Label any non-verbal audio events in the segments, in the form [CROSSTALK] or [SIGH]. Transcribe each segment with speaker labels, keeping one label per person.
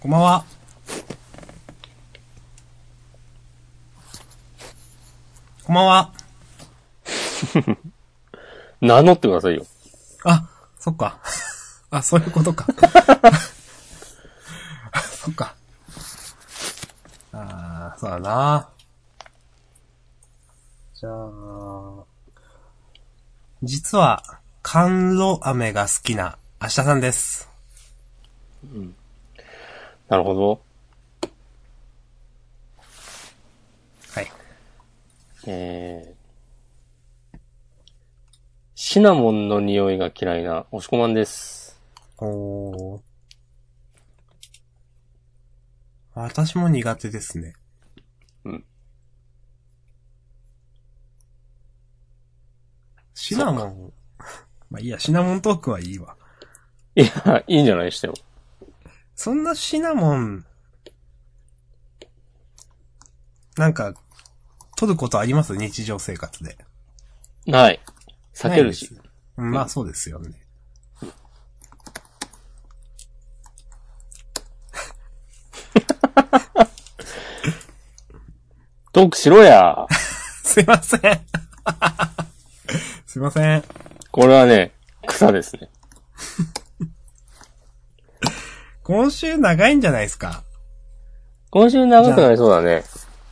Speaker 1: こんばんは。こんばんは。
Speaker 2: 名乗ってくださいよ。
Speaker 1: あ、そっか。 [LAUGHS] あ、そういうことか。 [LAUGHS] そっか。あー、そうだな。じゃあ、実は、甘露飴が好きな明日さんです。
Speaker 2: なるほど。
Speaker 1: はい。
Speaker 2: えーシナモンの匂いが嫌いな、押し込まんです。
Speaker 1: おー。私も苦手ですね。
Speaker 2: うん。
Speaker 1: シナモン。まあいいや、シナモントークはいいわ。
Speaker 2: いや、いいんじゃないしてよ。
Speaker 1: そんなシナモン、なんか、取ることあります日常生活で。
Speaker 2: ない。避けるし。
Speaker 1: ないです。うんまあそうですよね。
Speaker 2: トークしろや。
Speaker 1: すいません。 [LAUGHS] すいません。
Speaker 2: これはね、草ですね。
Speaker 1: 今週長いんじゃないですか。
Speaker 2: 今週長くなりそうだね。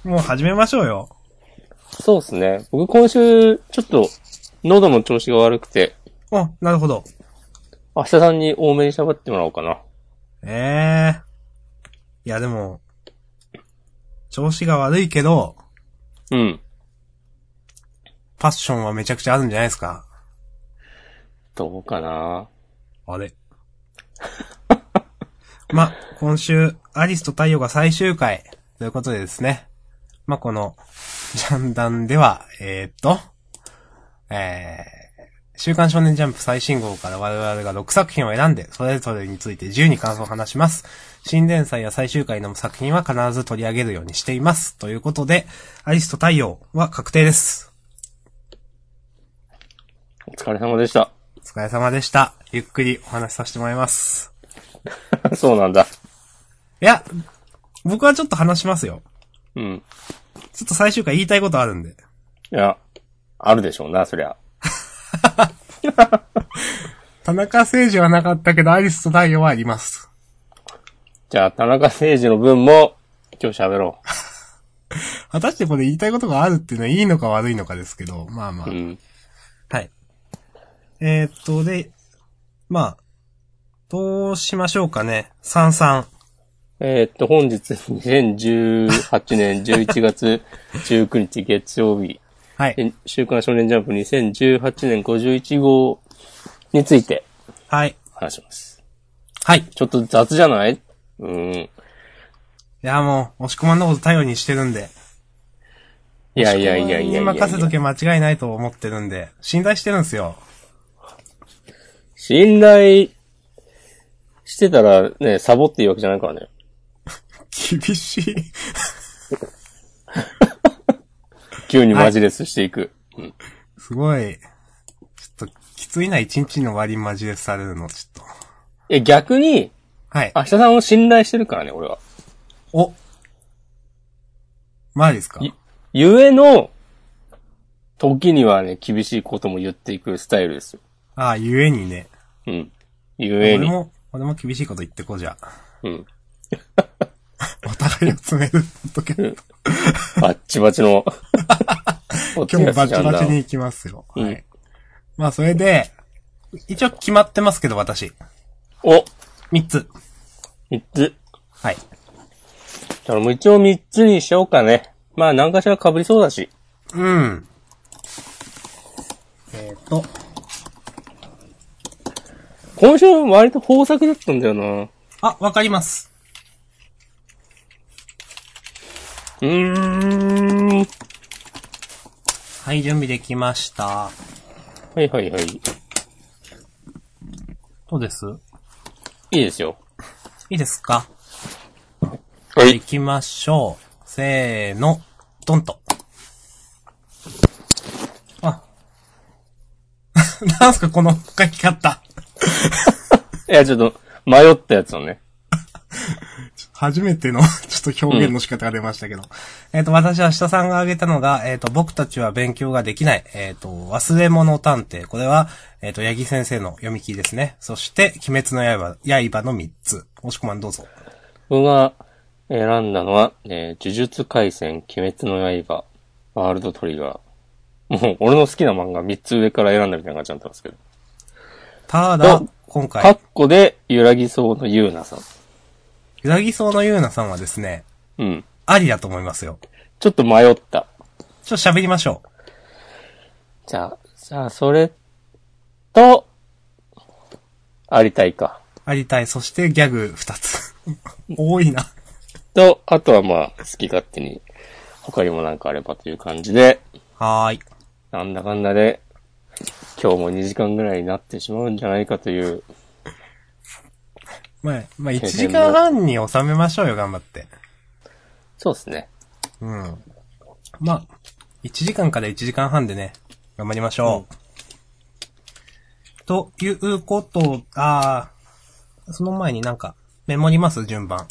Speaker 1: もう始めましょうよ。
Speaker 2: そうですね。僕今週、ちょっと、喉の調子が悪くて、
Speaker 1: お、なるほど。
Speaker 2: 明日さんに多めに喋ってもらおうかな。
Speaker 1: ええいやでも、調子が悪いけど、
Speaker 2: うん。
Speaker 1: パッションはめちゃくちゃあるんじゃないですか。
Speaker 2: どうかな。
Speaker 1: あれ。 [LAUGHS] ま、今週、アリスと太陽が最終回、ということでですね。ま、この、ジャンダンでは、えー、っと、えー、週刊少年ジャンプ最新号から我々が6作品を選んで、それぞれについて自由に感想を話します。新連載や最終回の作品は必ず取り上げるようにしています。ということで、アリスと太陽は確定です。
Speaker 2: お疲れ様でした。 [LAUGHS]
Speaker 1: お疲れ様でした。ゆっくりお話しさせてもらいます。
Speaker 2: そうなんだ。
Speaker 1: いや、僕はちょっと話しますよ。
Speaker 2: うん。
Speaker 1: ちょっと最終回言いたいことあるんで。
Speaker 2: いや、あるでしょうな、そりゃ。
Speaker 1: 田中誠二はなかったけど、アリスと太陽はあります。
Speaker 2: じゃあ、田中誠二の分も、今日喋ろ
Speaker 1: 果たしてこれ言いたいことがあるっていうのはいいのか悪いのかですけど、まあまあ。
Speaker 2: う。うん。
Speaker 1: はい。えー、っと、で、まあ、どうしましょうかね。三三。
Speaker 2: えーっと、本日、2018年11月19日月曜日、
Speaker 1: はい。
Speaker 2: え週刊少年ジャンプ2018年51号について
Speaker 1: はい。
Speaker 2: 話します。
Speaker 1: はい。い
Speaker 2: ちょっと雑じゃないうん。い
Speaker 1: や、もう、押し込まんのこと頼りにしてるんで。
Speaker 2: やいやいやいやい
Speaker 1: 押
Speaker 2: や
Speaker 1: し込まんに任せとけ間違いないと思ってるんで、信頼してるんですよ。
Speaker 2: 信頼してたらね、サボっていいわけじゃないからね。
Speaker 1: 厳しい。
Speaker 2: 急にマジレスしていく。うん。
Speaker 1: すごい。ちょっと、きついな、一日の終わりマジでされるの、ちょっと。
Speaker 2: え、逆に、
Speaker 1: はい。
Speaker 2: 明日さんを信頼してるからね、俺は。
Speaker 1: お。マジですか
Speaker 2: いゆえの、時にはね、厳しいことも言っていくスタイルですよ。
Speaker 1: ああ、ゆえにね。
Speaker 2: うん。ゆえ
Speaker 1: 俺
Speaker 2: に。
Speaker 1: も、俺も厳しいこと言ってこうじゃあ。
Speaker 2: うん。
Speaker 1: お互いを詰めるとけ。
Speaker 2: バッチバチの。
Speaker 1: [LAUGHS] 今日もバチバチに
Speaker 2: に。
Speaker 1: 行きますよ。
Speaker 2: うん
Speaker 1: はい。まあ、それで、一応決まってますけど、私。
Speaker 2: お
Speaker 1: 三つ。
Speaker 2: 三つ。
Speaker 1: はい。
Speaker 2: じゃあもう一応三つにしようかね。まあ何かしら被りそうだし。
Speaker 1: うん。えっ、ー、と、
Speaker 2: 今週割と豊作だったんだよな。
Speaker 1: あ、わかります。
Speaker 2: うーん。
Speaker 1: はい、準備できました。
Speaker 2: はいはいはい。い
Speaker 1: どうです
Speaker 2: いですよ。
Speaker 1: いいですか
Speaker 2: は
Speaker 1: 行。きましょう。せーの、ドンと。あ。 [LAUGHS] なんすかこの書き方。
Speaker 2: いや、ちょっと、迷ったやつをね。
Speaker 1: ち初めての、ちょっと表現の仕方が出ましたけど。えっと、私は下さんが挙げたのが、えっ、と、僕たちは勉強ができない、えっ、と、忘れ物探偵。これは、えっ、と、八木先生の読み切りですね。そして、鬼滅の刃、刃の3つ。押し込まんどうぞ。
Speaker 2: 僕が選んだのは、えー呪術廻戦、鬼滅の刃、ワールドトリガー。もう、俺の好きな漫画3つ上から選んだみたいな感じになってますけど。
Speaker 1: ただ
Speaker 2: お、
Speaker 1: 今
Speaker 2: カ
Speaker 1: 回
Speaker 2: ッ、コで、揺らぎそうのゆうなさん。
Speaker 1: ゆらぎそうのゆうなさんはですね、
Speaker 2: うん。
Speaker 1: ありだと思いますよ。
Speaker 2: ちょっと迷った。
Speaker 1: ちょっと喋りましょう。
Speaker 2: じゃあ、じゃあ、それと、ありたいか。
Speaker 1: ありたい。そして、ギャグ2つ。 [LAUGHS] 多いな。
Speaker 2: と、あとはまあ、好き勝手に、他にもなんかあればという感じで、
Speaker 1: はーい。
Speaker 2: なんだかんだで、今日も2時間ぐらいになってしまうんじゃないかという、
Speaker 1: まあ、 [LAUGHS] まあ、1時間半に収めましょうよ、頑張って。
Speaker 2: そうですね。
Speaker 1: うん。まあ、1時間から1時間半でね、頑張りましょう。ということ、あーその前になんか、メモります順番。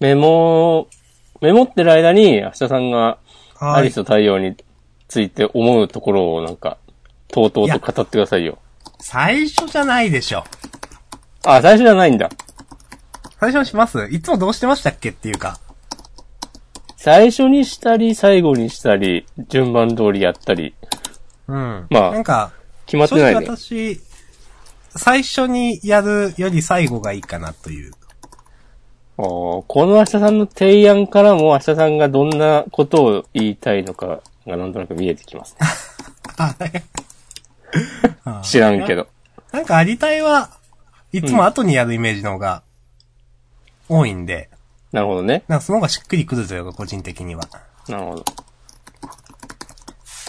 Speaker 2: メモ、メモってる間に、明日さんが、
Speaker 1: は
Speaker 2: ア
Speaker 1: ー
Speaker 2: リスと太陽について思うところをなんか、とうとうと語ってくださいよ。
Speaker 1: 最初じゃないでしょ。
Speaker 2: あ、最初じゃないんだ。
Speaker 1: 最初にしますいつもどうしてましたっけっていうか。
Speaker 2: 最初にしたり、最後にしたり、順番通りやったり、
Speaker 1: うん。
Speaker 2: まあ
Speaker 1: なんか、
Speaker 2: 決まって
Speaker 1: 正
Speaker 2: な
Speaker 1: 直
Speaker 2: いね。
Speaker 1: 私、最初にやるより最後がいいかなという。
Speaker 2: おーこの明日さんの提案からも明日さんがどんなことを言いたいのかがなんとなく見えてきますね。
Speaker 1: あ [LAUGHS] はいあ
Speaker 2: 知らんけど。
Speaker 1: なんかありたいはいつも後にやるイメージの方が多いんで、
Speaker 2: なるほどね。
Speaker 1: なんかその方がしっくりくるというか、個人的には。
Speaker 2: なるほど。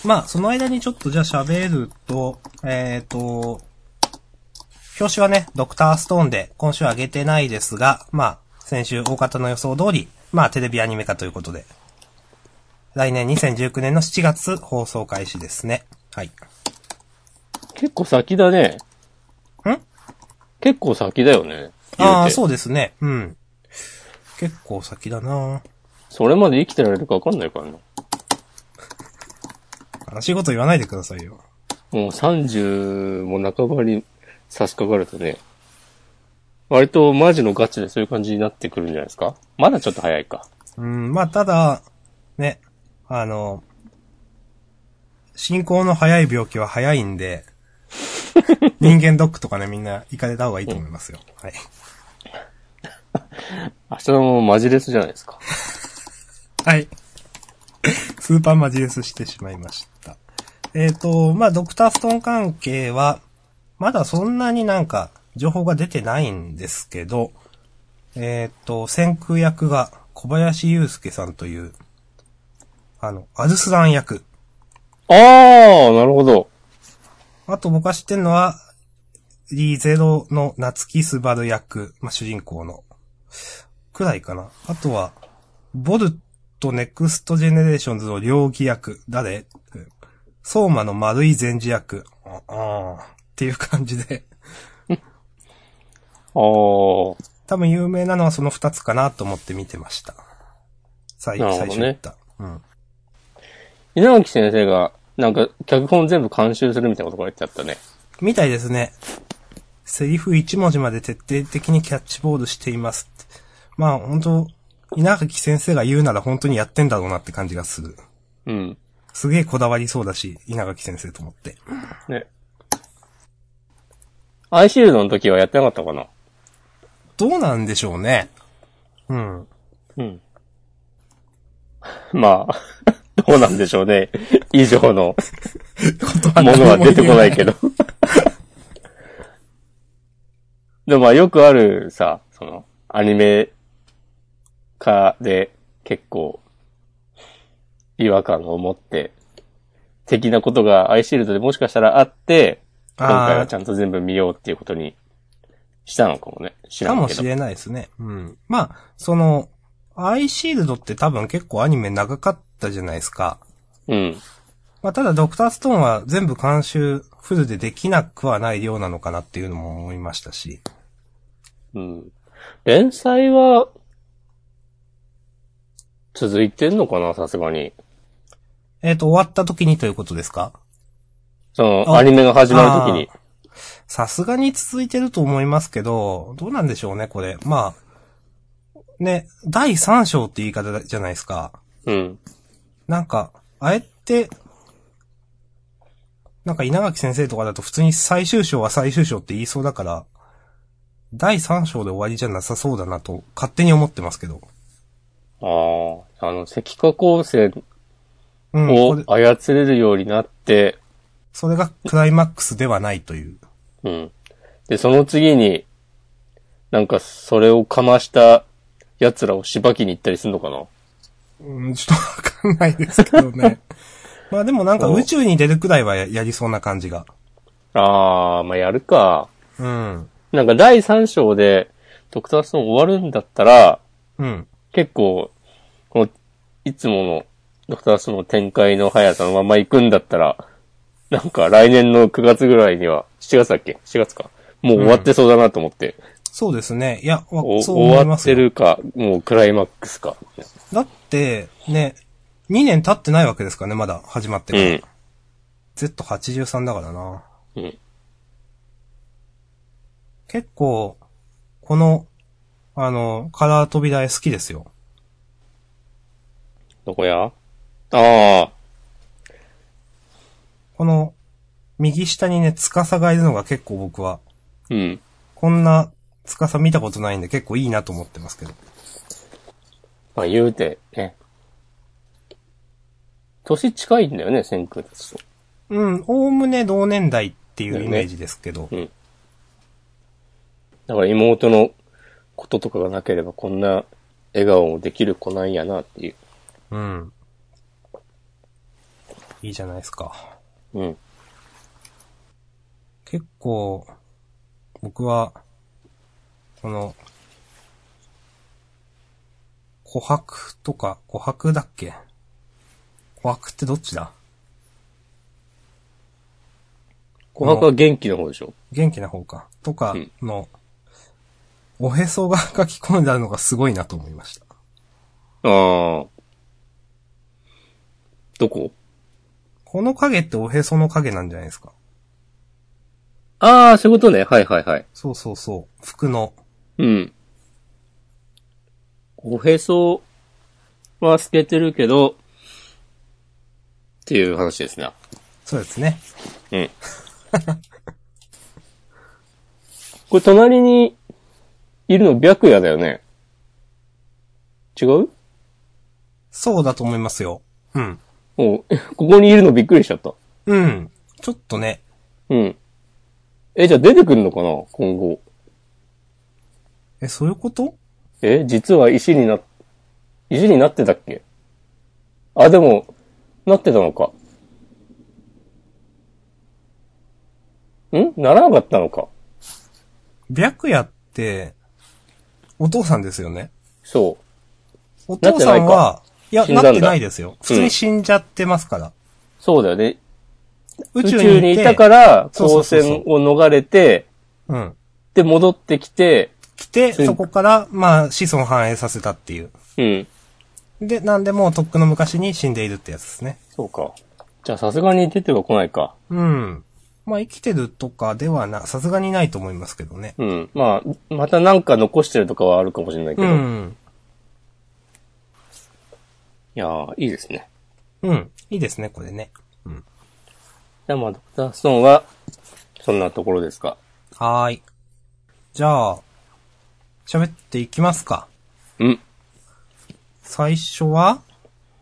Speaker 1: まあ、その間にちょっとじゃあ喋ると、えっ、と、表紙はね、ドクターストーンで今週上げてないですが、まあ、先週大方の予想通り、まあ、テレビアニメ化ということで、来年2019年の7月放送開始ですね。はい。
Speaker 2: 結構先だね。
Speaker 1: ん
Speaker 2: 結構先だよね。
Speaker 1: ああ、
Speaker 2: う
Speaker 1: そ
Speaker 2: て。
Speaker 1: うですね。うん。結構先だな
Speaker 2: それまで生きてられるかわかんないからな。も
Speaker 1: 悲しいこと言わないでくださいよ。
Speaker 2: う30も半ばに差し掛かるとね、割とマジのガチでそういう感じになってくるんじゃないですかまだちょっと早いか。
Speaker 1: うん、まあ、ただ、ね、あの、進行の早い病気は早いんで、人間ドックとかね、みんな行かれた方がいいと思いますよ。はい。
Speaker 2: 明日もマジレスじゃないですか。
Speaker 1: はい。 [LAUGHS] スーパーマジレスしてしまいました。えっ、と、まあ、ドクターストーン関係は、まだそんなになんか、情報が出てないんですけど、えっ、と、先空役が小林祐介さんという、あの、アルスラン役。
Speaker 2: ああ、なるほど。
Speaker 1: あと僕が知ってるのは、リーゼロの夏木すばる役、まあ、主人公の、くらいかな。あとは、ボルトネクストジェネレーションズの両義役、誰相馬の丸い善治役、ああーっていう感じで、
Speaker 2: ああ、
Speaker 1: 多分有名なのはその二つかなと思って見てました。最
Speaker 2: なるほど
Speaker 1: 最
Speaker 2: ね
Speaker 1: 初言った。うん。
Speaker 2: 稲垣先生が、なんか、脚本全部監修するみたいなこと書いてあったね。
Speaker 1: みたいですね。セリフ1文字まで徹底的にキャッチボールしていますって。まあ本当稲垣先生が言うなら本当にやってんだろうなって感じがする。
Speaker 2: うん。
Speaker 1: すげえこだわりそうだし、稲垣先生と思って。
Speaker 2: ね。アイシールドの時はやってなかったかな
Speaker 1: どうなんでしょうね。うん。
Speaker 2: うん。まあ、 [LAUGHS] どうなんでしょうね。以上の
Speaker 1: こと
Speaker 2: ものは出てこない
Speaker 1: ど。
Speaker 2: け
Speaker 1: [LAUGHS]
Speaker 2: ど。でもまあよくあるさ、その、アニメ化で結構違和感を持って、的なことがアイシールドでもしかしたらあって、今回は
Speaker 1: あ
Speaker 2: ちゃんと全部見ようっていうことにしたのかもね。知
Speaker 1: あ、
Speaker 2: ら
Speaker 1: か
Speaker 2: ん
Speaker 1: も
Speaker 2: け
Speaker 1: し
Speaker 2: ど。
Speaker 1: れないですね。うん。まあ、その、アイシールドって多分結構アニメ長かったじゃないですか。
Speaker 2: うん。
Speaker 1: まあ、ただドクターストーンは全部監修フルでできなくはない量なのかなっていうのも思いましたし。
Speaker 2: うん。連載は、続いてんのかなさすがに。
Speaker 1: えっ、と、終わった時にということですか
Speaker 2: その、
Speaker 1: あ
Speaker 2: アニメが始まる時に。
Speaker 1: さすがに続いてると思いますけど、どうなんでしょうね、これ。まあ、ね、第3章って言い方じゃないですか。
Speaker 2: うん。
Speaker 1: なんか、あえて、なんか稲垣先生とかだと普通に最終章は最終章って言いそうだから、第3章で終わりじゃなさそうだなと勝手に思ってますけど。
Speaker 2: ああ、あの、石化光線
Speaker 1: うん、こ
Speaker 2: を
Speaker 1: れ
Speaker 2: 操れるようになって、
Speaker 1: それがクライマックスではないという。
Speaker 2: うん。で、その次に、なんか、それをかました奴らをしばきに行ったりするのかな
Speaker 1: うん、ちょっとわかんないですけど
Speaker 2: [LAUGHS]
Speaker 1: ね。まあでもなんか宇宙に出るくらいはややりそうな感じが。
Speaker 2: ああ、まあ、やるか。
Speaker 1: うん。
Speaker 2: なんか、第3章で、ドクターストーン終わるんだったら、
Speaker 1: うん。
Speaker 2: 結構、この、いつものドクターストーンの展開の速さのまま行くんだったら、なんか、来年の9月ぐらいには、7月だっけ ?7 月か。もう終わってそうだなと思って。
Speaker 1: そうですね。いや、わ
Speaker 2: お
Speaker 1: そう思い
Speaker 2: 終わ
Speaker 1: ま
Speaker 2: っ
Speaker 1: す
Speaker 2: て
Speaker 1: よ。
Speaker 2: るか、もうクライマックスか。
Speaker 1: だって、ね、2年経ってないわけですからね、まだ始まって
Speaker 2: う
Speaker 1: から。
Speaker 2: ん。
Speaker 1: Z83 だからな。
Speaker 2: うん。
Speaker 1: 結構、この、あの、カラー飛び台好きですよ。
Speaker 2: どこやああ、
Speaker 1: この、右下にね、司がいるのが結構僕は、
Speaker 2: うん。
Speaker 1: こんな司見たことないんで結構いいなと思ってますけど。
Speaker 2: まあ言うて、ね。年近いんだよね、千空たちと。
Speaker 1: うん、おおむね同年代っていうイメージですけど。
Speaker 2: うん。だから妹のこととかがなければこんな笑顔もできる子なんやなっていう。
Speaker 1: うん。いいじゃないですか。
Speaker 2: うん。
Speaker 1: 結構、僕は、この、琥珀とか、琥珀だっけ琥珀ってどっちだ
Speaker 2: 琥珀は元気の方でしょ。
Speaker 1: 元気な方か。とか
Speaker 2: うん
Speaker 1: の、おへそが [LAUGHS] 書き込んであるのがすごいなと思いました。
Speaker 2: ああ。どこ
Speaker 1: この影っておへその影なんじゃないですか。
Speaker 2: ああ、そういうことね。はいはいはい。
Speaker 1: そうそうそう。服の。
Speaker 2: うん。おへそは透けてるけど、っていう話ですね。
Speaker 1: そうですね。
Speaker 2: うん。 [LAUGHS] これ隣にいるの白夜だよね。違う
Speaker 1: そうだと思いますよ。うん。
Speaker 2: おう [LAUGHS] ここにいるのびっくりしちゃった。
Speaker 1: うん。ちょっとね、
Speaker 2: うん。え、じゃあ出てくるのかな今後。
Speaker 1: え、そういうこと
Speaker 2: え、実は石にな、石になってたっけあ、でも、なってたのか。んならなかったのか。
Speaker 1: 白夜って、お父さんですよね。
Speaker 2: そ
Speaker 1: お父さんは、いや、
Speaker 2: 死んだ
Speaker 1: なん
Speaker 2: だ
Speaker 1: ってないですよ。普通に死んじゃってますから。
Speaker 2: う。そうだよね。
Speaker 1: 宇
Speaker 2: 宇
Speaker 1: 宙に、
Speaker 2: 宙にいたからら、
Speaker 1: そうそ
Speaker 2: 光
Speaker 1: うそうそう
Speaker 2: 線を逃れて、
Speaker 1: うん。
Speaker 2: で、戻ってきて、
Speaker 1: 来て、
Speaker 2: そういう
Speaker 1: そこから、まあ、子孫繁栄させたっていう。
Speaker 2: うん。
Speaker 1: で、なんでもうとっくの昔に死んでいるってやつですね。
Speaker 2: そうか。じゃあ、さすがに出ては来ないか。
Speaker 1: うん。まあ、生きてるとかではな、さすがにないと思いますけどね。
Speaker 2: うん。まあ、またなんか残してるとかはあるかもしれないけ
Speaker 1: う
Speaker 2: ど。い
Speaker 1: ん。
Speaker 2: やー、いいですね。
Speaker 1: うん。いいですね、これね。うん。
Speaker 2: じゃあ、まあ、ドクターストーンは、そんなところですか。
Speaker 1: はーい。じゃあ、喋っていきますか。
Speaker 2: うん。
Speaker 1: 最初は、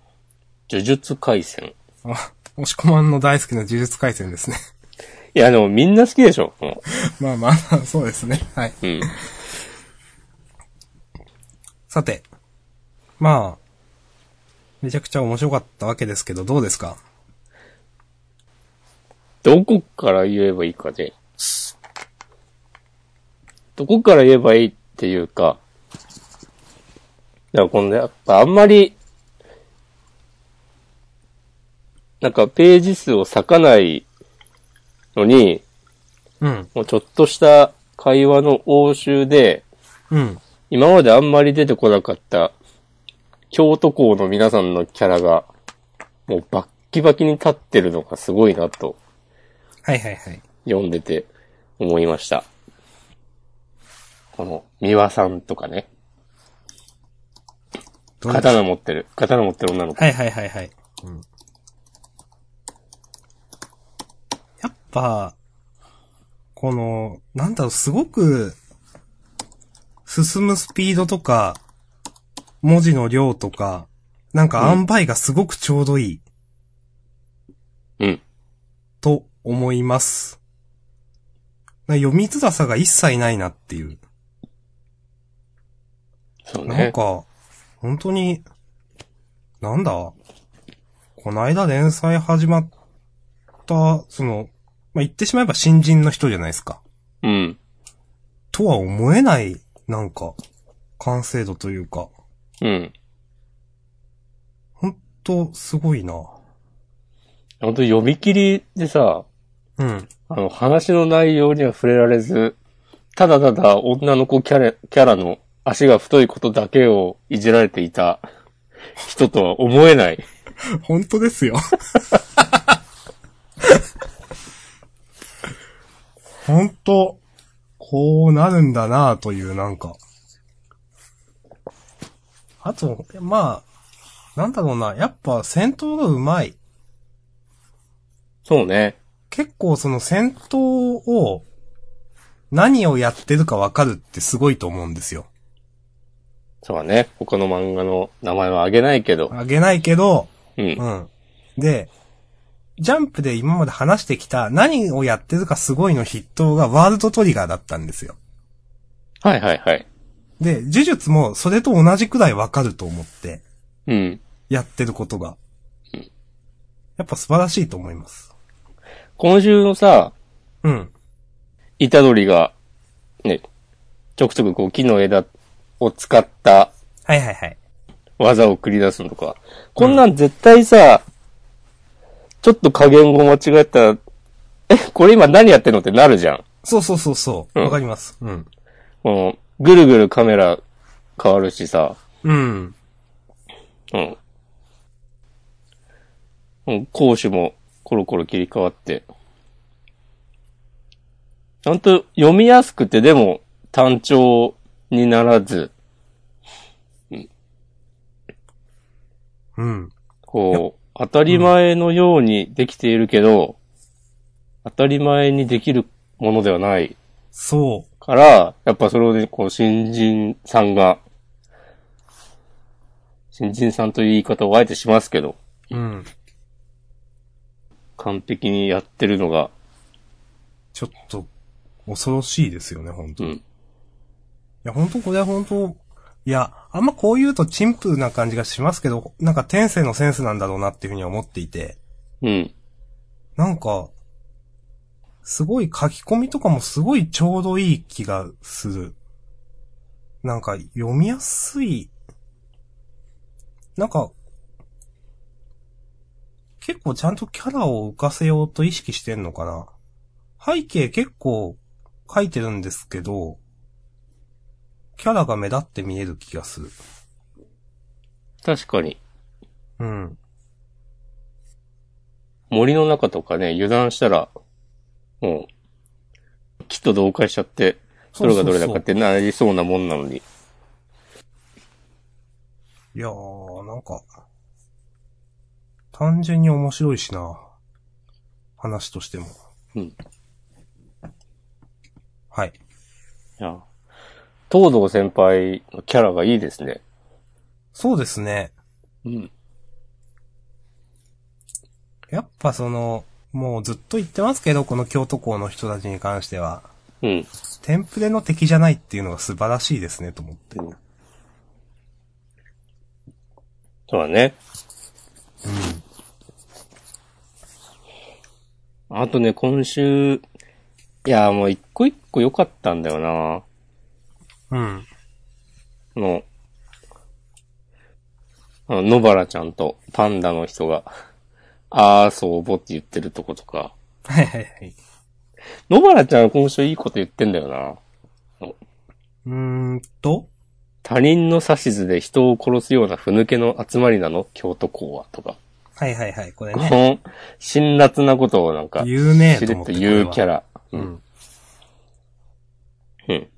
Speaker 1: [LAUGHS]
Speaker 2: 呪術回戦。
Speaker 1: あ、押し込まんの大好きな呪術回戦ですね。
Speaker 2: いや、でもみんな好きでしょ。も
Speaker 1: [LAUGHS] まあまあ、そうですね。はい。
Speaker 2: ううん。
Speaker 1: さて。まあ、めちゃくちゃ面白かったわけですけど、どうですか
Speaker 2: どこから言えばいいかで。どこから言えばいいっていうか。だから、このねやっぱあんまり、なんかページ数を割かないのに、
Speaker 1: うん。
Speaker 2: もうちょっとした会話の応酬で、
Speaker 1: うん。
Speaker 2: 今まであんまり出てこなかった、京都校の皆さんのキャラが、もうバッキバキに立ってるのがすごいなと、
Speaker 1: はいはいはい。
Speaker 2: 読んでて思いました。この、三輪さんとかね、
Speaker 1: どうでしょう
Speaker 2: 刀持ってる、刀持ってる女の子。
Speaker 1: はいはいはいはい。うん、やっぱ、この、なんだろう、すごく、進むスピードとか、文字の量とか、なんか塩梅がすごくちょうどいい、
Speaker 2: うん。
Speaker 1: と思います。な読みづらさが一切ないなっていう。
Speaker 2: そう
Speaker 1: なん
Speaker 2: ね。
Speaker 1: か、本当に、なんだこないだ連載始まった、その、まあ、言ってしまえば新人の人じゃないですか。
Speaker 2: うん。
Speaker 1: とは思えない、なんか、完成度というか、
Speaker 2: うん。
Speaker 1: ほんと、すごいな。
Speaker 2: 本当読み切りでさ、
Speaker 1: うん。
Speaker 2: あの、話の内容には触れられず、ただただ女の子キャラキャラの足が太いことだけをいじられていた人とは思えない。
Speaker 1: ほんとです [LAUGHS] よ。ほんと、こうなるんだなぁという、なんか。あと、まあ、なんだろうな、やっぱ戦闘が上手い。
Speaker 2: そうね。
Speaker 1: 結構その戦闘を、何をやってるかわかるってすごいと思うんですよ。
Speaker 2: そうだね。他の漫画の名前はあげないけど。
Speaker 1: あげないけど、
Speaker 2: うん。
Speaker 1: うん。で、ジャンプで今まで話してきた何をやってるかすごいの筆頭がワールドトリガーだったんですよ。
Speaker 2: はいはいはい。
Speaker 1: で、呪術もそれと同じくらいわかると思って
Speaker 2: うん。
Speaker 1: やってることが。やっぱ素晴らしいと思います。
Speaker 2: 今週のさ、
Speaker 1: うん。
Speaker 2: イタドリが、ね、ちょくちょくこう木の枝を使った
Speaker 1: はいはいはい。
Speaker 2: 技を繰り出すのとか。こんなん絶対さ、ちょっと加減を間違えたら、え、これ今何やってんのってなるじゃん。
Speaker 1: そうそうそうそう。
Speaker 2: うん
Speaker 1: わかります。うん。
Speaker 2: この、ぐるぐるカメラ変わるしさ、
Speaker 1: うん。
Speaker 2: うん。うん、攻守もコロコロ切り替わって。ちゃんと読みやすくてでも単調にならず、
Speaker 1: うん。
Speaker 2: こう、当たり前のようにできているけど、当たり前にできるものではない
Speaker 1: そう。
Speaker 2: から、やっぱそれをね、こう、新人さんが、新人さんという言い方をあえてしますけど、
Speaker 1: うん。
Speaker 2: 完璧にやってるのが、
Speaker 1: ちょっと、恐ろしいですよね、本当
Speaker 2: う
Speaker 1: に。い
Speaker 2: ん。
Speaker 1: や、本当これは本当いや、あんまこう言うと陳腐な感じがしますけど、なんか天性のセンスなんだろうなっていうふうに思っていて。
Speaker 2: うん。
Speaker 1: なんか、すごい書き込みとかもすごいちょうどいい気がする。なんか読みやすい。なんか、結構ちゃんとキャラを浮かせようと意識してんのかな。背景結構書いてるんですけど、キャラが目立って見える気がする。
Speaker 2: 確かに、
Speaker 1: うん。
Speaker 2: 森の中とかね、油断したら、もう、きっと同化しちゃって、どれがどれだかってなりそうなもんなのに。
Speaker 1: いやー、なんか、単純に面白いしな。話としても。
Speaker 2: うん。
Speaker 1: はい。
Speaker 2: いや、東堂先輩のキャラがいいですね。
Speaker 1: そうですね。
Speaker 2: うん。
Speaker 1: やっぱその、もうずっと言ってますけど、この京都校の人たちに関しては、
Speaker 2: うん。
Speaker 1: テンプレの敵じゃないっていうのが素晴らしいですね、と思って。
Speaker 2: そうだね。あとね、今週、いや、もう一個一個良かったんだよな。
Speaker 1: うん。
Speaker 2: あの、あの野原ちゃんとパンダの人が、あーそうぼって言ってるとことか。
Speaker 1: はいはいはい。
Speaker 2: 野原ちゃん今週いいこと言ってんだよな。
Speaker 1: うーんと、
Speaker 2: 他人の指図で人を殺すようなふぬけの集まりなの京都校は、とか。
Speaker 1: はいはいはい、これ
Speaker 2: こ
Speaker 1: ね。
Speaker 2: の、辛辣なことをなんか、し
Speaker 1: 言うねえと
Speaker 2: れ
Speaker 1: 思
Speaker 2: っ
Speaker 1: って。
Speaker 2: と言うキャ
Speaker 1: ラ。
Speaker 2: ラ。う。
Speaker 1: うんん。
Speaker 2: うん。好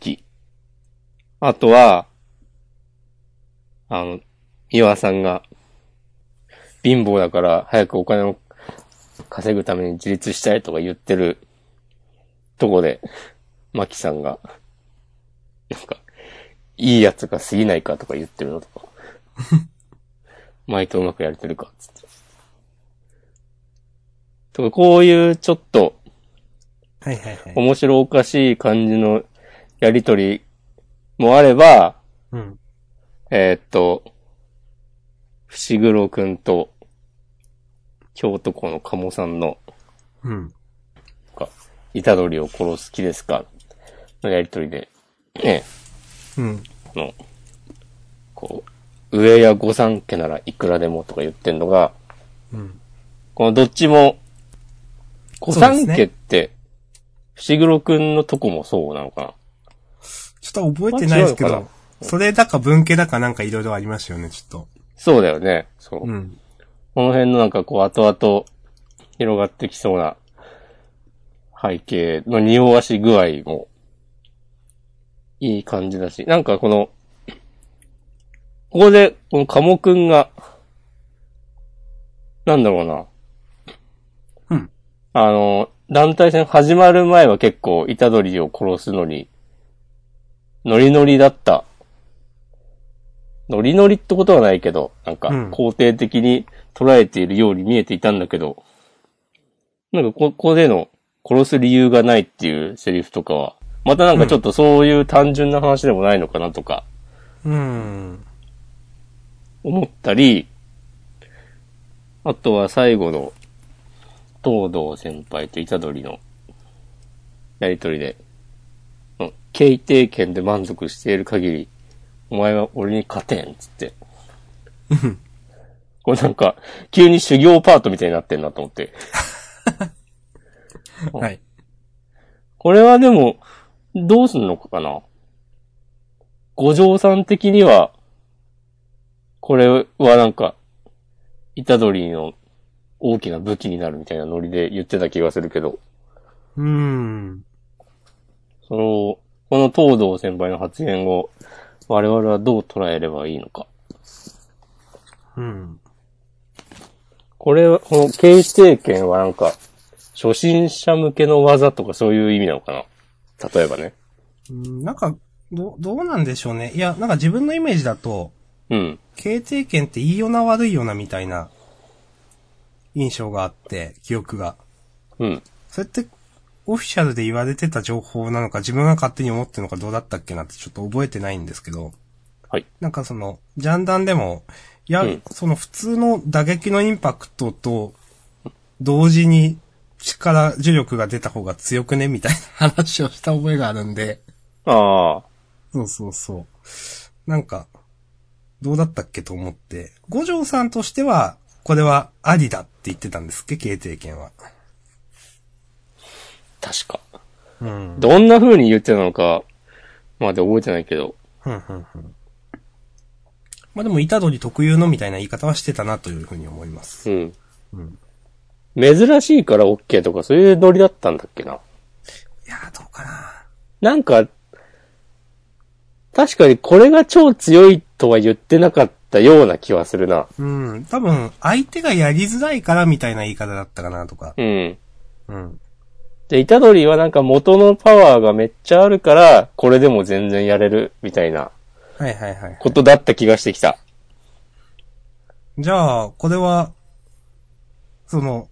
Speaker 2: き。あとは、あの、美和さんが、貧乏だから早くお金を稼ぐために自立したいとか言ってるとこで、マキさんが、なんか、いいやつが過ぎないかとか言ってるのとか。前とうまくやれてるか、つって。とか、こういうちょっと、
Speaker 1: はいはいはい。
Speaker 2: 面白おかしい感じのやりとりもあれば、
Speaker 1: うん。
Speaker 2: えーっと、伏黒くんと、京都校の鴨さんの、
Speaker 1: うん。
Speaker 2: イタドリを殺す気ですかのやりとりで、ね、
Speaker 1: うん。
Speaker 2: あの、こう、上や御三家ならいくらでもとか言ってんのが、
Speaker 1: うん。
Speaker 2: このどっちも、御三
Speaker 1: そう
Speaker 2: 家
Speaker 1: で
Speaker 2: っ
Speaker 1: す
Speaker 2: て、伏黒くんのとこもそうなのかな
Speaker 1: ちょっと覚えてないですけ
Speaker 2: まあ違うの
Speaker 1: ど
Speaker 2: か、
Speaker 1: それだか文系だかなんかいろいろありましたよね、ちょっ
Speaker 2: そうだよね。そう。
Speaker 1: と。うん。
Speaker 2: この辺のなんかこう後々広がってきそうな背景の匂わし具合もいい感じだし、なんかこの、ここでこの鴨くんが、なんだろうな。
Speaker 1: うん。
Speaker 2: あの、団体戦始まる前は結構、イタドリを殺すのに、ノリノリだった。ノリノリってことはないけど、なんか、
Speaker 1: うん
Speaker 2: 肯定的に捉えているように見えていたんだけど、なんかこ、ここでの殺す理由がないっていうセリフとかは、またなんかちょっとそういう単純な話でもないのかなとか、
Speaker 1: うん。
Speaker 2: 思ったり、あとは最後の、東堂先輩と虎杖の、やりとりで、うん経定権で満足している限り、お前は俺に勝てん、つって。
Speaker 1: うん。
Speaker 2: これなんか、急に修行パートみたいになってんなと思って。
Speaker 1: はい。
Speaker 2: これはでも、どうすんのかな五条さん的には、これはなんか、イタドリの大きな武器になるみたいなノリで言ってた気がするけど、
Speaker 1: うん。
Speaker 2: その、この東堂先輩の発言を、我々はどう捉えればいいのか。
Speaker 1: うん。
Speaker 2: これは、この経定権はなんか、初心者向けの技とかそういう意味なのかな例えばね。
Speaker 1: うんなんか、ど、どうなんでしょうね。いや、なんか自分のイメージだと、
Speaker 2: うん。
Speaker 1: 経定権っていいよな悪いよなみたいな印象があって、記憶が。
Speaker 2: うん。
Speaker 1: それって、オフィシャルで言われてた情報なのか、自分が勝手に思ってるのかどうだったっけなってちょっと覚えてないんですけど、
Speaker 2: はい。
Speaker 1: なんかその、ジャンダンでも、いや、
Speaker 2: うん
Speaker 1: その普通の打撃のインパクトと、同時に力、呪力が出た方が強くねみたいな話をした覚えがあるんで、
Speaker 2: ああ。
Speaker 1: そうそうそう。なんか、どうだったっけと思って、五条さんとしては、これはありだって言ってたんですっけ、経定権は。
Speaker 2: 確か。
Speaker 1: うん。
Speaker 2: どんな風に言ってたのか、まで覚えてないけど。
Speaker 1: うんうんうんまあでも、板取特有のみたいな言い方はしてたなというふうに思います。
Speaker 2: うん。
Speaker 1: うん。
Speaker 2: 珍しいから OK とかそういうノリだったんだっけな。
Speaker 1: いやー、どうかな。
Speaker 2: なんか、確かにこれが超強いとは言ってなかったような気はするな。
Speaker 1: うん。多分、相手がやりづらいからみたいな言い方だったかなとか。
Speaker 2: うん。
Speaker 1: うん。
Speaker 2: で、イタドリはなんか元のパワーがめっちゃあるから、これでも全然やれるみたいな
Speaker 1: はいはいはい。
Speaker 2: ことだった気がしてきた。
Speaker 1: じゃあ、これは、その、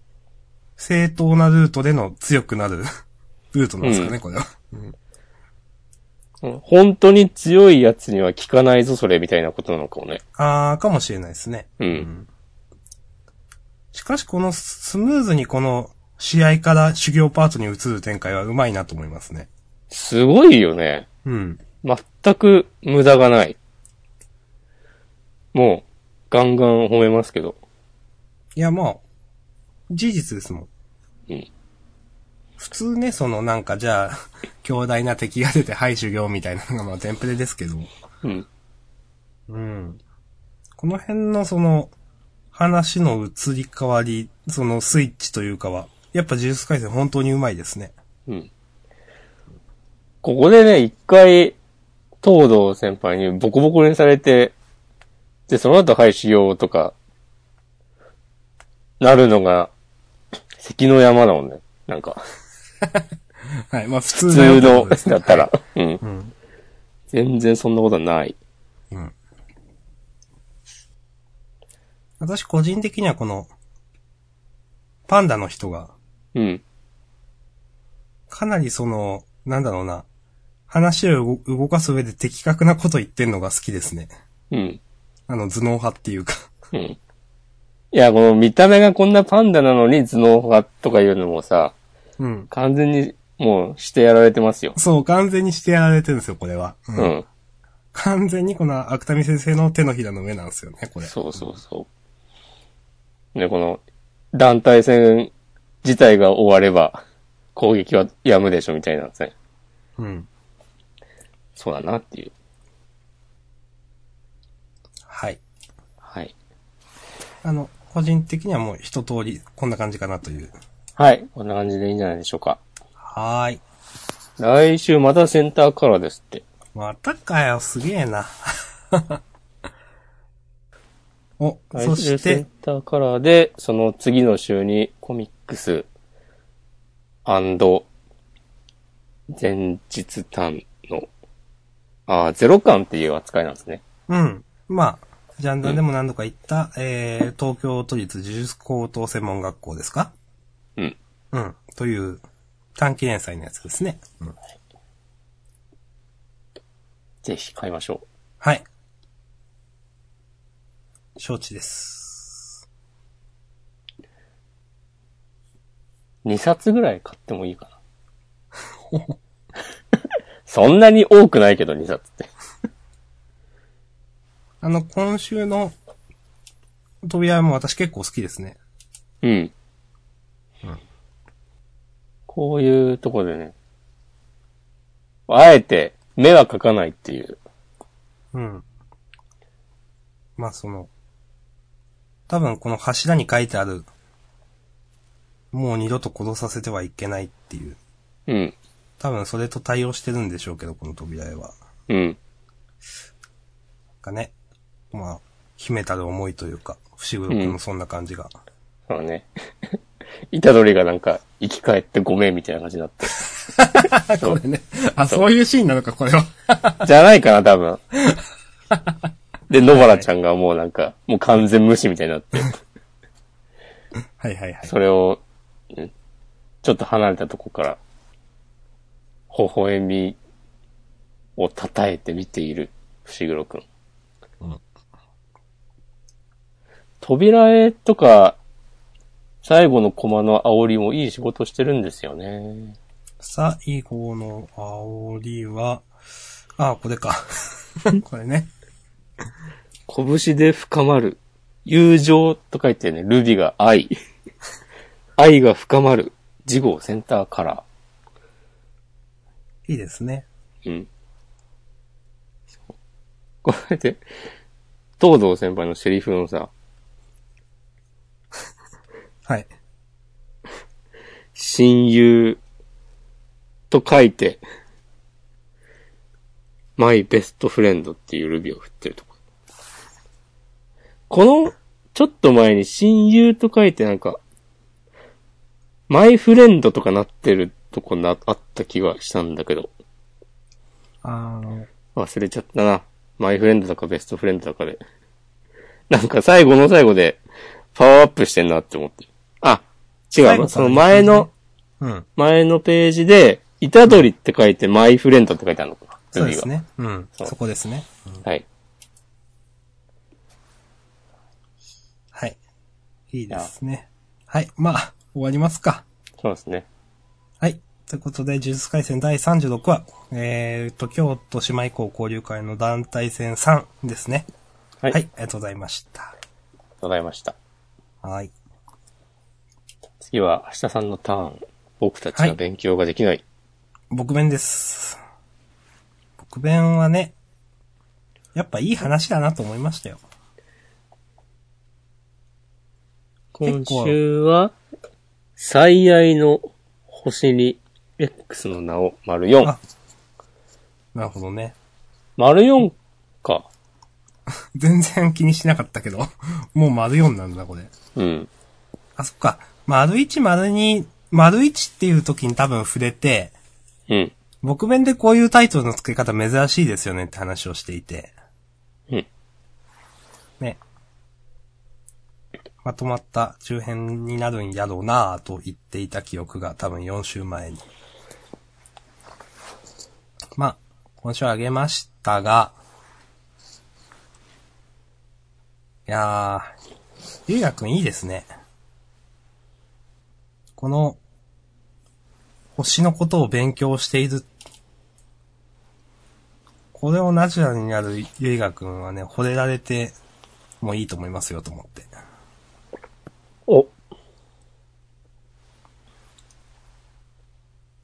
Speaker 1: 正当なルートでの強くなる [LAUGHS] ルートなんですかね、
Speaker 2: う
Speaker 1: これは。
Speaker 2: うん本当に強いやつには効かないぞ、それみたいなことなのかもね。
Speaker 1: あー、かもしれないですね。
Speaker 2: うん
Speaker 1: しかし、このスムーズにこの試合から修行パートに移る展開はうまいなと思いますね。
Speaker 2: すごいよね。
Speaker 1: うん。
Speaker 2: 全く無駄がない。もう、ガンガン褒めますけど。
Speaker 1: いや、まあ、事実ですもん。
Speaker 2: うん
Speaker 1: 普通ね、そのなんかじゃあ、 [LAUGHS] 強大な敵が出て、はい、修行みたいなのが、まあ、全プレですけど。
Speaker 2: うん。
Speaker 1: うん。この辺のその、話の移り変わり、そのスイッチというかは、やっぱ呪術回戦本当にうまいですね。
Speaker 2: うん。ここでね、一回、東堂先輩にボコボコにされて、で、その後廃止用とか、なるのが、関の山だもんね。なんか、
Speaker 1: はい。まあ普
Speaker 2: 普
Speaker 1: 通
Speaker 2: 通の
Speaker 1: ですね
Speaker 2: だった [LAUGHS] ら。うん。
Speaker 1: うん。
Speaker 2: 全然そんなことはない。
Speaker 1: うん。私個人的にはこの、パンダの人が、
Speaker 2: うん。
Speaker 1: かなりその、なんだろうな、話を動動かす上で的確なこと言ってんのが好きですね。
Speaker 2: うん。
Speaker 1: あの、頭脳派っていうか。
Speaker 2: うん。いや、この見た目がこんなパンダなのに頭脳派とかいうのもさ、
Speaker 1: うん。
Speaker 2: 完全にもうしてやられてますよ。
Speaker 1: そう、完全にしてやられてるんですよ、これは。う
Speaker 2: う。ん。
Speaker 1: 完全にこの芥見先生の手のひらの上なんですよね、これ。
Speaker 2: そうそうそう。ね、この、団体戦自体が終われば、攻撃はやむでしょみたいなんですね。
Speaker 1: うん。
Speaker 2: そうだなっていう。
Speaker 1: はい。
Speaker 2: はい。
Speaker 1: あの、個人的にはもう一通りこんな感じかなという。
Speaker 2: はい。こんな感じでいいんじゃないでしょうか。
Speaker 1: はーい。
Speaker 2: 来週またセンターカラーですって。
Speaker 1: またかよ、すげえな。 [LAUGHS] お、そ
Speaker 2: 来週
Speaker 1: し
Speaker 2: セン
Speaker 1: て、
Speaker 2: ターカラーで、その次の週にコミックス、アンド、前日単の、ああ、ゼロ感っていう扱いなんですね。
Speaker 1: うん。まあ、ジャンダンでも何度か言った、えー、東京都立呪術高等専門学校ですか
Speaker 2: うん。
Speaker 1: うん。という、短期連載のやつですね。うん。
Speaker 2: ぜひ買いましょ
Speaker 1: はい。承知です。
Speaker 2: う。2冊ぐらい買ってもいいかな。そんなに多くないけど、2冊って。
Speaker 1: あの、今週の扉も私結構好きですね。
Speaker 2: うん。こういうとこでね、あえて目は描かないっていう。
Speaker 1: うん。まあその、多分この柱に書いてある、もう二度と殺させてはいけないっていう。
Speaker 2: うん。
Speaker 1: 多分それと対応してるんでしょうけど、この扉絵は。
Speaker 2: うん。
Speaker 1: がね。まあ、秘めたる思いというか、伏黒君のそんな感じ [LAUGHS] が。
Speaker 2: そうね。 [LAUGHS] イタドリがなんか、生き返ってごめんみたいな感じになって。
Speaker 1: これね。あ、そういうシーンなのか、これは。
Speaker 2: じゃないかな、多分。で、野原ちゃんがもうなんか、もう完全無視みたいになって、
Speaker 1: はいはいはい。
Speaker 2: それを、うんちょっと離れたとこから、微笑みを称えて見ている、伏黒くん。
Speaker 1: うん
Speaker 2: 扉絵とか、最後のコマの煽りもいい仕事してるんですよね。
Speaker 1: 最後の煽りは、あ、これ
Speaker 2: [LAUGHS]
Speaker 1: か。これね。
Speaker 2: 拳で深まる。友情と書いてね、ルビが愛。 [LAUGHS] 愛が深まる。事後センターカラ
Speaker 1: いいですね。
Speaker 2: ー。うん。これで、東堂先輩のセリフのさ、
Speaker 1: はい。
Speaker 2: 親友と書いて、マイベストフレンドっていうルビを振ってるとこ。この、ちょっと前に親友と書いてなんか、マイフレンドとかなってるとこな、あった気がしたんだけど、
Speaker 1: あの、
Speaker 2: 忘れちゃったな。マイフレンドとかベストフレンドとかで。 [LAUGHS] なんか最後の最後で、パワーアップしてんなって思ってる。あ、違
Speaker 1: 最
Speaker 2: う
Speaker 1: 後
Speaker 2: わ。その
Speaker 1: から
Speaker 2: 前の、
Speaker 1: うん。
Speaker 2: 前のページで、いたどりって書いて、マイフレンドって書いてあるのかな
Speaker 1: そうです
Speaker 2: ルビ
Speaker 1: ね。うん。
Speaker 2: そう
Speaker 1: そこですね。
Speaker 2: がはい。
Speaker 1: はい。いいですね。はい。まあ、終わりますか。
Speaker 2: そうですね。
Speaker 1: はい。ということで、呪術回戦第36話、えーと、京都姉妹校交流会の団体戦3ですね。
Speaker 2: はい。
Speaker 1: は
Speaker 2: あ
Speaker 1: い
Speaker 2: り。
Speaker 1: ありがとうございました。
Speaker 2: がとうございました。
Speaker 1: はい。
Speaker 2: 次は、明日さんのターン。僕たちは勉強ができない。
Speaker 1: 僕弁です。僕弁はね、やっぱいい話だなと思いましたよ。
Speaker 2: 今週は、最愛の星に X の名を丸4
Speaker 1: あ。なるほどね。
Speaker 2: 丸4か。
Speaker 1: 全然気にしなかったけど、 [LAUGHS] もう丸4なんだ、これ。
Speaker 2: うん。
Speaker 1: あ、そっか。丸1、丸2、丸1っていう時に多分触れて、
Speaker 2: うん。
Speaker 1: 僕弁でこういうタイトルの付け方珍しいですよねって話をしていて。
Speaker 2: うん。
Speaker 1: ね。まとまった中編になるんやろうなぁと言っていた記憶が多分4週前に。まあ、今週あげましたが、いやー、ゆうやくんいいですね。この、星のことを勉強している。これをナチュラルにやるゆいがくんはね、惚れられてもいいと思いますよと思って。
Speaker 2: お。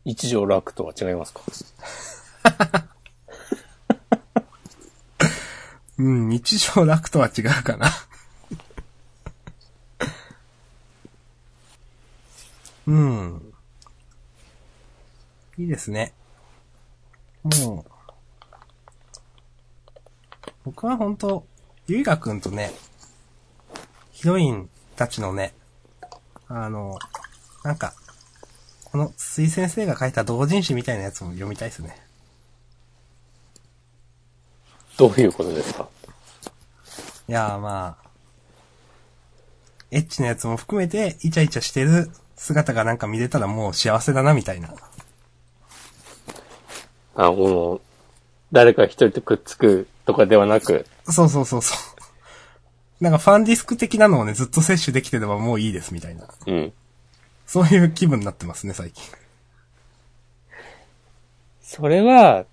Speaker 2: 一条楽とは違いますか
Speaker 1: うん、日常楽とは違うかな。 [LAUGHS] うん。いいですね。もう、僕は本当ゆいがくんとね、ヒロインたちのね、あの、なんか、この筒井先生が書いた同人誌みたいなやつも読みたいですね。
Speaker 2: どういうことですか
Speaker 1: いやーまあ、エッチなやつも含めて、イチャイチャしてる姿がなんか見れたらもう幸せだな、みたいな。
Speaker 2: あ、この、誰か一人とくっつくとかではなく、
Speaker 1: そうそうそうそう。なんかファンディスク的なのをね、ずっと摂取できてればもういいです、みたいな。
Speaker 2: うん。
Speaker 1: そういう気分になってますね、最近。
Speaker 2: それは、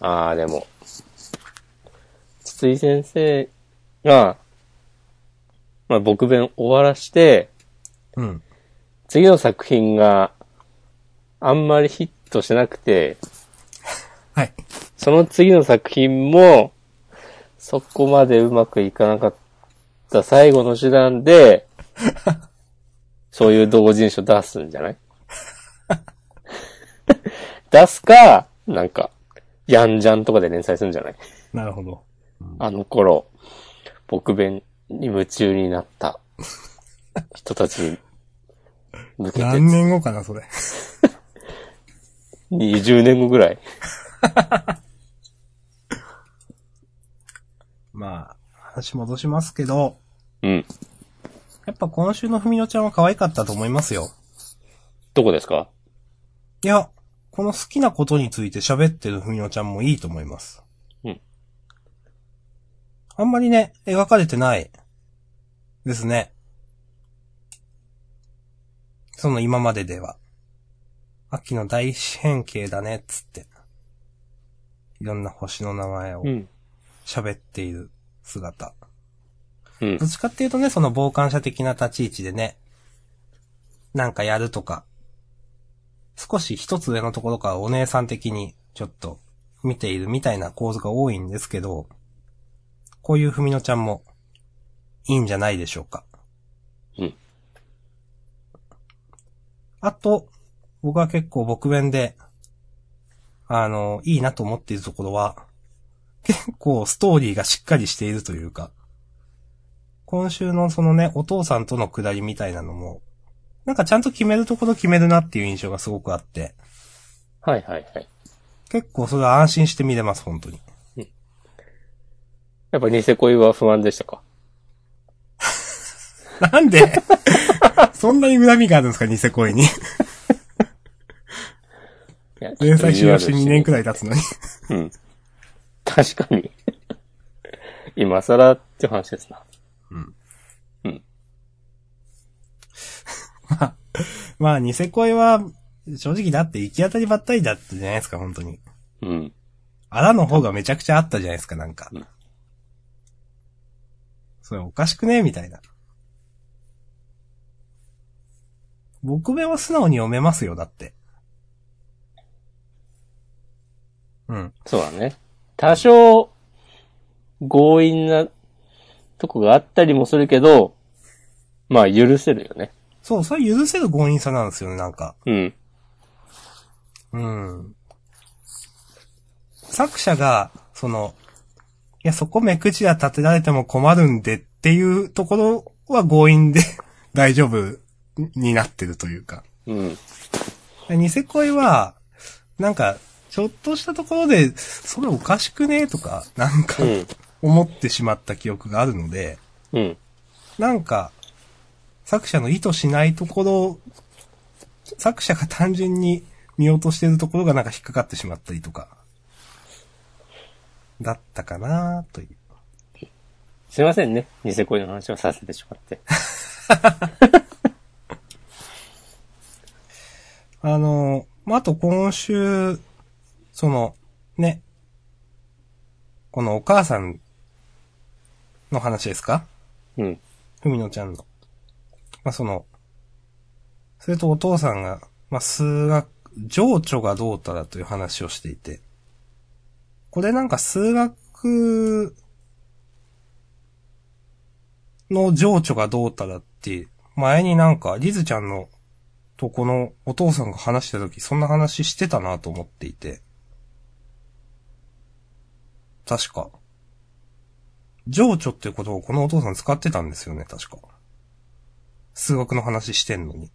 Speaker 2: ああ、でも、筒井先生が、まあ、僕弁終わらして、
Speaker 1: うん。
Speaker 2: 次の作品があんまりヒットしなくて、
Speaker 1: はい。
Speaker 2: その次の作品も、そこまでうまくいかなかった最後の手段
Speaker 1: [LAUGHS]
Speaker 2: で、そういう同人誌を出すんじゃない [LAUGHS] 出すか、なんか、ヤンジャンとかで連載するんじゃない
Speaker 1: なるほど。
Speaker 2: あの頃、僕弁に夢中になった人たちに向けて、
Speaker 1: [LAUGHS] 何年後かな、それ。
Speaker 2: 20年後ぐらい。
Speaker 1: まあ、話戻しますけど、
Speaker 2: うん。
Speaker 1: やっぱ今週のふみのちゃんは可愛かったと思いますよ。
Speaker 2: どこですか
Speaker 1: いや、この好きなことについて喋ってるふみのちゃんもいいと思います。
Speaker 2: うん。
Speaker 1: あんまりね、描かれてない。ですね。その今まででは。秋の大変形だね、つって。いろんな星の名前を
Speaker 2: ん。
Speaker 1: 喋っている姿。
Speaker 2: うん
Speaker 1: ど。っちかっていうとね、その傍観者的な立ち位置でね、なんかやるとか、少し一つ上のところからお姉さん的にちょっと見ているみたいな構図が多いんですけど、こういうふみのちゃんもいいんじゃないでしょうか。
Speaker 2: うん。
Speaker 1: あと、僕は結構僕弁で、あの、いいなと思っているところは、結構ストーリーがしっかりしているというか、今週のそのね、お父さんとのくだりみたいなのも、なんかちゃんと決めるところ決めるなっていう印象がすごくあって、
Speaker 2: はいはいはい。
Speaker 1: 結構それは安心して見れます、本当に。
Speaker 2: やっぱニセ恋は不安でしたか
Speaker 1: なんでそんなに恨みがあるんですか、ニセ恋に。
Speaker 2: いや
Speaker 1: 連載終了して2年く
Speaker 2: らい。
Speaker 1: らい経つのに。
Speaker 2: うん。確かに。今更って話ですな。
Speaker 1: まあ、ニセ恋は、正直だって行き当たりばったりだったじゃないですか、本当に。
Speaker 2: うん。
Speaker 1: あらの方がめちゃくちゃあったじゃないですか、なんか
Speaker 2: うん。
Speaker 1: それおかしくねみたいな。僕弁は素直に読めますよ、だって。うん。
Speaker 2: そうだね。多少、強引なとこがあったりもするけど、まあ許せるよね。
Speaker 1: そう、それ許せる強引さなんですよね、なんか。
Speaker 2: うん。
Speaker 1: うん。作者が、その、いや、そこ目くじら立てられても困るんでっていうところは強引で [LAUGHS] 大丈夫になってるというか。
Speaker 2: うん。
Speaker 1: ニセ恋は、なんか、ちょっとしたところで、それおかしくねとか、なんか
Speaker 2: う、ん。
Speaker 1: 思ってしまった記憶があるので、
Speaker 2: うん。
Speaker 1: なんか、作者の意図しないところ、作者が単純に見落としてるところがなんか引っかかってしまったりとか、だったかなという。
Speaker 2: すいませんね。ニセ恋の話をさせてしまって。
Speaker 1: あの、まあ、あと今週、その、ね、このお母さんの話ですか
Speaker 2: うん。
Speaker 1: ふみのちゃんの。まあ、その、それとお父さんが、まあ、数学、情緒がどうたらという話をしていて。これなんか数学の情緒がどうたらって、前になんか、リズちゃんのとこのお父さんが話した時、そんな話してたなと思っていて。確か。情緒っていうことをこのお父さん使ってたんですよね、確か。数学の話してんのに。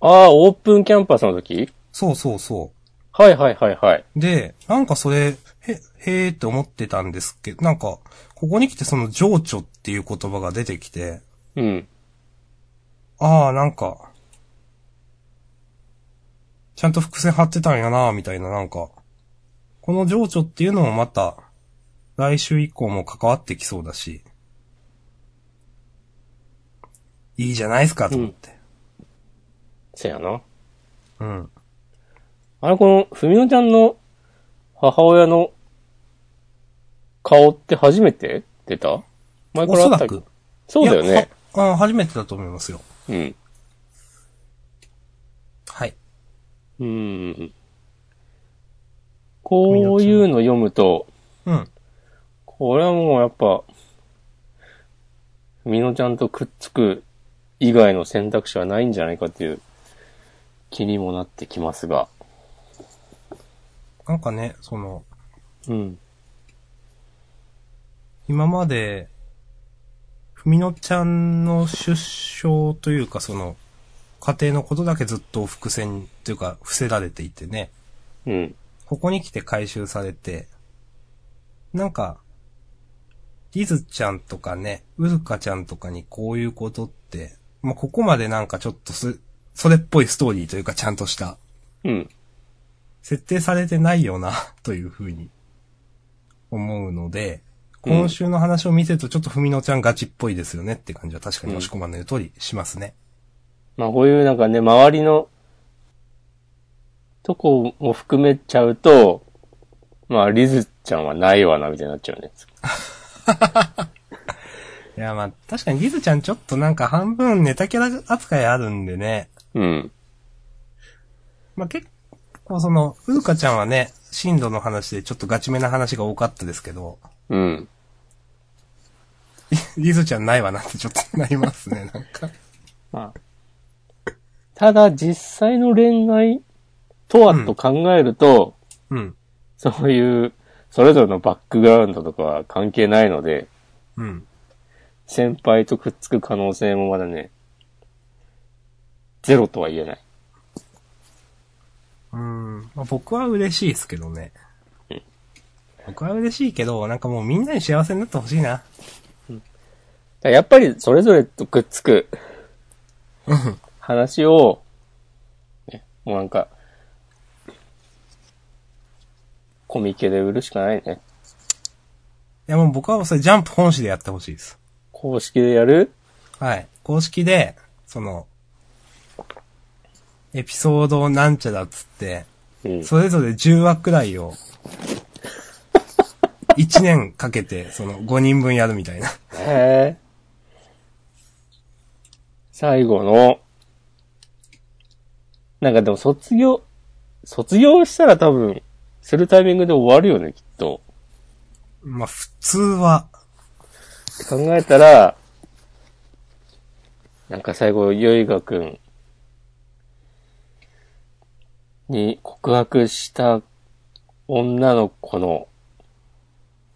Speaker 2: ああ、オープンキャンパスの時
Speaker 1: そうそうそ
Speaker 2: はいはいはいはい。
Speaker 1: う。で、なんかそれ、へ、へーって思ってたんですけど、なんか、ここに来てその情緒っていう言葉が出てきて、
Speaker 2: うん。
Speaker 1: ああ、なんか、ちゃんと伏線張ってたんやな、みたいな、なんか、この情緒っていうのもまた、来週以降も関わってきそうだし、いいじゃないですか、と思って。
Speaker 2: せやな。
Speaker 1: うん。
Speaker 2: あれ、この、ふみのちゃんの母親の顔って初めて出た前か
Speaker 1: おそ
Speaker 2: らあっ
Speaker 1: ら
Speaker 2: た
Speaker 1: く。
Speaker 2: そうだよ
Speaker 1: いや
Speaker 2: ね。。
Speaker 1: はあ初めてだと思いますよ。
Speaker 2: うん。
Speaker 1: はい。
Speaker 2: うん。こういうの読むと、
Speaker 1: うん。
Speaker 2: これはもうやっぱ、みのちゃんとくっつく以外の選択肢はないんじゃないかっていう気にもなってきますが。
Speaker 1: なんかね、その、
Speaker 2: うん。
Speaker 1: 今まで、ふみのちゃんの出生というか、その、家庭のことだけずっと伏線というか、伏せられていてね。
Speaker 2: うん。
Speaker 1: ここに来て回収されて、なんか、リズちゃんとかね、ウルカちゃんとかにこういうことって、まあ、ここまでなんかちょっとす、それっぽいストーリーというか、ちゃんとした
Speaker 2: うん。
Speaker 1: 設定されてないよな、というふうに思うので、
Speaker 2: うん
Speaker 1: 今週の話を見てるとちょっとふみのちゃんガチっぽいですよねって感じは確かに押し込まんの言う通りしますね。
Speaker 2: まあこういうなんかね、周りのとこも含めちゃうと、まあリズちゃんはないわな、みたいになっちゃうね。
Speaker 1: いやまあ確かにリズちゃんちょっとなんか半分ネタキャラ扱いあるんでね。
Speaker 2: うん。
Speaker 1: まあ結構その、うるかちゃんはね、進路の話でちょっとガチめな話が多かったですけど、
Speaker 2: うん。
Speaker 1: リズちゃんないわなってちょっとなりますね、なんか。
Speaker 2: まあ。ただ実際の恋愛とはと考えると、
Speaker 1: うん。
Speaker 2: そういう、それぞれのバックグラウンドとかは関係ないので、
Speaker 1: うん。
Speaker 2: 先輩とくっつく可能性もまだね、ゼロとは言えない。
Speaker 1: うん。まあ、僕は嬉しいですけどね。僕は嬉しいけど、なんかもうみんなに幸せになってほしいな。
Speaker 2: だからやっぱりそれぞれとくっつく
Speaker 1: うん。
Speaker 2: 話を、ね、もうなんか、コミケで売るしかないね。
Speaker 1: いやもう僕はそれジャンプ本誌でやってほしいです。
Speaker 2: 公式でやる
Speaker 1: はい。公式で、その、エピソードなんちゃらっつって、
Speaker 2: うん。
Speaker 1: それぞれ10話くらいを、1年かけて、その5人分やるみたいな。
Speaker 2: へえ。最後の、なんかでも卒業、卒業したら多分、するタイミングで終わるよね、きっと。
Speaker 1: まあ、普通は、
Speaker 2: って考えたら、なんか最後、ヨイガくんに告白した女の子の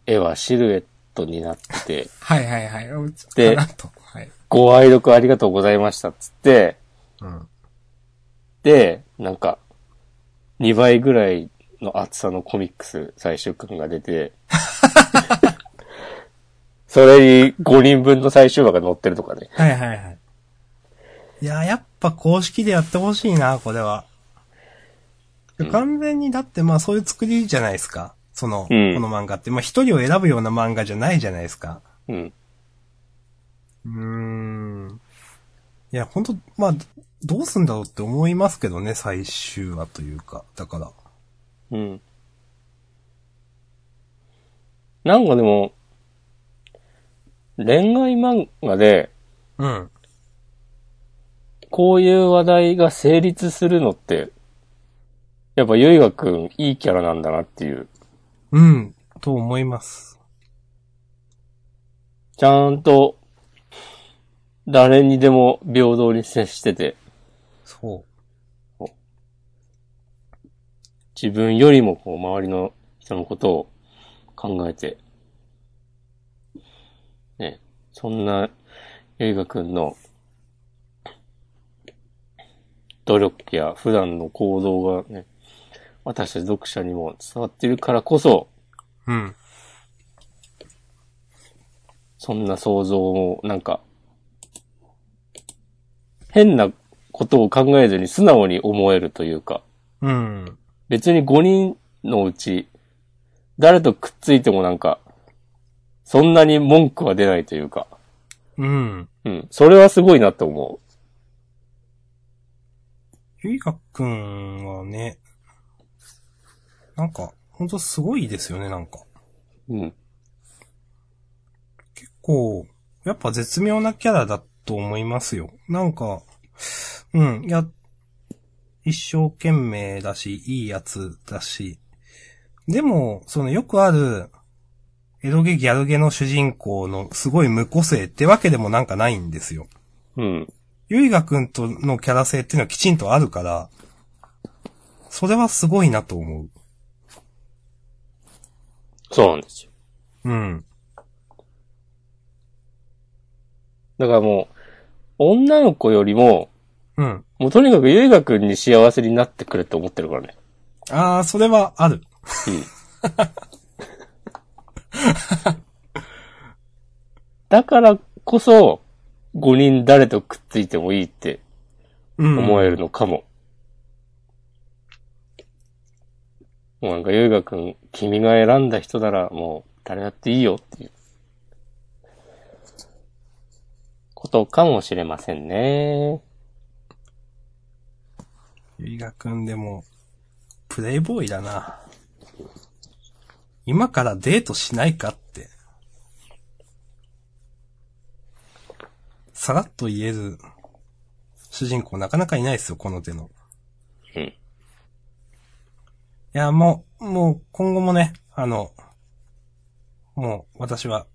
Speaker 2: 絵はシルエットに
Speaker 1: [LAUGHS]
Speaker 2: なって、
Speaker 1: はいはいはい。
Speaker 2: で
Speaker 1: かなと。はい。
Speaker 2: ご愛読ありがとうございましたっつって、
Speaker 1: うん。
Speaker 2: で、なんか、2倍ぐらいの厚さのコミックス最終巻が
Speaker 1: [LAUGHS]
Speaker 2: 出て、それに5人分の最終話が載ってるとかね。
Speaker 1: はいはいはい。いや、やっぱ公式でやってほしいな、これは。
Speaker 2: うん
Speaker 1: 完全に、だってまあそういう作りじゃないですか。その、
Speaker 2: うん
Speaker 1: この漫画って。まあ一人を選ぶような漫画じゃないじゃないですか。
Speaker 2: うん。
Speaker 1: うーん。いや、本当まあ、どうすんだろうって思いますけどね、最終話というか。だから。
Speaker 2: うん。なんかでも、恋愛漫画で、
Speaker 1: うん。
Speaker 2: こういう話題が成立するのって、やっぱゆいがくんいいキャラなんだなっていう。
Speaker 1: うん。と思います。
Speaker 2: ちゃんと、誰にでも平等に接してて、
Speaker 1: そ
Speaker 2: 自分よりもこう周りの人のことを考えて、ね、そんな映画くんの努力や普段の行動がね、私たち読者にも伝わってるからこそ、
Speaker 1: う。うん。
Speaker 2: そんな想像をなんか、変なことを考えずに素直に思えるというか、
Speaker 1: うん。
Speaker 2: 別に5人のうち、誰とくっついてもなんか、そんなに文句は出ないというか、
Speaker 1: うん。
Speaker 2: うん。それはすごいなと思
Speaker 1: ゆいかくんはね、なんか、本当すごいですよね、なんか。
Speaker 2: う。うん。
Speaker 1: 結構、やっぱ絶妙なキャラだと思いますよ。なんか、うん、いや、一生懸命だし、いいやつだし。でも、そのよくある、エロゲギャルゲの主人公のすごい無個性ってわけでもなんかないんですよ。
Speaker 2: うん。
Speaker 1: ゆいがくんとのキャラ性っていうのはきちんとあるから、それはすごいなと思う。
Speaker 2: そうなんですよ。
Speaker 1: うん。
Speaker 2: だからもう、女の子よりも、
Speaker 1: うん。
Speaker 2: もうとにかくゆいがくんに幸せになってくれって思ってるからね。
Speaker 1: ああ、それはある。
Speaker 2: うん。だからこそ、5人誰とくっついてもいいって
Speaker 1: うん。
Speaker 2: 思えるのかも。もうなんか、ゆうがくん、君が選んだ人なら、もう、誰だっていいよっていう、ことかもしれませんね。
Speaker 1: ゆいがくんでも、プレイボーイだな。今からデートしないかって。さらっと言える主人公なかなかいないですよ、この手の。
Speaker 2: うん
Speaker 1: いや、もう、もう今後もね、あの、もう私は、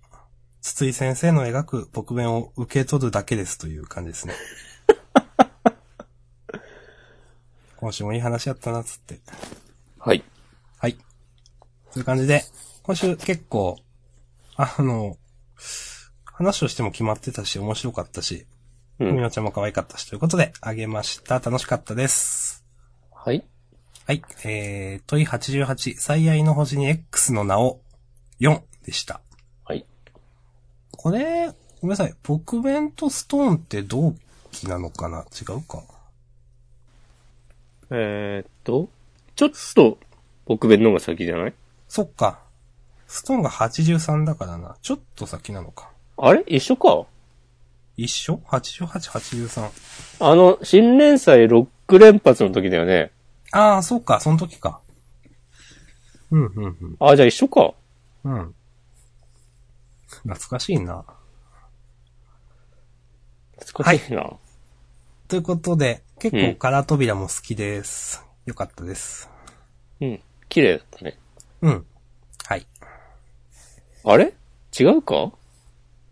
Speaker 1: 筒井先生の描く僕弁を受け取るだけですという感じですね。今週もいい話やったな、つって。
Speaker 2: はい。
Speaker 1: はい。そういう感じで、今週結構、あの、話をしても決まってたし、面白かったし、
Speaker 2: う
Speaker 1: み
Speaker 2: ん。
Speaker 1: のちゃんも可愛かったし、ということで、あげました。楽しかったです。
Speaker 2: はい。
Speaker 1: はい。えー、問い88、最愛の星に X の名を4でした。
Speaker 2: はい。
Speaker 1: これ、ごめんなさい。僕弁とストーンって同期なのかな違うか。
Speaker 2: えー、っと、ちょっと、僕弁の方が先じゃない
Speaker 1: そっか。ストーンが83だからな。ちょっと先なのか。
Speaker 2: あれ一緒か
Speaker 1: 一緒 ?88、83。
Speaker 2: あの、新連載6連発の時だよね。
Speaker 1: ああ、そうか、その時か。うん、うん、
Speaker 2: あ、じゃあ一緒か。
Speaker 1: うん。うん。懐かしいな。
Speaker 2: 難しいな。
Speaker 1: ということで、結
Speaker 2: う
Speaker 1: 構
Speaker 2: ん
Speaker 1: 空扉も好きです。よかったです。
Speaker 2: うん。綺麗だったね。
Speaker 1: うん。はい。
Speaker 2: あれ違うか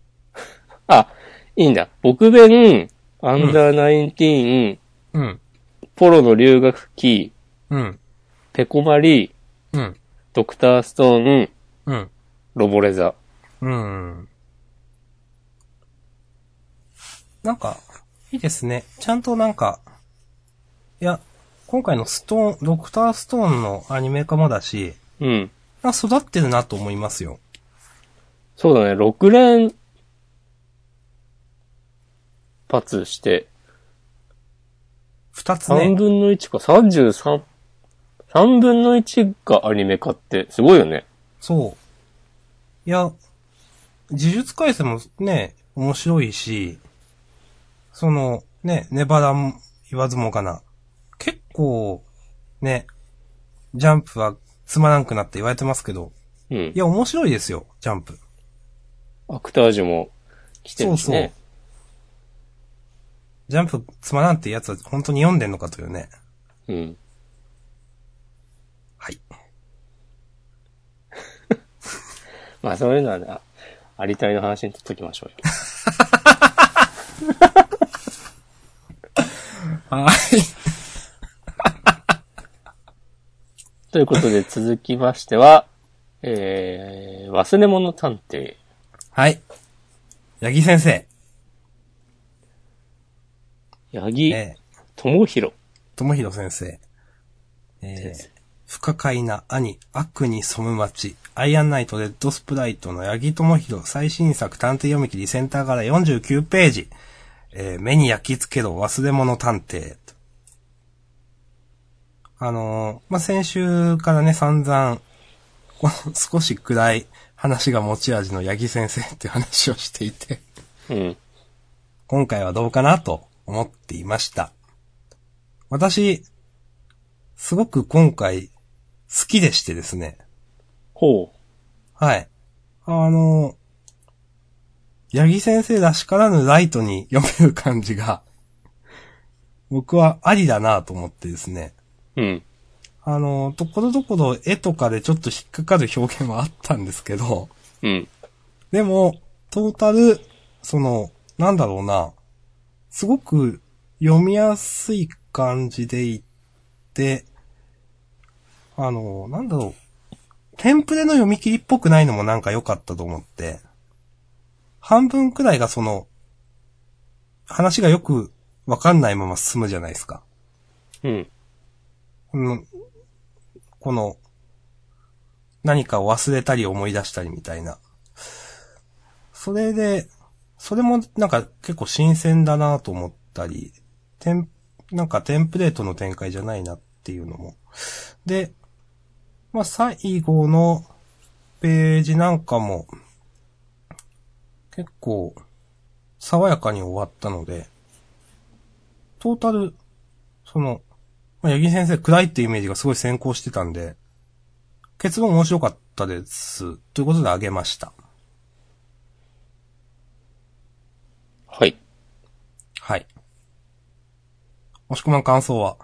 Speaker 2: [LAUGHS] あ、いいんだ。僕弁、アンダーナインティーン、
Speaker 1: うん。
Speaker 2: ポロの留学期、
Speaker 1: うん。
Speaker 2: ペコマリ、
Speaker 1: うん。
Speaker 2: ドクターストーン、
Speaker 1: うん。
Speaker 2: ロボレザ。
Speaker 1: うん。なんか、いいですね。ちゃんとなんか、いや、今回のストーン、ドクターストーンのアニメ化もだし、
Speaker 2: うん。
Speaker 1: あ育ってるなと思いますよ。
Speaker 2: そうだね、6連発して、
Speaker 1: 二つ
Speaker 2: 3
Speaker 1: ね。
Speaker 2: 分の1か、33、3分の1がアニメ化って、すごいよね。
Speaker 1: そう。いや、呪術改正もね、面白いし、その、ね、ネバダも言わずもがな。結構、ね、ジャンプはつまらんくなって言われてますけど、
Speaker 2: うん
Speaker 1: い。や、面白いですよ、ジャンプ。
Speaker 2: アクタージュも来てるし
Speaker 1: そうそう
Speaker 2: ね。
Speaker 1: ジャンプつまらんってやつは本当に読んでんのかというね。
Speaker 2: うん。
Speaker 1: はい。
Speaker 2: まあそういうのはね、あありたいの話にとっときましょうよ。
Speaker 1: はい。
Speaker 2: ということで続きましては、えー、忘れ物探偵。
Speaker 1: はい。八木先生。
Speaker 2: 八木
Speaker 1: ええ
Speaker 2: 智弘
Speaker 1: 友弘先生。え
Speaker 2: 先生
Speaker 1: ー、不可解な兄、悪に染む街、アイアンナイト、レッドスプライトの八木智弘最新作探偵読み切りセンターから49ページ。えー、目に焼き付けろ、忘れ物探偵。あのーまあ、先週からね、散々、 [LAUGHS] この少し暗い話が持ち味の八木先生って話をしていて。
Speaker 2: うん。
Speaker 1: 今回はどうかなと思っていました。私、すごく今回、好きでしてですね。
Speaker 2: ほ
Speaker 1: はい。あの、八木先生らしからぬライトに読める感じが、僕はありだなと思ってですね。
Speaker 2: う。うん。
Speaker 1: あの、ところどころ絵とかでちょっと引っかかる表現はあったんですけど、
Speaker 2: うん。
Speaker 1: でも、トータル、その、なんだろうな、すごく読みやすい感じでいって、あの、なんだろう、テンプレの読み切りっぽくないのもなんか良かったと思って、半分くらいがその、話がよくわかんないまま進むじゃないですか。
Speaker 2: うん。
Speaker 1: うん、この、何かを忘れたり思い出したりみたいな。それで、それもなんか結構新鮮だなと思ったり、テン、なんかテンプレートの展開じゃないなっていうのも。で、まあ最後のページなんかも、結構、爽やかに終わったので、トータル、その、まあ、八木先生暗いってイメージがすごい先行してたんで、結論面白かったです。ということであげました。
Speaker 2: はい。
Speaker 1: はい。もしくまん感想は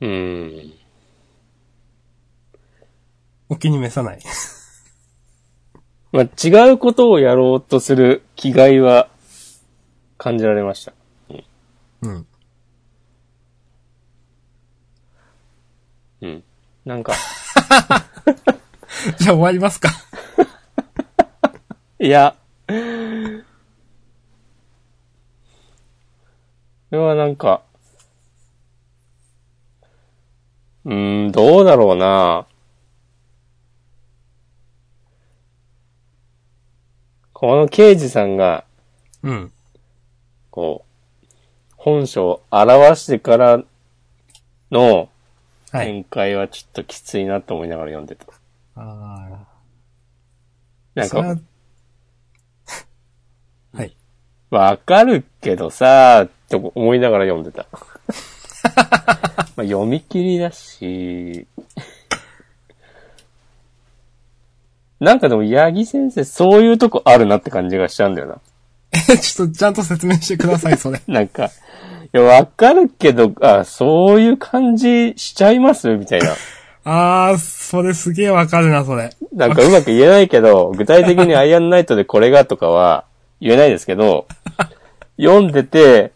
Speaker 2: うーん。
Speaker 1: お気に召さない。
Speaker 2: まあ、違うことをやろうとする気概は感じられました。
Speaker 1: うん。
Speaker 2: うん。なんか、
Speaker 1: じゃあ終わりますか。
Speaker 2: いや、これはなんか、うーん、どうだろうな。この刑事さんが、
Speaker 1: うん。
Speaker 2: こう、本性を表してからの
Speaker 1: はい。
Speaker 2: 展開はちょっときついなと思いながら読んでた。
Speaker 1: あ
Speaker 2: なん
Speaker 1: それは [LAUGHS]
Speaker 2: か、、
Speaker 1: はい。
Speaker 2: わかるけどさ、と思いながら読んでた。まあ読み切りだし、なんかでも、八木先生、そういうとこあるなって感じがしちゃうんだよな。
Speaker 1: え、ちょっとちゃんと説明してください、それ。
Speaker 2: なんか、いや、わかるけど、あ、そういう感じしちゃいますみたいな。
Speaker 1: あー、それすげえわかるな、それ。
Speaker 2: なんかうまく言えないけど、具体的にアイアンナイトでこれがとかは言えないですけど、読んでて、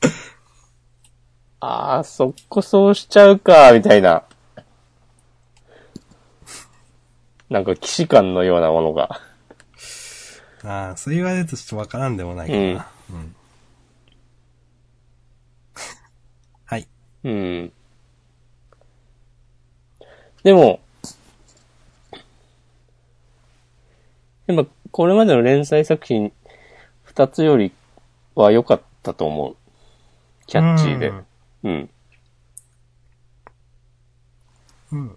Speaker 2: ああ、そこそうしちゃうか、みたいな。なんか、騎士感のようなものが。
Speaker 1: あー、そう言われるとちょっとわからんでもないか
Speaker 2: う
Speaker 1: な。
Speaker 2: ん。
Speaker 1: はい。
Speaker 2: うん。でも、今、これまでの連載作品、二つよりは良かったと思う。キャッチーで。
Speaker 1: うん
Speaker 2: うん。
Speaker 1: うん。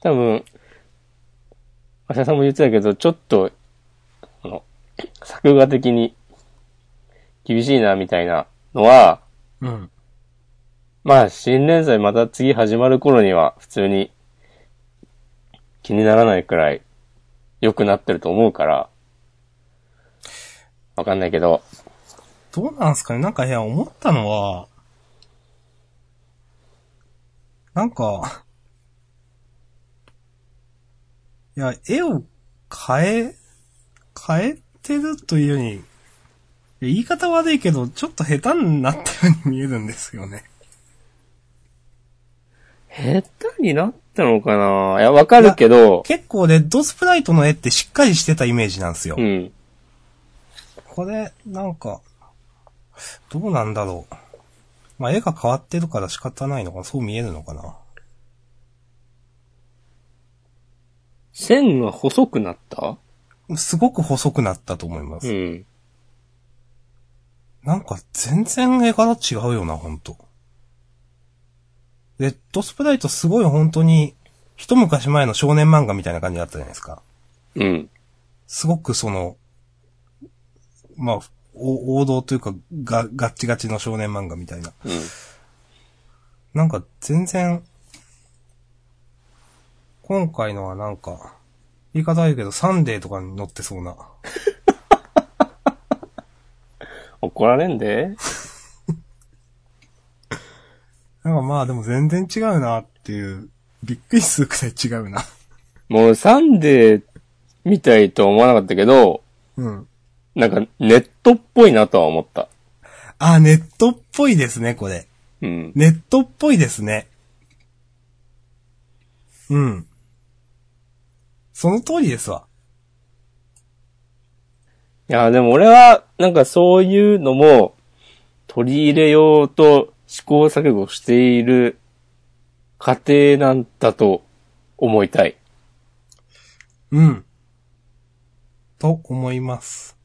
Speaker 2: 多分、芦田さんも言ってたけど、ちょっと、あの、作画的に厳しいな、みたいなのは、
Speaker 1: うん。
Speaker 2: まあ、新連載また次始まる頃には、普通に気にならないくらい良くなってると思うから、わかんないけど、
Speaker 1: どうなんすかねなんかいや、思ったのは、なんか、いや、絵を変え、変えてるというより、いや言い方悪いけど、ちょっと下手になったように見えるんですよね。
Speaker 2: 下手になったのかないや、わかるけど、
Speaker 1: 結構ね、ドスプライトの絵ってしっかりしてたイメージなんですよ。
Speaker 2: うん。
Speaker 1: これ、なんか、どうなんだろう。まあ、絵が変わってるから仕方ないのかなそう見えるのかな
Speaker 2: 線が細くなった
Speaker 1: すごく細くなったと思います。
Speaker 2: うん。
Speaker 1: なんか全然絵柄違うよな、ほんと。レッドスプライトすごい本当に、一昔前の少年漫画みたいな感じだったじゃないですか。
Speaker 2: うん。
Speaker 1: すごくその、まあ、お王道というか、が、ガッチガチの少年漫画みたいな。
Speaker 2: うん。
Speaker 1: なんか全然、今回のはなんか、言い方悪いけど、サンデーとかに載ってそうな。
Speaker 2: 怒られんで
Speaker 1: なんかまあでも全然違うなっていう、びっくりするくらい違うな。
Speaker 2: もうサンデーみたいとは思わなかったけど、
Speaker 1: うん。
Speaker 2: なんかネットっぽいなとは思った。
Speaker 1: あ、ネットっぽいですね、これ。
Speaker 2: うん。
Speaker 1: ネットっぽいですね。うん。その通りですわ。
Speaker 2: いや、でも俺は、なんかそういうのも、取り入れようと試行錯誤している過程なんだと思いたい。
Speaker 1: うん。と思います。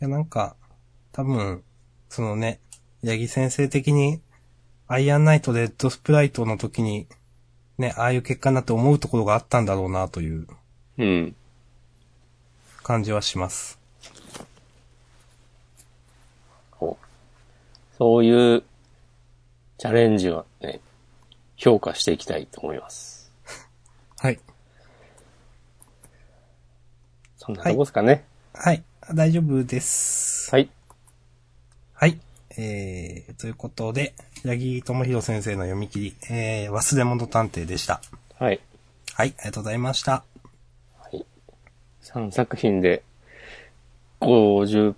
Speaker 1: いや、なんか、多分、そのね、八木先生的に、アイアンナイトレッドスプライトの時に、ね、ああいう結果になって思うところがあったんだろうな、という
Speaker 2: うん。
Speaker 1: 感じはします。
Speaker 2: こうそういうチャレンジはね、評価していきたいと思います。
Speaker 1: はい。
Speaker 2: そんなとこですかね。
Speaker 1: はい。大丈夫です。
Speaker 2: はい。
Speaker 1: はい。えー、ということで、八木智博先生の読み切り、えー、忘れ物探偵でした。
Speaker 2: はい。
Speaker 1: はい、ありがとうございました。
Speaker 2: 3作品で、50、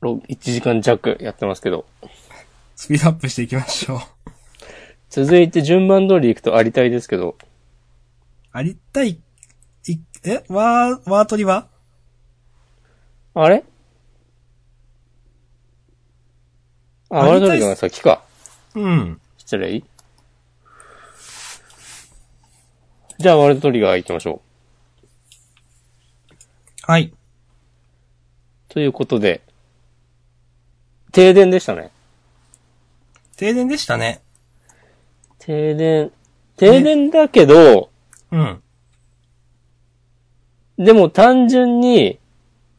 Speaker 2: 1時間弱やってますけど。
Speaker 1: スピードアップしていきましょう。
Speaker 2: 続いて順番通り行くとありたいですけど、
Speaker 1: ありたい、い、え、わー、ワートリは
Speaker 2: あれあ、
Speaker 1: あ
Speaker 2: ワ
Speaker 1: り
Speaker 2: ルド
Speaker 1: たいっす
Speaker 2: リガが先か。
Speaker 1: うん。
Speaker 2: 失礼。じゃあ、ワールドトリガー行きましょ
Speaker 1: はい。
Speaker 2: う。ということで、停電でしたね。
Speaker 1: 停電でしたね。
Speaker 2: 停電。停電だけど、
Speaker 1: うん。
Speaker 2: でも単純に、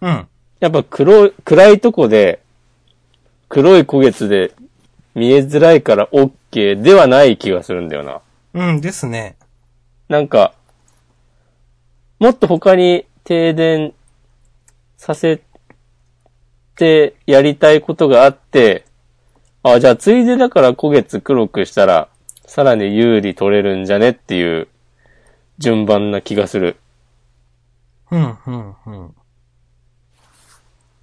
Speaker 1: うん。
Speaker 2: やっぱ黒い、暗いとこで、黒い焦げつで見えづらいから OK ではない気がするんだよな。
Speaker 1: うんですね。
Speaker 2: なんか、もっと他に停電させてやりたいことがあって、あ、じゃあついでだから焦げつ黒くしたら、さらに有利取れるんじゃねっていう順番な気がする。
Speaker 1: うん、うん、うん。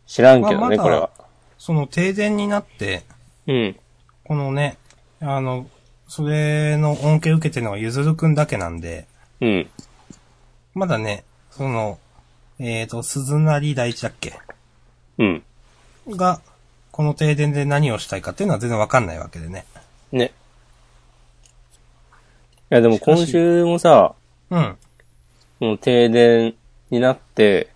Speaker 2: 知らんけど
Speaker 1: まあ
Speaker 2: ね、
Speaker 1: まだ
Speaker 2: これは。
Speaker 1: その停電になって、
Speaker 2: うん。
Speaker 1: このね、あの、それの恩恵受けてるのはゆずるくんだけなんで、
Speaker 2: うん。
Speaker 1: まだね、その、えーと、鈴なり大地だっけ
Speaker 2: うん。
Speaker 1: が、この停電で何をしたいかっていうのは全然わかんないわけでね。
Speaker 2: ね。いや、でも今週もさ、
Speaker 1: うん。
Speaker 2: もう停電になって、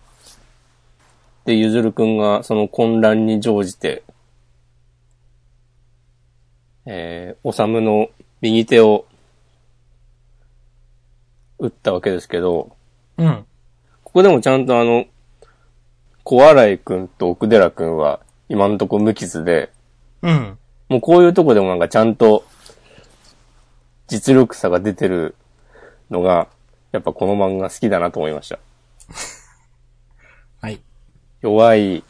Speaker 2: で、ゆずるくんがその混乱に乗じて、えー、おさむの右手を打ったわけですけど、
Speaker 1: うん。
Speaker 2: ここでもちゃんとあの、小洗いくんと奥寺くんは今んとこ無傷で、
Speaker 1: うん。
Speaker 2: もうこういうとこでもなんかちゃんと実力差が出てるのが、やっぱこの漫画好きだなと思いました。
Speaker 1: はい。
Speaker 2: 弱い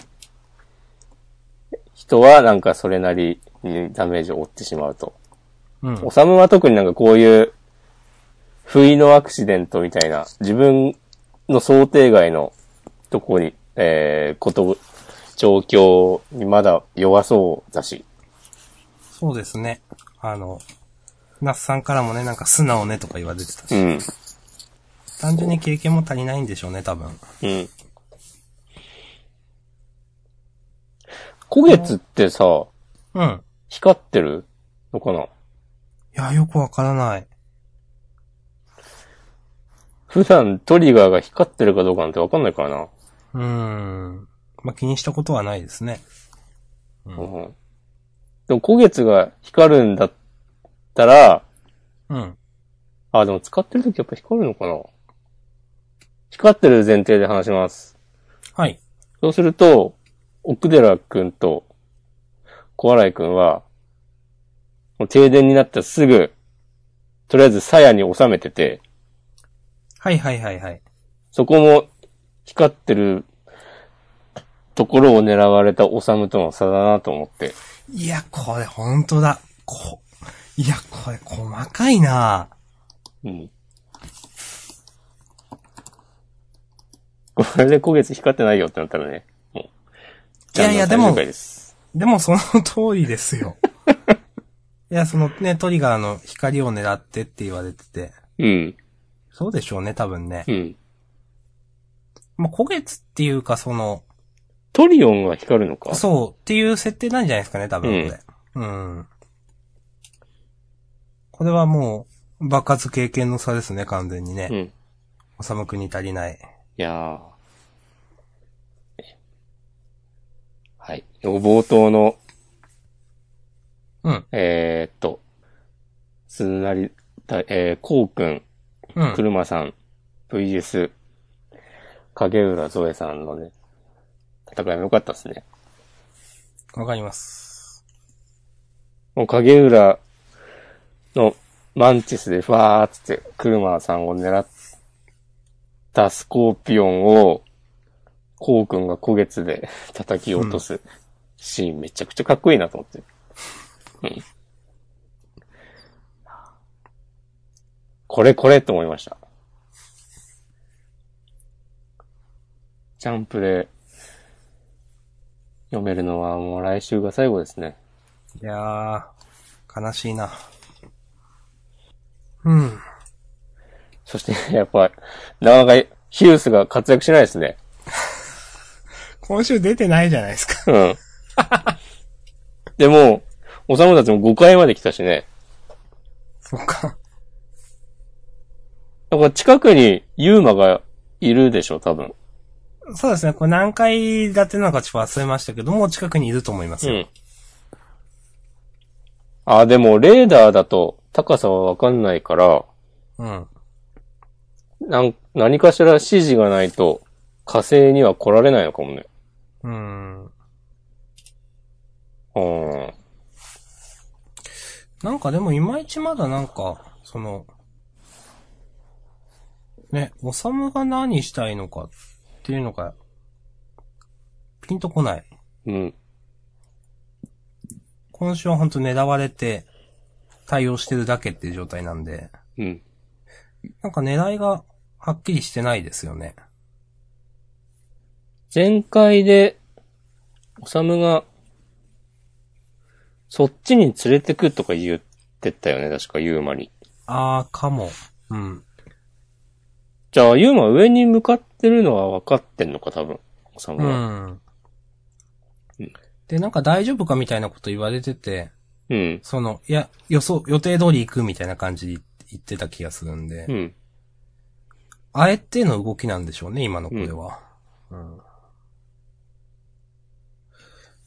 Speaker 2: 人はなんかそれなりにダメージを負ってしまうと。
Speaker 1: うん
Speaker 2: お。さむは特になんかこういう不意のアクシデントみたいな自分の想定外のとこに、えー、こと、状況にまだ弱そうだし。
Speaker 1: そうですね。あの、那須さんからもね、なんか素直ねとか言われてたし、
Speaker 2: うん。
Speaker 1: 単純に経験も足りないんでしょうね、多分。
Speaker 2: うん。古月ってさ、
Speaker 1: うん。い
Speaker 2: 光ってるのかな
Speaker 1: や、よくわからない。
Speaker 2: 普段トリガーが光ってるかどうかなんてわかんないからな。
Speaker 1: うーん。まあ、気にしたことはないですね。
Speaker 2: うん。でも、古月が光るんだったら、
Speaker 1: うん。
Speaker 2: あ、でも使ってる時やっぱ光るのかな光ってる前提で話します。
Speaker 1: はい。
Speaker 2: そうすると、奥寺くんと小洗くんは、もう停電になったらすぐ、とりあえず鞘に収めてて、
Speaker 1: はいはいはいはい。
Speaker 2: そこも光ってるところを狙われたおさむとの差だなと思って。
Speaker 1: いや、これ本当だ。こ、いや、これ細かいな
Speaker 2: うん。これで今月光ってないよってなったらね、もう。
Speaker 1: いやいや
Speaker 2: ジャンダ
Speaker 1: でも
Speaker 2: ン最終回です
Speaker 1: でもその通りです [LAUGHS] よ。いや、そのね、トリガーの光を狙ってって言われてて。
Speaker 2: うん。
Speaker 1: そうでしょうね、多分ね
Speaker 2: う。ん。
Speaker 1: まあ、古月っていうか、その、
Speaker 2: トリオンが光るのか。
Speaker 1: そう、っていう設定なんじゃないですかね、多分これ。うん。これはもう、爆発経験の差ですね、完全にね。
Speaker 2: うん。い
Speaker 1: おさむくんに足りない。
Speaker 2: やー。はい。冒頭の、
Speaker 1: うん、
Speaker 2: えー、っと、すんなり、だえー、こうくん、
Speaker 1: うん
Speaker 2: く。るまさん、VS、影浦添さんのね、戦いも良かったですね。
Speaker 1: わかります。
Speaker 2: もう影浦のマンチェスでふわーっつって、クルマーさんを狙ったスコーピオンを、コウ君が古月で叩き落とすシーン、めちゃくちゃかっこいいなと思って。うん。これこれと思いました。ジャンプで読めるのはもう来週が最後ですね。
Speaker 1: いやー、悲しいな。うん。
Speaker 2: そして、 [LAUGHS] やっぱ、なかなかヒュースが活躍しないですね。
Speaker 1: 今週出てないじゃないですか。
Speaker 2: [LAUGHS] うん。でも、おさむたちも5階まで来たしね。
Speaker 1: [LAUGHS] そっか。
Speaker 2: だから近くにユーマがいるでしょ、多分。
Speaker 1: そうですね、これ何回だってなのかちょっと忘れましたけども、近くにいると思います
Speaker 2: う
Speaker 1: よ。
Speaker 2: ん。あ、でも、レーダーだと高さはわかんないから、
Speaker 1: うん。
Speaker 2: なん、何かしら指示がないと火星には来られないのかもね。
Speaker 1: うん。
Speaker 2: うん。
Speaker 1: なんかでもいまいちまだなんか、その、ね、おさむが何したいのかっていうのが、ピンとこない。
Speaker 2: うん。
Speaker 1: 今週はほんと狙われて、対応してるだけっていう状態なんで、
Speaker 2: うん。
Speaker 1: なんか狙いがはっきりしてないですよね。
Speaker 2: 前回で、おさむが、そっちに連れてくとか言ってたよね、確か、ユーマに。
Speaker 1: あー、かも。うん。
Speaker 2: じゃあ、ユーマ上に向かってるのは分かってんのか、多分。おさむ
Speaker 1: う
Speaker 2: は。
Speaker 1: ん
Speaker 2: うん。
Speaker 1: で、なんか大丈夫かみたいなこと言われてて、
Speaker 2: うん。
Speaker 1: その、いや、予想、予定通り行くみたいな感じで言ってた気がするんで、
Speaker 2: うん。
Speaker 1: あえての動きなんでしょうね、今のこれは。うん。う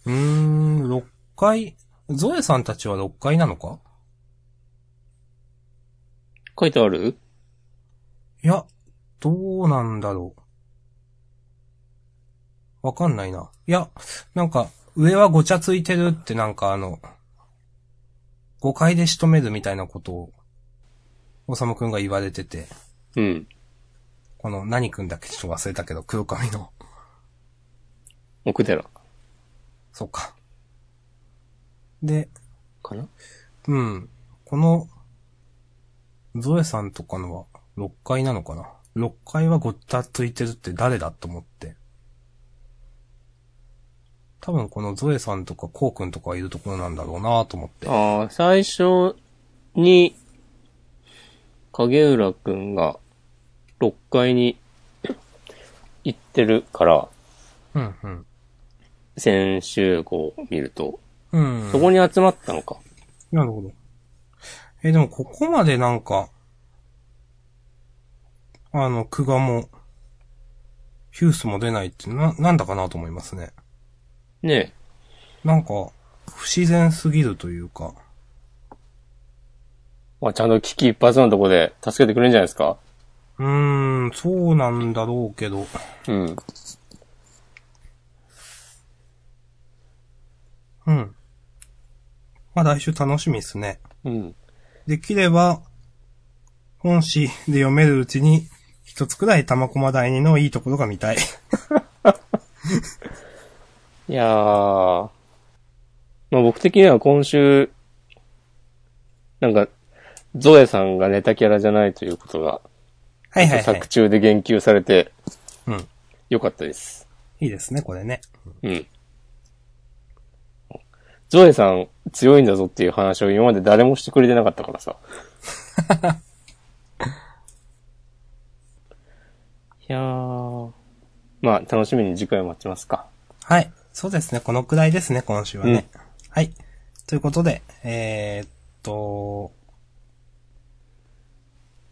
Speaker 1: ーん、6階、ゾエさんたちは6階なのか
Speaker 2: 書いてある
Speaker 1: いや、どうなんだろう。わかんないな。いや、なんか、上はごちゃついてるってなんかあの、誤解で仕留めるみたいなことを、おさむくんが言われてて、
Speaker 2: うん。
Speaker 1: この何くんだっけちょっと忘れたけど、黒髪の。
Speaker 2: 奥寺
Speaker 1: そうか。で、
Speaker 2: かな
Speaker 1: うん。この、ゾエさんとかのは6階なのかな ?6 階はごったついてるって誰だと思って。多分このゾエさんとかコウ君とかがいるところなんだろうなと思って。
Speaker 2: ああ、最初に、影浦くんが6階に行ってるから、
Speaker 1: うんうん。
Speaker 2: 先週号を見ると、
Speaker 1: うん。
Speaker 2: そこに集まったのか。
Speaker 1: なるほど。え、でもここまでなんか、あの、久我も、ヒュースも出ないってな、なんだかなと思いますね。
Speaker 2: ね
Speaker 1: なんか、不自然すぎるというか。
Speaker 2: え。まあ、ちゃんと危機一発のとこで助けてくれるんじゃないですか
Speaker 1: うーん、そうなんだろうけど。
Speaker 2: うん。
Speaker 1: うん。まあ来週楽しみですね。
Speaker 2: うん。
Speaker 1: できれば、本誌で読めるうちに、一つくらい玉駒第二のいいところが見たい。
Speaker 2: いやー。まあ、僕的には今週、なんか、ゾエさんがネタキャラじゃないということが、
Speaker 1: はいはいはい
Speaker 2: 作。中で言及されて
Speaker 1: うん。
Speaker 2: よかったです。
Speaker 1: いいですね、これね。
Speaker 2: うん。ゾエさん強いんだぞっていう話を今まで誰もしてくれてなかったからさ。 [LAUGHS] いやー。まあ、楽しみに次回を待ちますか。
Speaker 1: はい。そうですね、このくらいですね、今週はね。はい。ということで、えー、っと、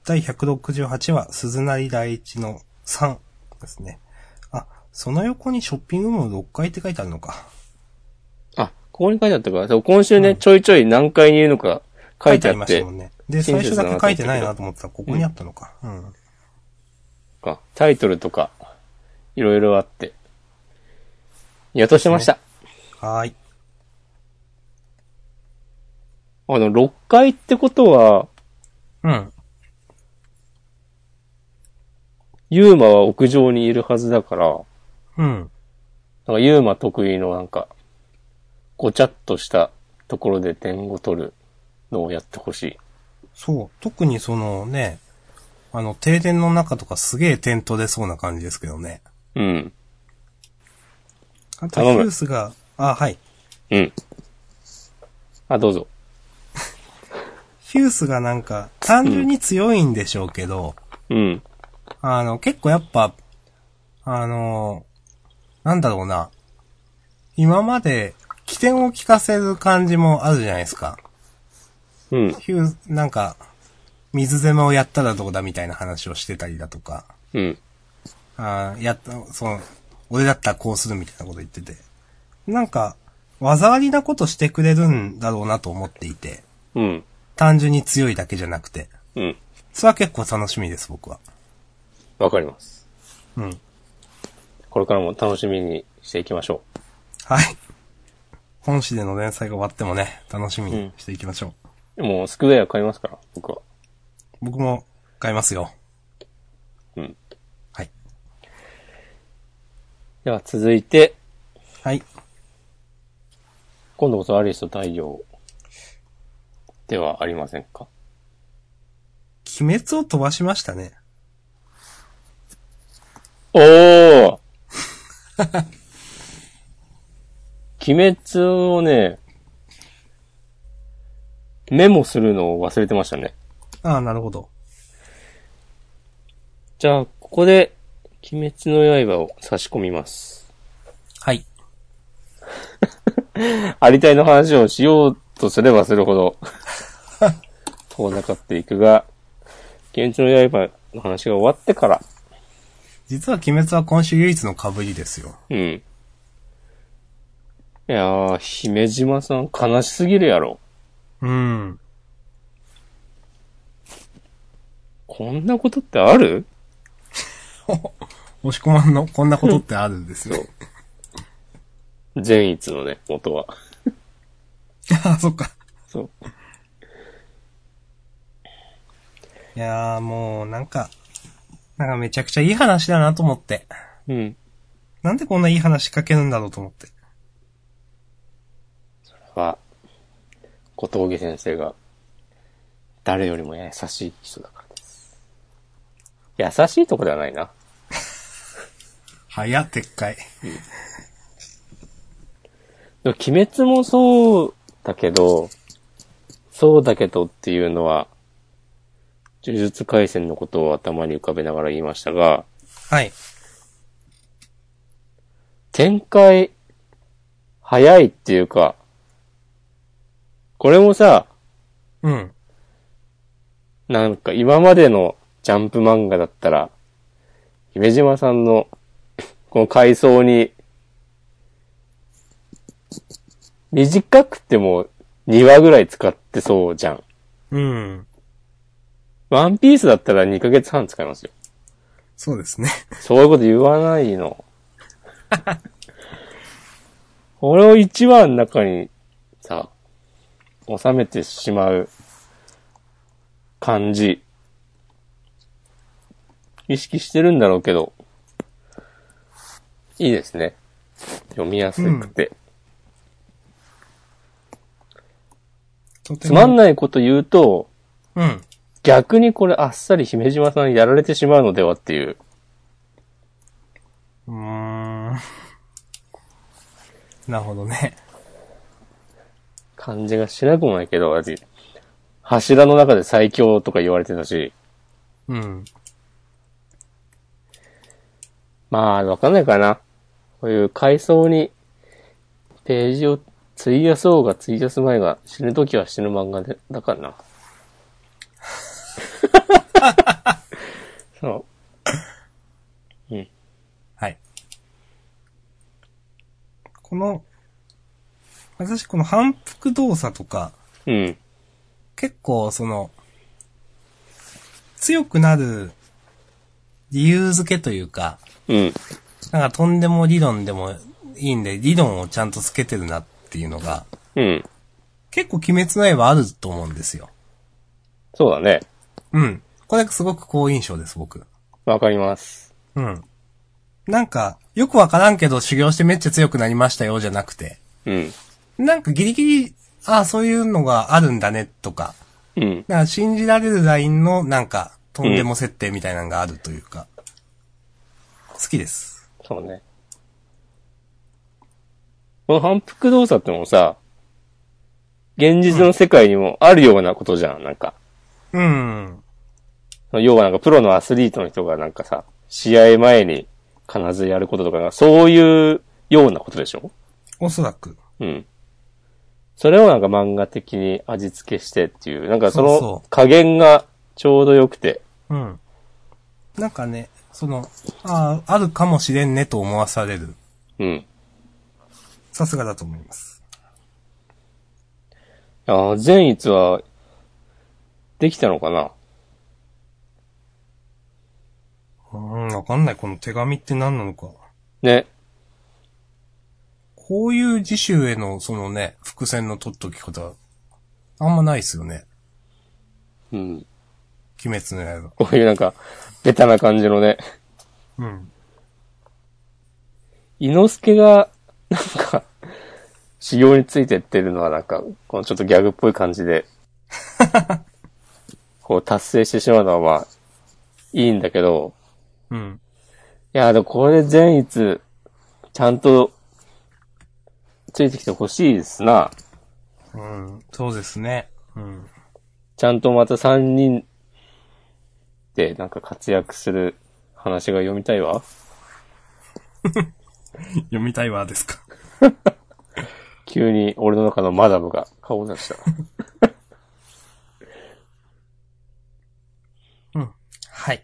Speaker 1: 第168話、鈴なり第一の3ですね。あ、その横にショッピングモール6階って書いてあるのか。
Speaker 2: あ、ここに書いてあったから、そう今週ね、ちょいちょい何回にいるのか書いてあ
Speaker 1: り
Speaker 2: っ
Speaker 1: ました
Speaker 2: て
Speaker 1: も、んね。で、
Speaker 2: 親
Speaker 1: 最
Speaker 2: 切
Speaker 1: 初
Speaker 2: だ
Speaker 1: だ
Speaker 2: な
Speaker 1: け書い
Speaker 2: と思ったけど
Speaker 1: てないなと思ってたら、ここにあったのか。うん。
Speaker 2: かタイトルとか、いろいろあって。やっとしました。
Speaker 1: はーい。
Speaker 2: あの、6回ってことは、
Speaker 1: うん。
Speaker 2: ユーマは屋上にいるはずだから、
Speaker 1: うん。
Speaker 2: なんかユーマ得意のなんか、ごちゃっとしたところで点を取るのをやってほしい。
Speaker 1: そう。特にそのね、あの、停電の中とかすげえ点灯出そうな感じですけどね。
Speaker 2: うん。
Speaker 1: あと、ヒ
Speaker 2: 頼む
Speaker 1: ュースが、あ、はい。
Speaker 2: うん。あ、どうぞ。
Speaker 1: ヒュースがなんか、単純に強いんでしょうけど、
Speaker 2: うん。
Speaker 1: あの、結構やっぱ、あの、なんだろうな。今まで、起点を聞かせる感じもあるじゃないですか。
Speaker 2: うん。
Speaker 1: ヒュー、なんか、水攻めをやったらどうだみたいな話をしてたりだとか、
Speaker 2: うん。
Speaker 1: あーやった、その、俺だったらこうするみたいなこと言ってて。なんか、技ありなことしてくれるんだろうなと思っていて、
Speaker 2: うん。
Speaker 1: 単純に強いだけじゃなくて。
Speaker 2: うん。
Speaker 1: それは結構楽しみです、僕は。
Speaker 2: わかります。
Speaker 1: うん。
Speaker 2: これからも楽しみにしていきましょ
Speaker 1: はい。本誌での連載が終わってもね、楽しみにしていきましょう。
Speaker 2: う。もうスクエア買いますから、僕は。
Speaker 1: 僕も買いますよ。
Speaker 2: うん。
Speaker 1: はい。
Speaker 2: では続いて、
Speaker 1: はい。
Speaker 2: 今度こそアリスと太陽ではありませんか
Speaker 1: 鬼滅を飛ばしましたね。
Speaker 2: おー鬼滅をね、メモするのを忘れてましたね。
Speaker 1: ああ、なるほど。
Speaker 2: じゃあ、ここで、鬼滅の刃を差し込みます。
Speaker 1: はい。
Speaker 2: ありたいの話をしようとすればするほど、遠ざかっていくが、鬼滅の刃の話が終わってから、
Speaker 1: 実は鬼滅は今週唯一の被りですよ。
Speaker 2: うん。いやー、姫島さん悲しすぎるやろ。
Speaker 1: うん。
Speaker 2: こんなことってある
Speaker 1: 押し込まんの、こんなことってあるんですよ。
Speaker 2: 善逸のね、元は。
Speaker 1: [LAUGHS] ああ、そっか。
Speaker 2: そう。
Speaker 1: いやーもう、なんか、なんかめちゃくちゃいい話だなと思って。
Speaker 2: うん。
Speaker 1: なんでこんないい話書けるんだろうと思って。
Speaker 2: は、小峠先生が、誰よりも優しい人だからです。優しいとこではないな。
Speaker 1: 早っ、でっかい。
Speaker 2: でも鬼滅もそうだけど、そうだけどっていうのは、呪術回戦のことを頭に浮かべながら言いましたが、
Speaker 1: はい。
Speaker 2: 展開、早いっていうか、これもさ、
Speaker 1: うん。
Speaker 2: なんか今までのジャンプ漫画だったら、姫島さんの [LAUGHS] この回想に、短くても2話ぐらい使ってそうじゃん。
Speaker 1: うん。
Speaker 2: ワンピースだったら2ヶ月半使いますよ。
Speaker 1: そうですね。
Speaker 2: そういうこと言わないの。俺を1話の中にさ、収めてしまう感じ、意識してるんだろうけど、いいですね。読みやすくて。
Speaker 1: とて
Speaker 2: つ
Speaker 1: も
Speaker 2: まんないこと言うと、
Speaker 1: うん。
Speaker 2: 逆にこれあっさり姫島さんにやられてしまうのではっていう。
Speaker 1: うーん。なるほどね。
Speaker 2: 感じがしなくもないけど、私、柱の中で最強とか言われてたし、
Speaker 1: うん。
Speaker 2: まあ、わかんないかな。こういう階層に、ページを費やそうが費やす前が死ぬ時は死ぬ漫画で、だからな。そ
Speaker 1: はい。この、私この反復動作とか、
Speaker 2: う。うん。
Speaker 1: 結構その、強くなる理由付けというか、
Speaker 2: うん。
Speaker 1: なんかとんでも理論でもいいんで、理論をちゃんとつけてるなっていうのが、
Speaker 2: うん。
Speaker 1: 結構鬼滅の刃あると思うんですよ。
Speaker 2: そうだね。
Speaker 1: うん。これすごく好印象です、僕。
Speaker 2: わかります。
Speaker 1: うん。なんか、よくわからんけど修行してめっちゃ強くなりましたよ、じゃなくて。
Speaker 2: うん。
Speaker 1: なんかギリギリ、ああ、そういうのがあるんだね、とか。
Speaker 2: うん。
Speaker 1: なんか信じられるラインの、なんか、とんでも設定みたいなのがあるというか。好きです。
Speaker 2: そうね。この反復動作ってのもさ、現実の世界にもあるようなことじゃん、なんか。
Speaker 1: うん。
Speaker 2: 要はなんかプロのアスリートの人がなんかさ、試合前に必ずやることとかが、そういうようなことでしょ
Speaker 1: おそらく。
Speaker 2: うん。それをなんか漫画的に味付けしてっていう、なんかそ
Speaker 1: そう
Speaker 2: の
Speaker 1: そう
Speaker 2: 加減がちょうど良くて、
Speaker 1: うん。なんかね、その、ああ、あるかもしれんねと思わされる。
Speaker 2: うん。
Speaker 1: さすがだと思います。
Speaker 2: ああ、善逸は、できたのかな
Speaker 1: うーん、わかんない。この手紙って何なのか。
Speaker 2: ね。
Speaker 1: こういう自習への、そのね、伏線の取っとき方、あんまないっすよね。
Speaker 2: うん。
Speaker 1: 鬼滅の刃。
Speaker 2: こういうなんか、ベタな感じのね。
Speaker 1: うん。
Speaker 2: 伊之助がなんか、修行についてってるのはなんか、このちょっとギャグっぽい感じで、こう達成してしまうのはまあ、いいんだけど、
Speaker 1: うん。
Speaker 2: いや、でもこれ善逸、ちゃんと、ついてきてほしいですな。
Speaker 1: うん。そうですね。うん。
Speaker 2: ちゃんとまた3人でなんか活躍する話が読みたいわ。
Speaker 1: 読みたいわですか。
Speaker 2: 急に俺の中のマダムが顔を出した。
Speaker 1: はい。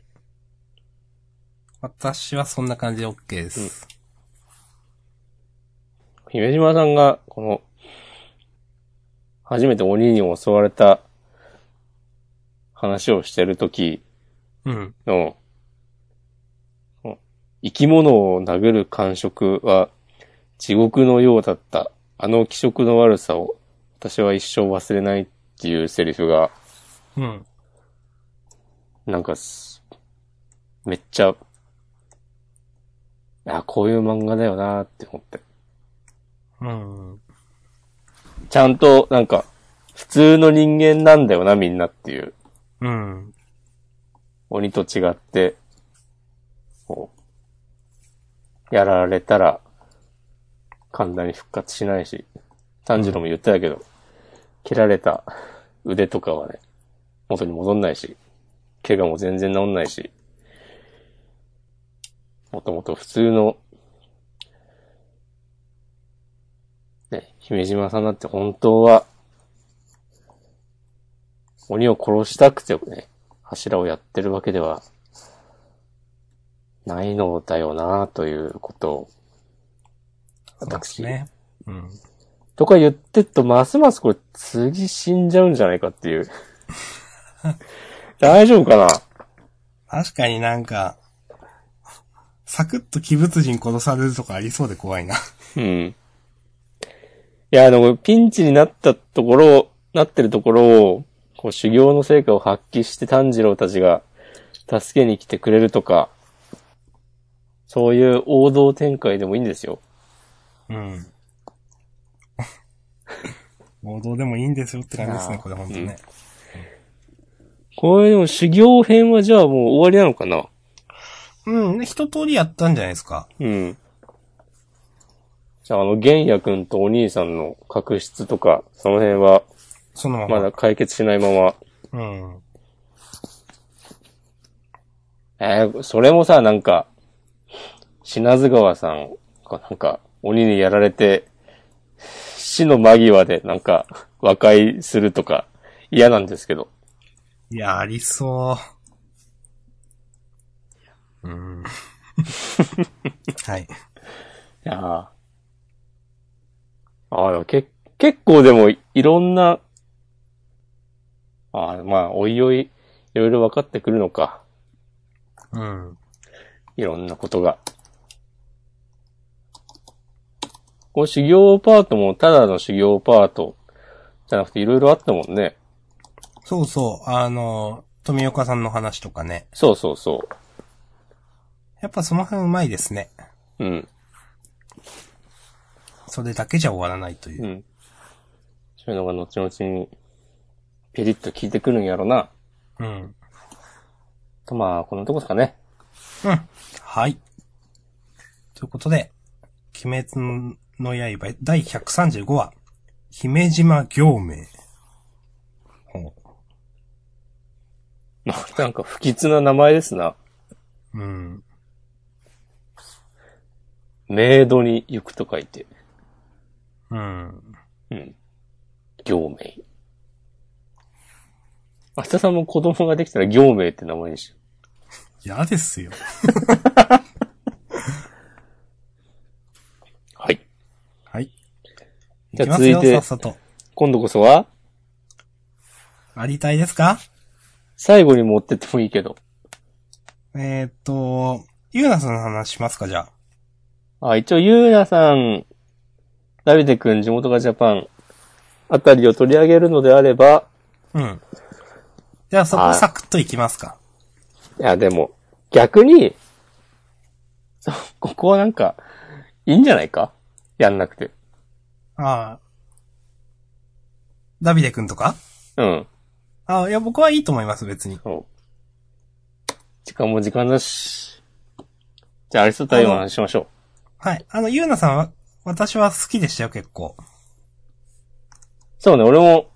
Speaker 1: 私はそんな感じで OK です。
Speaker 2: 姫島さんが、この、初めて鬼に襲われた話をしてる時
Speaker 1: うん。
Speaker 2: の、その生き物を殴る感触は地獄のようだった。あの気色の悪さを私は一生忘れないっていうセリフが、
Speaker 1: うん。
Speaker 2: なんかす、めっちゃ、あ、こういう漫画だよなって思って。
Speaker 1: うん。
Speaker 2: ちゃんと、なんか、普通の人間なんだよな、みんなっていう。
Speaker 1: うん。
Speaker 2: 鬼と違って、こう、やられたら、簡単に復活しないし、炭治郎も言ってたけど、切られた腕とかはね、元に戻んないし、怪我も全然治んないし、もともと普通の、ね、姫島さんだって本当は、鬼を殺したくてね、柱をやってるわけではないのだよなということを、
Speaker 1: そうですね。うん。
Speaker 2: とか言ってっと、ますますこれ次死んじゃうんじゃないかっていう。大丈夫かな
Speaker 1: 確かになんか、サクッと鬼物人殺されるとかありそうで怖いな。
Speaker 2: うん。いや、でも、ピンチになったところ、なってるところを、こう、修行の成果を発揮して炭治郎たちが助けに来てくれるとか、そういう王道展開でもいいんですよ。
Speaker 1: うん。王道でもいいんですよって感じですね、これ本当ね。
Speaker 2: これでも修行編はじゃあもう終わりなのかな
Speaker 1: うん、ね一通りやったんじゃないですか。
Speaker 2: うん。じゃああの、玄也くんとお兄さんの確執とか、その辺は
Speaker 1: そのまま。
Speaker 2: まだ解決しないまま。
Speaker 1: うん。
Speaker 2: えー、それもさ、なんか、品津川さんがなんか、鬼にやられて、死の間際でなんか、和解するとか、嫌なんですけど。
Speaker 1: いや、ありそう。うん。はい。
Speaker 2: いやーああ、でもけ、結構でもいいろんな、ああ、まあ、おいおい、いろいろ分かってくるのか。
Speaker 1: うん。
Speaker 2: いろんなことが。こう、修行パートも、ただの修行パート、じゃなくていろいろあったもんね。
Speaker 1: そうそう、あの、富岡さんの話とかね。
Speaker 2: そうそうそ
Speaker 1: やっぱその辺うまいですね。
Speaker 2: う。うん。
Speaker 1: それだけじゃ終わらないというう。
Speaker 2: ん。そういうのが後々に、ピリッと効いてくるんやろな。
Speaker 1: うん。
Speaker 2: と、まあ、こんなとこですかね。 [LAUGHS]
Speaker 1: うん。はい。ということで、鬼滅の刃第135話、姫島行名。ほ
Speaker 2: なんか不吉な名前ですな。
Speaker 1: う。うん。
Speaker 2: メイドに行くと書いて。
Speaker 1: うん。
Speaker 2: うん。行名。明日さんも子供ができたら行名って名前にしよ
Speaker 1: 嫌ですよ。
Speaker 2: う。はい。
Speaker 1: はい。い
Speaker 2: じゃ
Speaker 1: き
Speaker 2: あ
Speaker 1: ますよ、
Speaker 2: 続い
Speaker 1: さ
Speaker 2: て
Speaker 1: っさと。
Speaker 2: 今度こそは、
Speaker 1: ありたいですか
Speaker 2: 最後に持ってってもいいけど。
Speaker 1: えーっと、ゆうなさんの話しますか、じゃあ。
Speaker 2: あ、一応、ゆうなさん、ダビデくん、地元がジャパン、あたりを取り上げるのであれば、
Speaker 1: うん。じゃあそこ
Speaker 2: はい
Speaker 1: サクッといきますか。
Speaker 2: いや、でも、 [LAUGHS] 逆に、そうここはなんか、いいんじゃないかやんなくて。
Speaker 1: ああ。ダビデくんとか
Speaker 2: うん。
Speaker 1: ああ、いや、僕はいいと思います、別に。
Speaker 2: そう。時間も時間だし。じゃあ、アリスト太陽の話しましょ
Speaker 1: はい。あの、ゆうなさんは、私は好きでしたよ、結構。
Speaker 2: う。そうね、俺も、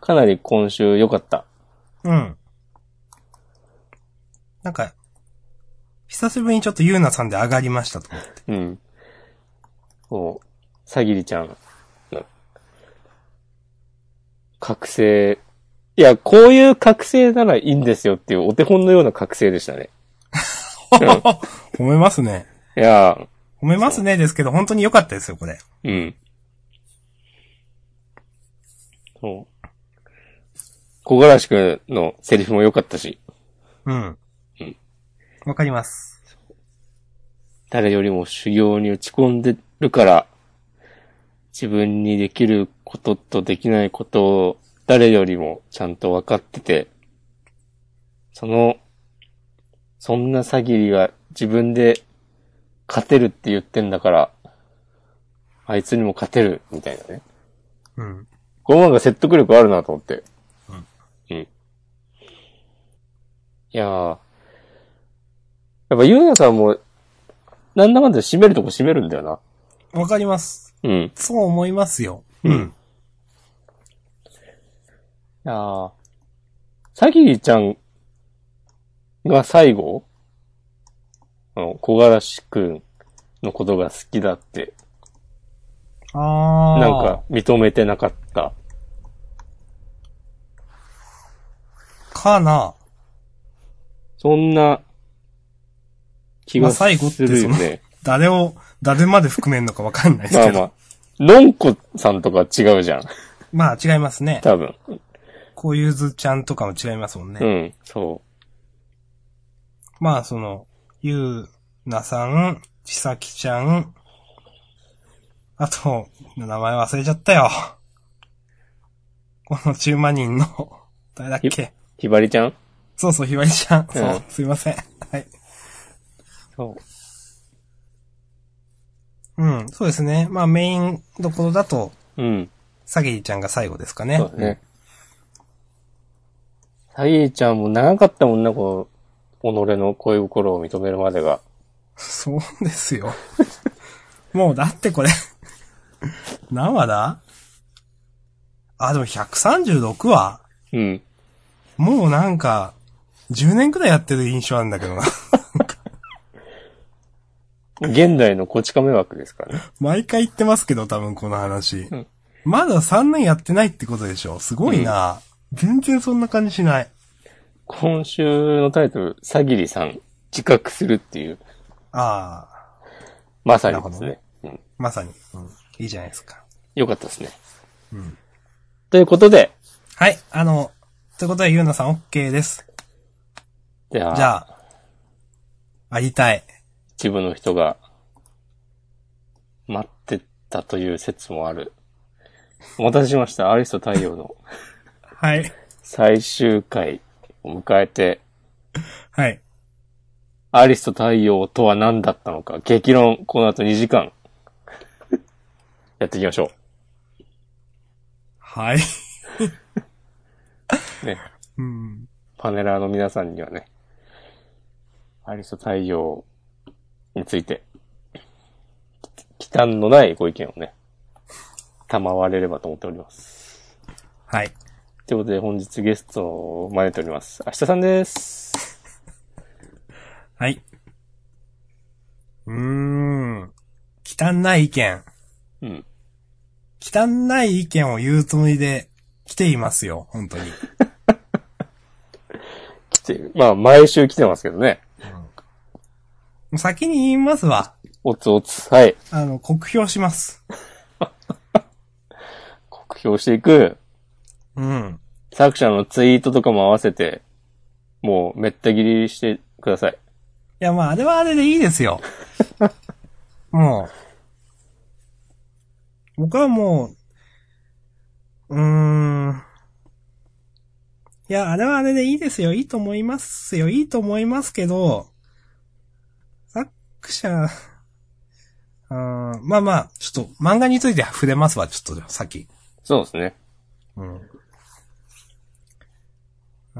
Speaker 2: かなり今週良かった。
Speaker 1: うん。なんか、久しぶりにちょっとゆうなさんで上がりましたと思って。
Speaker 2: [LAUGHS] うん。そう。さぎりちゃんの。覚醒。いや、こういう覚醒ならいいんですよっていうお手本のような覚醒でしたね。
Speaker 1: 褒めますね。
Speaker 2: いや
Speaker 1: 褒めますねですけど、本当に良かったですよ、これ。
Speaker 2: ー、うん。そう。小柄しくんのセリフも良かったし、
Speaker 1: うん
Speaker 2: うん。
Speaker 1: わかります。
Speaker 2: 誰よりも修行に打ち込んでるから、自分にできることとできないことを誰よりもちゃんと分かってて、その、そんな詐欺が自分で勝てるって言ってんだから、あいつにも勝てる、みたいなね。
Speaker 1: うん。
Speaker 2: この漫画説得力あるなと思って。うん。いやー。やっぱ、ゆうやさんも、なんだかんだ締めるとこ締めるんだよな。
Speaker 1: わかります。
Speaker 2: うん。い
Speaker 1: そう思いますよ。
Speaker 2: うん。やー。さきりちゃんが最後、あの、小柄しくんのことが好きだって、
Speaker 1: あー。
Speaker 2: なんか認めてなかった。
Speaker 1: かな。
Speaker 2: そんな気が
Speaker 1: まあ
Speaker 2: す
Speaker 1: 最後って
Speaker 2: る
Speaker 1: そ
Speaker 2: よ
Speaker 1: の
Speaker 2: ね。
Speaker 1: 誰を、誰まで含めんのかわかんないです
Speaker 2: ま
Speaker 1: け
Speaker 2: あ
Speaker 1: ど。
Speaker 2: ま
Speaker 1: まあ
Speaker 2: あ、のんこさんとか違うじゃん。
Speaker 1: 違いますね。
Speaker 2: 多分。
Speaker 1: こういうずちゃんとかも違いますもんね。
Speaker 2: うん、そ
Speaker 1: まあ、その、ゆうなさん、ちさきちゃん、あと、名前忘れちゃったよ。この中間人の、誰だっけ
Speaker 2: う。ひばりちゃん
Speaker 1: そうそう、ひばりちゃん。そう、
Speaker 2: うん
Speaker 1: すいません。はい。
Speaker 2: そう。
Speaker 1: うん、そうですね。まあ、メインどころだと、
Speaker 2: うん。
Speaker 1: さぎりちゃんが最後ですかね。
Speaker 2: そうだね。さぎちゃんも長かったもんな、この、己の恋心を認めるまでが。
Speaker 1: そうですよ。 [LAUGHS] もうだってこれ、何話だあ、でも136話
Speaker 2: うん。
Speaker 1: もうなんか、10年くらいやってる印象あるんだけどな。 [LAUGHS]
Speaker 2: 現代のこち亀枠ですからね。
Speaker 1: 毎回言ってますけど、多分この話。
Speaker 2: ん
Speaker 1: まだ3年やってないってことでしょすごいな、全然そんな感じしない。
Speaker 2: [LAUGHS] 今週のタイトル、さぎりさん、自覚するっていう、
Speaker 1: ああ、
Speaker 2: まさにです
Speaker 1: なる
Speaker 2: ね。うん。
Speaker 1: まさに、うんいいじゃないですか。
Speaker 2: よかったですね。
Speaker 1: うん
Speaker 2: ということで、
Speaker 1: はい、あの、ということで、ゆうなさん OK です。
Speaker 2: じゃあ、
Speaker 1: じゃあ、ありたい。
Speaker 2: 一部の人が、待ってたという説もある。お待たせしました。アリスト太陽の
Speaker 1: はい。
Speaker 2: 最終回を迎えて、
Speaker 1: はい。
Speaker 2: アリスト太陽とは何だったのか、激論、この後2時間、やっていきましょ
Speaker 1: はい。
Speaker 2: う。ね。
Speaker 1: うん。
Speaker 2: パネラーの皆さんにはね、アリスト太陽について、き忌憚のないご意見をね、賜れればと思っております。
Speaker 1: はい。
Speaker 2: ということで、本日ゲストを招いております。明日さんです。
Speaker 1: はい。うーん。汚い意見。
Speaker 2: うん。
Speaker 1: 汚い意見を言うつもりで来ていますよ、本当に。
Speaker 2: 来て、まあ、毎週来てますけどね。
Speaker 1: 先に言いますわ。
Speaker 2: おつおつ、はい。
Speaker 1: あの、酷評します。
Speaker 2: 酷評していく。
Speaker 1: うん。
Speaker 2: 作者のツイートとかも合わせて、もう、めった切りしてください。
Speaker 1: いや、まあ、あれはあれでいいですよ。 [LAUGHS] もう。僕はもう、うーん。いや、あれはあれでいいですよ。いいと思いますよ。いいと思いますけど、作者、うーん、まあまあ、ちょっと漫画について触れますわ、ちょっと、さっき。
Speaker 2: そうですね。
Speaker 1: うん。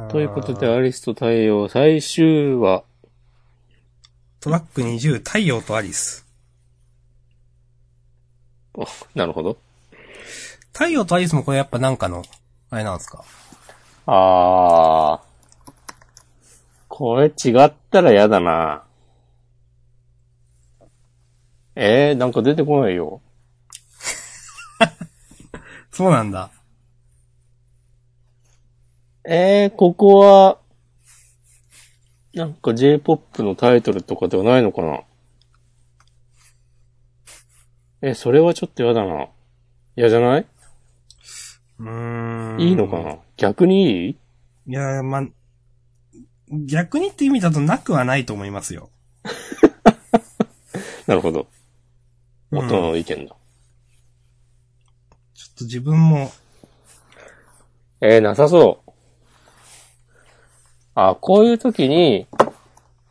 Speaker 2: ということで、アリスと太陽最終話。
Speaker 1: トラック20、太陽とアリス。
Speaker 2: おなるほど。
Speaker 1: 太陽とアリスもこれやっぱなんかの、あれなんですか
Speaker 2: あー。これ違ったら嫌だな。えー、なんか出てこないよ。
Speaker 1: そうなんだ。
Speaker 2: えー、ここは、なんか J-POP のタイトルとかではないのかなえ、それはちょっと嫌だな。嫌じゃないう
Speaker 1: ーん。
Speaker 2: いいのかな、逆にいい
Speaker 1: いや、まあ、逆にって意味だとなくはないと思いますよ。
Speaker 2: なるほど。
Speaker 1: うん
Speaker 2: 大人の意見だ。
Speaker 1: ちょっと自分も、
Speaker 2: えー、なさそう。あ、こういう時に、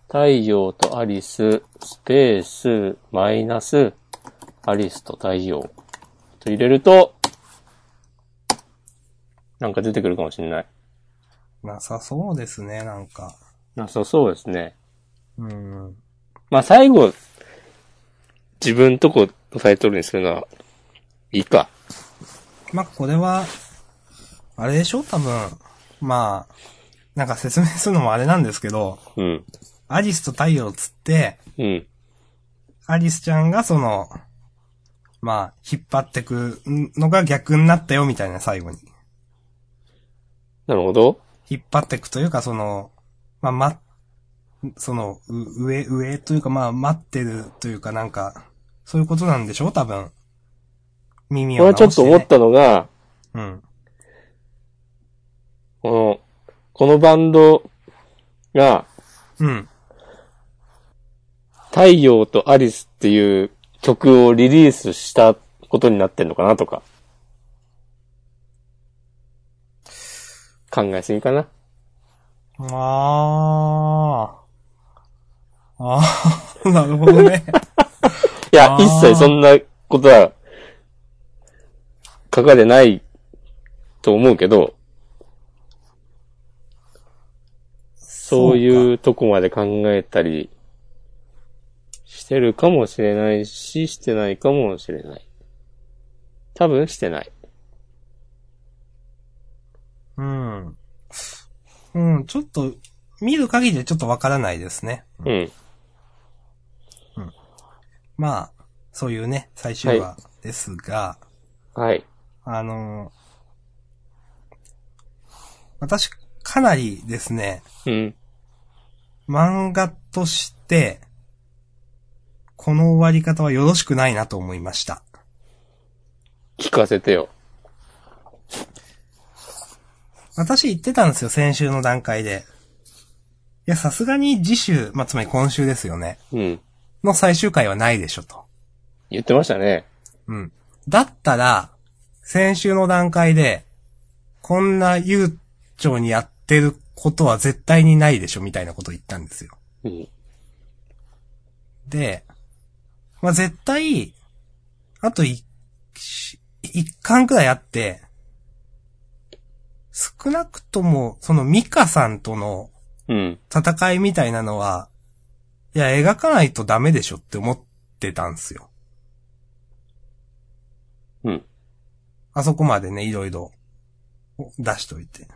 Speaker 2: 太陽とアリス、スペース、マイナス、アリスと太陽と入れると、なんか出てくるかもしれない。
Speaker 1: なさそうですね、なんか。
Speaker 2: なさそうですね。
Speaker 1: うん。
Speaker 2: まあ、最後、自分とこのタイトルにするのは、いいか。
Speaker 1: まあ、これは、あれでしょ多分、まあ、なんか説明するのもあれなんですけど、
Speaker 2: うん。
Speaker 1: アリスと太陽つって、
Speaker 2: うん。
Speaker 1: アリスちゃんがその、まあ、引っ張ってくのが逆になったよ、みたいな、最後に。
Speaker 2: なるほど。
Speaker 1: 引っ張っていくというか、その、まあ、ま、その、う上、上というか、まあ、待ってるというか、なんか、そういうことなんでしょう多分。耳
Speaker 2: こ
Speaker 1: を
Speaker 2: れ
Speaker 1: 直
Speaker 2: ちょっ
Speaker 1: して、
Speaker 2: と
Speaker 1: ね。
Speaker 2: 思ったのが、
Speaker 1: た。うん。
Speaker 2: この、このバンドが、
Speaker 1: うん。
Speaker 2: 太陽とアリスっていう曲をリリースしたことになってんのかなとか。考えすぎかな。
Speaker 1: ああ。ああ、 [LAUGHS] なるほどね。
Speaker 2: いや
Speaker 1: あ、ー
Speaker 2: 一切そんなことは、書かれないと思うけど、そう
Speaker 1: うか。
Speaker 2: いうとこまで考えたりしてるかもしれないし、してないかもしれない。多分してない。
Speaker 1: うん。うん、ちょっと、見る限りでちょっとわからないですね。
Speaker 2: うん。
Speaker 1: まあ、そういうね、最終話ですが、
Speaker 2: はい。
Speaker 1: あの私、かなりですね、
Speaker 2: うん。
Speaker 1: 漫画として、この終わり方はよろしくないなと思いました。
Speaker 2: 聞かせてよ。
Speaker 1: 私言ってたんですよ、先週の段階で。いや、さすがに次週、まあ、つまり今週ですよね。
Speaker 2: うん。
Speaker 1: の最終回はないでしょ、と。
Speaker 2: 言ってましたね。
Speaker 1: うん。だったら、先週の段階で、こんな悠長にやってることは絶対にないでしょ、みたいなこと言ったんですよ。
Speaker 2: うん。
Speaker 1: で、まあ、絶対、あと一、し一巻くらいあって、少なくとも、そのミカさんとの
Speaker 2: うん。
Speaker 1: 戦いみたいなのは、いや、描かないとダメでしょって思ってたんですよ。
Speaker 2: うん。
Speaker 1: あそこまでね、いろいろお出しといて。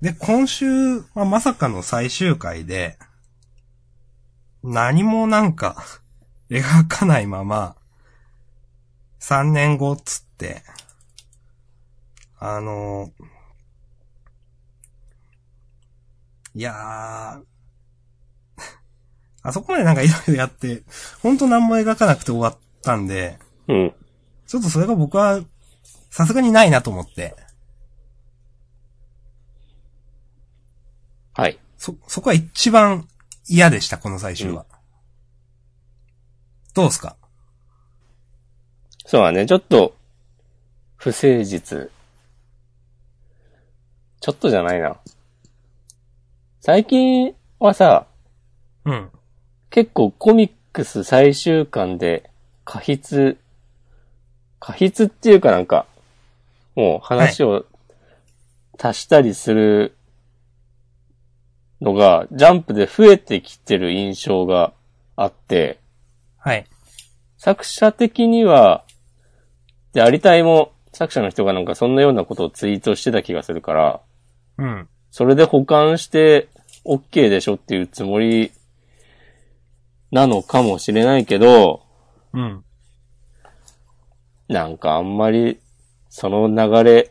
Speaker 1: で、今週はまさかの最終回で、何もなんか [LAUGHS] 描かないまま、3年後っつって、あの、いやー、 [LAUGHS] あそこまでなんかいろいろやって、ほんと何も描かなくて終わったんで、
Speaker 2: うん。
Speaker 1: ちょっとそれが僕は、さすがにないなと思って。
Speaker 2: はい。
Speaker 1: そ、そこは一番嫌でした、この最終話。どうですか
Speaker 2: そうだね。ちょっと、不誠実。ちょっとじゃないな。最近はさ、
Speaker 1: うん。
Speaker 2: 結構コミックス最終巻で過筆、過筆っていうかなんか、もう話を足したりするのが、ジャンプで増えてきてる印象があって、
Speaker 1: はい。
Speaker 2: 作者的には、で、ありたいも作者の人がなんかそんなようなことをツイートしてた気がするから、
Speaker 1: うん。
Speaker 2: それで保管して OK でしょっていうつもりなのかもしれないけど、
Speaker 1: うん。
Speaker 2: なんかあんまりその流れ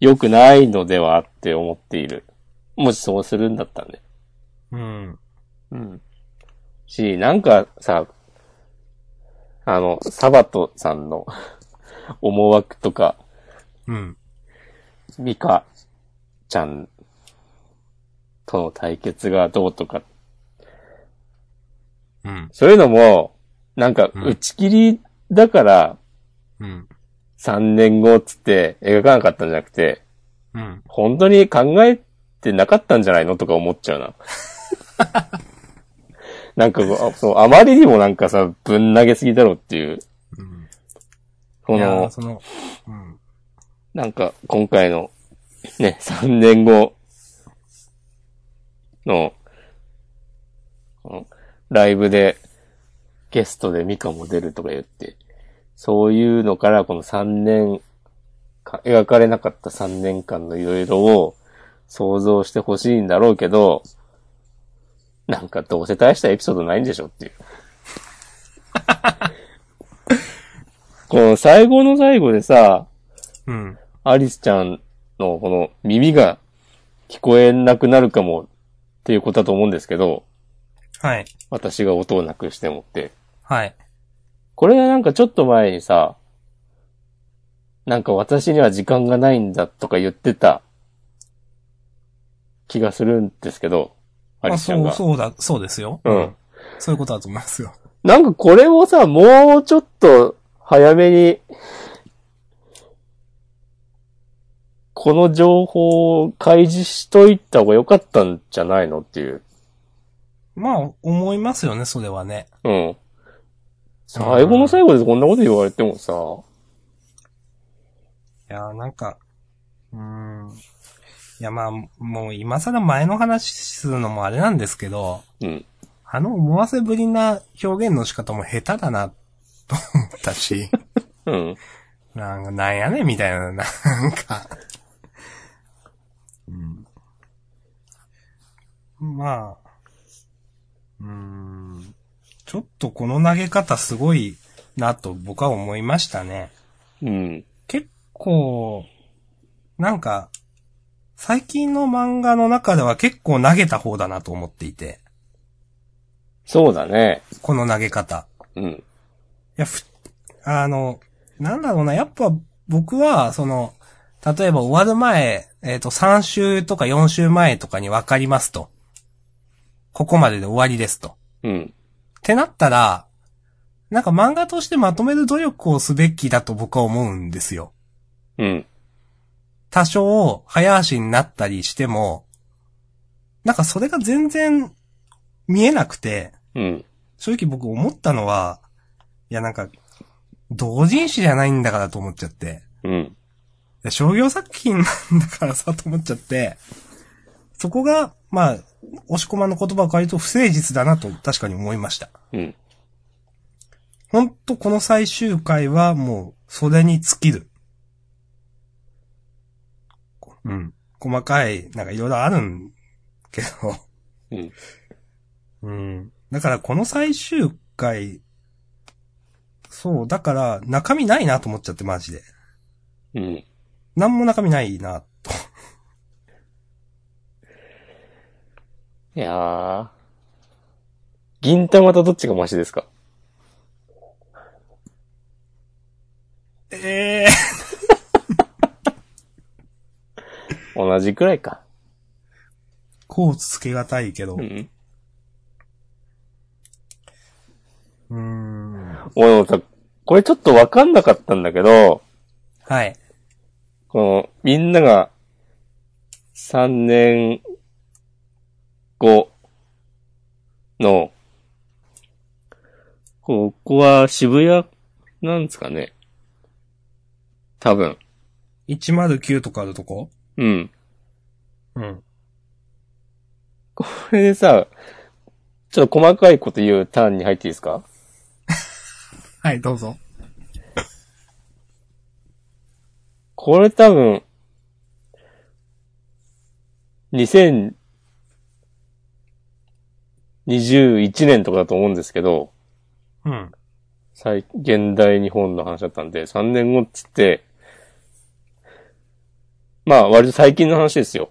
Speaker 2: 良くないのではって思っている。もしそうするんだったらね。
Speaker 1: うん。
Speaker 2: うん。し、なんかさ、あの、サバトさんの思惑とか、
Speaker 1: うん。
Speaker 2: ミカちゃんとの対決がどうとか
Speaker 1: うん。
Speaker 2: そういうのも、なんか、
Speaker 1: うん
Speaker 2: 打ち切りだから、
Speaker 1: うん。
Speaker 2: 3年後っつって描かなかったんじゃなくて、
Speaker 1: うん。
Speaker 2: 本当に考えてなかったんじゃないのとか思っちゃうな。
Speaker 1: [LAUGHS]
Speaker 2: なんかこうあそう、あまりにもなんかさ、ぶん投げすぎだろっていう、
Speaker 1: うん。
Speaker 2: こ
Speaker 1: いやー
Speaker 2: の、
Speaker 1: その、うん。
Speaker 2: なんか今回の、ね、3年 [LAUGHS] 後の、このライブでゲストでミカも出るとか言って、そういうのからこの3年か、描かれなかった3年間のいろいろを想像してほしいんだろうけど、なんかどうせ大したエピソードないんでしょっていう。この最後の最後でさ、
Speaker 1: うん。
Speaker 2: アリスちゃんのこの耳が聞こえなくなるかもっていうことだと思うんですけど、
Speaker 1: はい。
Speaker 2: 私が音をなくしてもって。
Speaker 1: はい。
Speaker 2: これがなんかちょっと前にさ、なんか私には時間がないんだとか言ってた気がするんですけど、ア
Speaker 1: あ、
Speaker 2: リスちゃん
Speaker 1: そう、
Speaker 2: が。
Speaker 1: そうだ、そうですよ。
Speaker 2: うん。。
Speaker 1: そういうことだと思いますよ。
Speaker 2: なんかこれをさ、もうちょっと早めに、この情報を開示しといた方が良かったんじゃないのっていう。
Speaker 1: まあ、思いますよね、それはね。
Speaker 2: うん。最後の最後でこんなこと言われてもさ、
Speaker 1: いやー、なんか、うーん。いや、まあ、もう今更前の話するのもあれなんですけど、
Speaker 2: うん。
Speaker 1: あの思わせぶりな表現の仕方も下手だな、と思ったし、 [LAUGHS]
Speaker 2: うん。
Speaker 1: なんか、なんやねんみたいな、なんか。うん。まあ、うーん。ちょっとこの投げ方すごいなと僕は思いましたね。
Speaker 2: うん。
Speaker 1: 結構、なんか、最近の漫画の中では結構投げた方だなと思っていて、
Speaker 2: そうだね。
Speaker 1: この投げ方。
Speaker 2: うん。
Speaker 1: いや、ふ、あの、なんだろうな、やっぱ僕は、その、例えば終わる前、えっ、と、3週とか4週前とかに分かりますと。ここまでで終わりですと。
Speaker 2: うん。
Speaker 1: ってなったら、なんか漫画としてまとめる努力をすべきだと僕は思うんですよ。
Speaker 2: うん。
Speaker 1: 多少早足になったりしても、なんかそれが全然見えなくて、
Speaker 2: うん。
Speaker 1: 正直僕思ったのは、いやなんか、同人誌じゃないんだからと思っちゃって、
Speaker 2: うん。
Speaker 1: いや商業作品なんだからさと思っちゃって、そこが、まあ、押し込まんの言葉を借りると不誠実だなと確かに思いました。
Speaker 2: うん。
Speaker 1: ほんとこの最終回はもう、それに尽きる。うん。細かい、なんかいろいろあるん、け
Speaker 2: うん。
Speaker 1: ど。うん。だからこの最終回、そう、だから中身ないなと思っちゃって、マジで。
Speaker 2: うん。
Speaker 1: なんも中身ないな、と。
Speaker 2: いやー。銀玉とどっちがマシですか
Speaker 1: ええ
Speaker 2: 同じくらいか。
Speaker 1: こうつけがたいけど。
Speaker 2: う。
Speaker 1: うんーん。
Speaker 2: 俺もさ、これちょっとわかんなかったんだけど、
Speaker 1: はい。
Speaker 2: この、みんなが、3年後の、ここは渋谷なんですかね。多分。
Speaker 1: 109とかあるとこ
Speaker 2: うん。
Speaker 1: うん。
Speaker 2: これでさ、ちょっと細かいこと言うターンに入っていいですか
Speaker 1: はい、どうぞ。
Speaker 2: これ多分、2021年とかだと思うんですけど、
Speaker 1: うん。
Speaker 2: 最、現代日本の話だったんで、3年後っつって、まあ割と最近の話ですよ。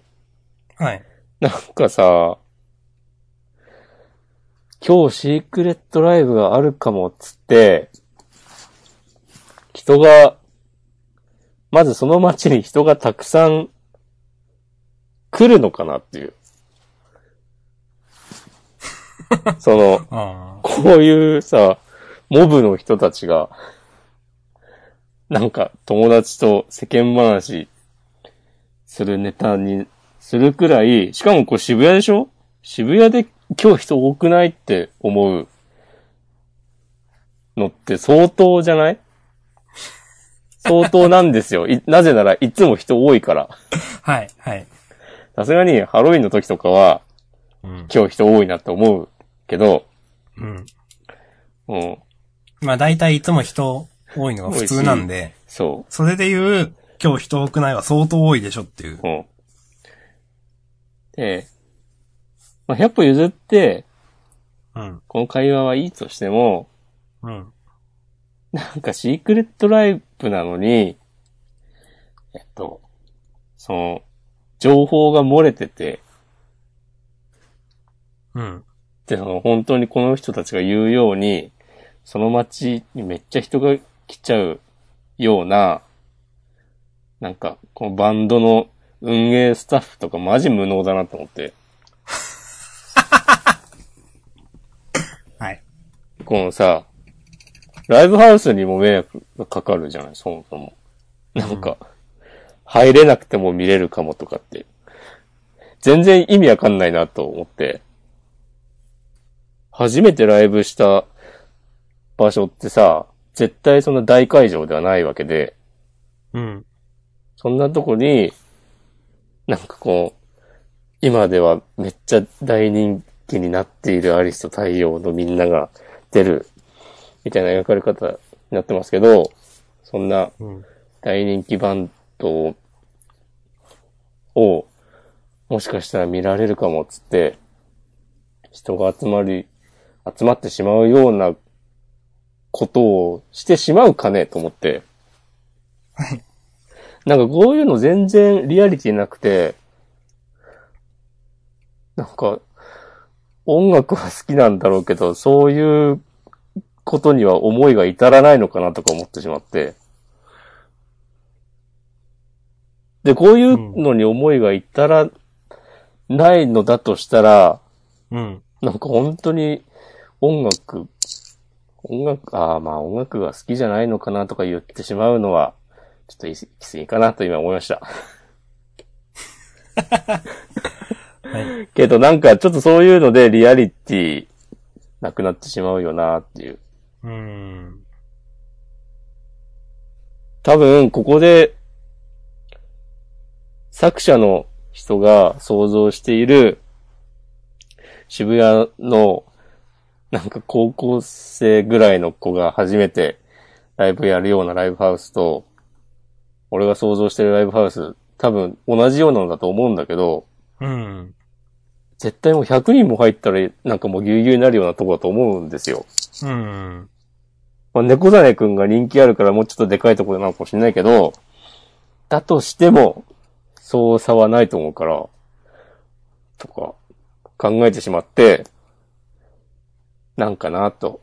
Speaker 1: はい。
Speaker 2: なんかさ、今日シークレットライブがあるかもっつって、人が、まずその街に人がたくさん来るのかなっていう。その、
Speaker 1: あ
Speaker 2: こういうさ、モブの人たちが、なんか友達と世間話するネタにするくらい、しかもこう渋谷でしょ渋谷で今日人多くないって思うのって相当じゃない相当なんですよ。いなぜならいつも人多いから。
Speaker 1: あ。はい、はい。
Speaker 2: さすがにハロウィンの時とかは
Speaker 1: うん。
Speaker 2: 今日人多いなって思うけど、
Speaker 1: うん。
Speaker 2: うん、
Speaker 1: まあ大体いつも人多いのが普通なんで、
Speaker 2: そう。
Speaker 1: それで言う、今日人多くないは相当多いでしょっていう。
Speaker 2: うん。で、まあ、100歩譲って、
Speaker 1: うん。
Speaker 2: この会話はいいとしても、
Speaker 1: うん。
Speaker 2: なんかシークレットライブなのに、えっと、その、情報が漏れてて、
Speaker 1: うん。
Speaker 2: で、その、本当にこの人たちが言うように、その街にめっちゃ人が来ちゃうような、なんか、このバンドの運営スタッフとかマジ無能だなと思って。
Speaker 1: はい。
Speaker 2: このさ、ライブハウスにも迷惑がかかるじゃない、そもそも。なんか、入れなくても見れるかもとかって。全然意味わかんないなと思って。初めてライブした場所ってさ、絶対そんな大会場ではないわけで、
Speaker 1: うん。
Speaker 2: そんなとこに、なんかこう、今ではめっちゃ大人気になっているアリスと太陽のみんなが出る、みたいな描かれ方になってますけど、そんな
Speaker 1: うん。
Speaker 2: 大人気バンドを、をもしかしたら見られるかもっつって、人が集まり、集まってしまうようなことをしてしまうかねと思って。なんかこういうの全然リアリティなくて、なんか、音楽は好きなんだろうけど、そういうことには思いが至らないのかなとか思ってしまって。で、こういうのに思いが至らないのだとしたら、
Speaker 1: うん。
Speaker 2: なんか本当に音楽、音楽、ああまあ音楽が好きじゃないのかなとか言ってしまうのは、ちょっと行き過ぎかなと今思いました。
Speaker 1: はい。
Speaker 2: けどなんかちょっとそういうのでリアリティなくなってしまうよなっていう。
Speaker 1: うん。
Speaker 2: 多分ここで作者の人が想像している渋谷のなんか高校生ぐらいの子が初めてライブやるようなライブハウスと俺が想像してるライブハウス多分同じようなのだと思うんだけど
Speaker 1: うん。
Speaker 2: 絶対もう100人も入ったらなんかもうギュウギュウになるようなとこだと思うんですよ。
Speaker 1: うん。
Speaker 2: まあ、猫ザネくんが人気あるからもうちょっとでかいところなのかもしれないけど、だとしても、そう差はないと思うから、とか、考えてしまって、なんかなと、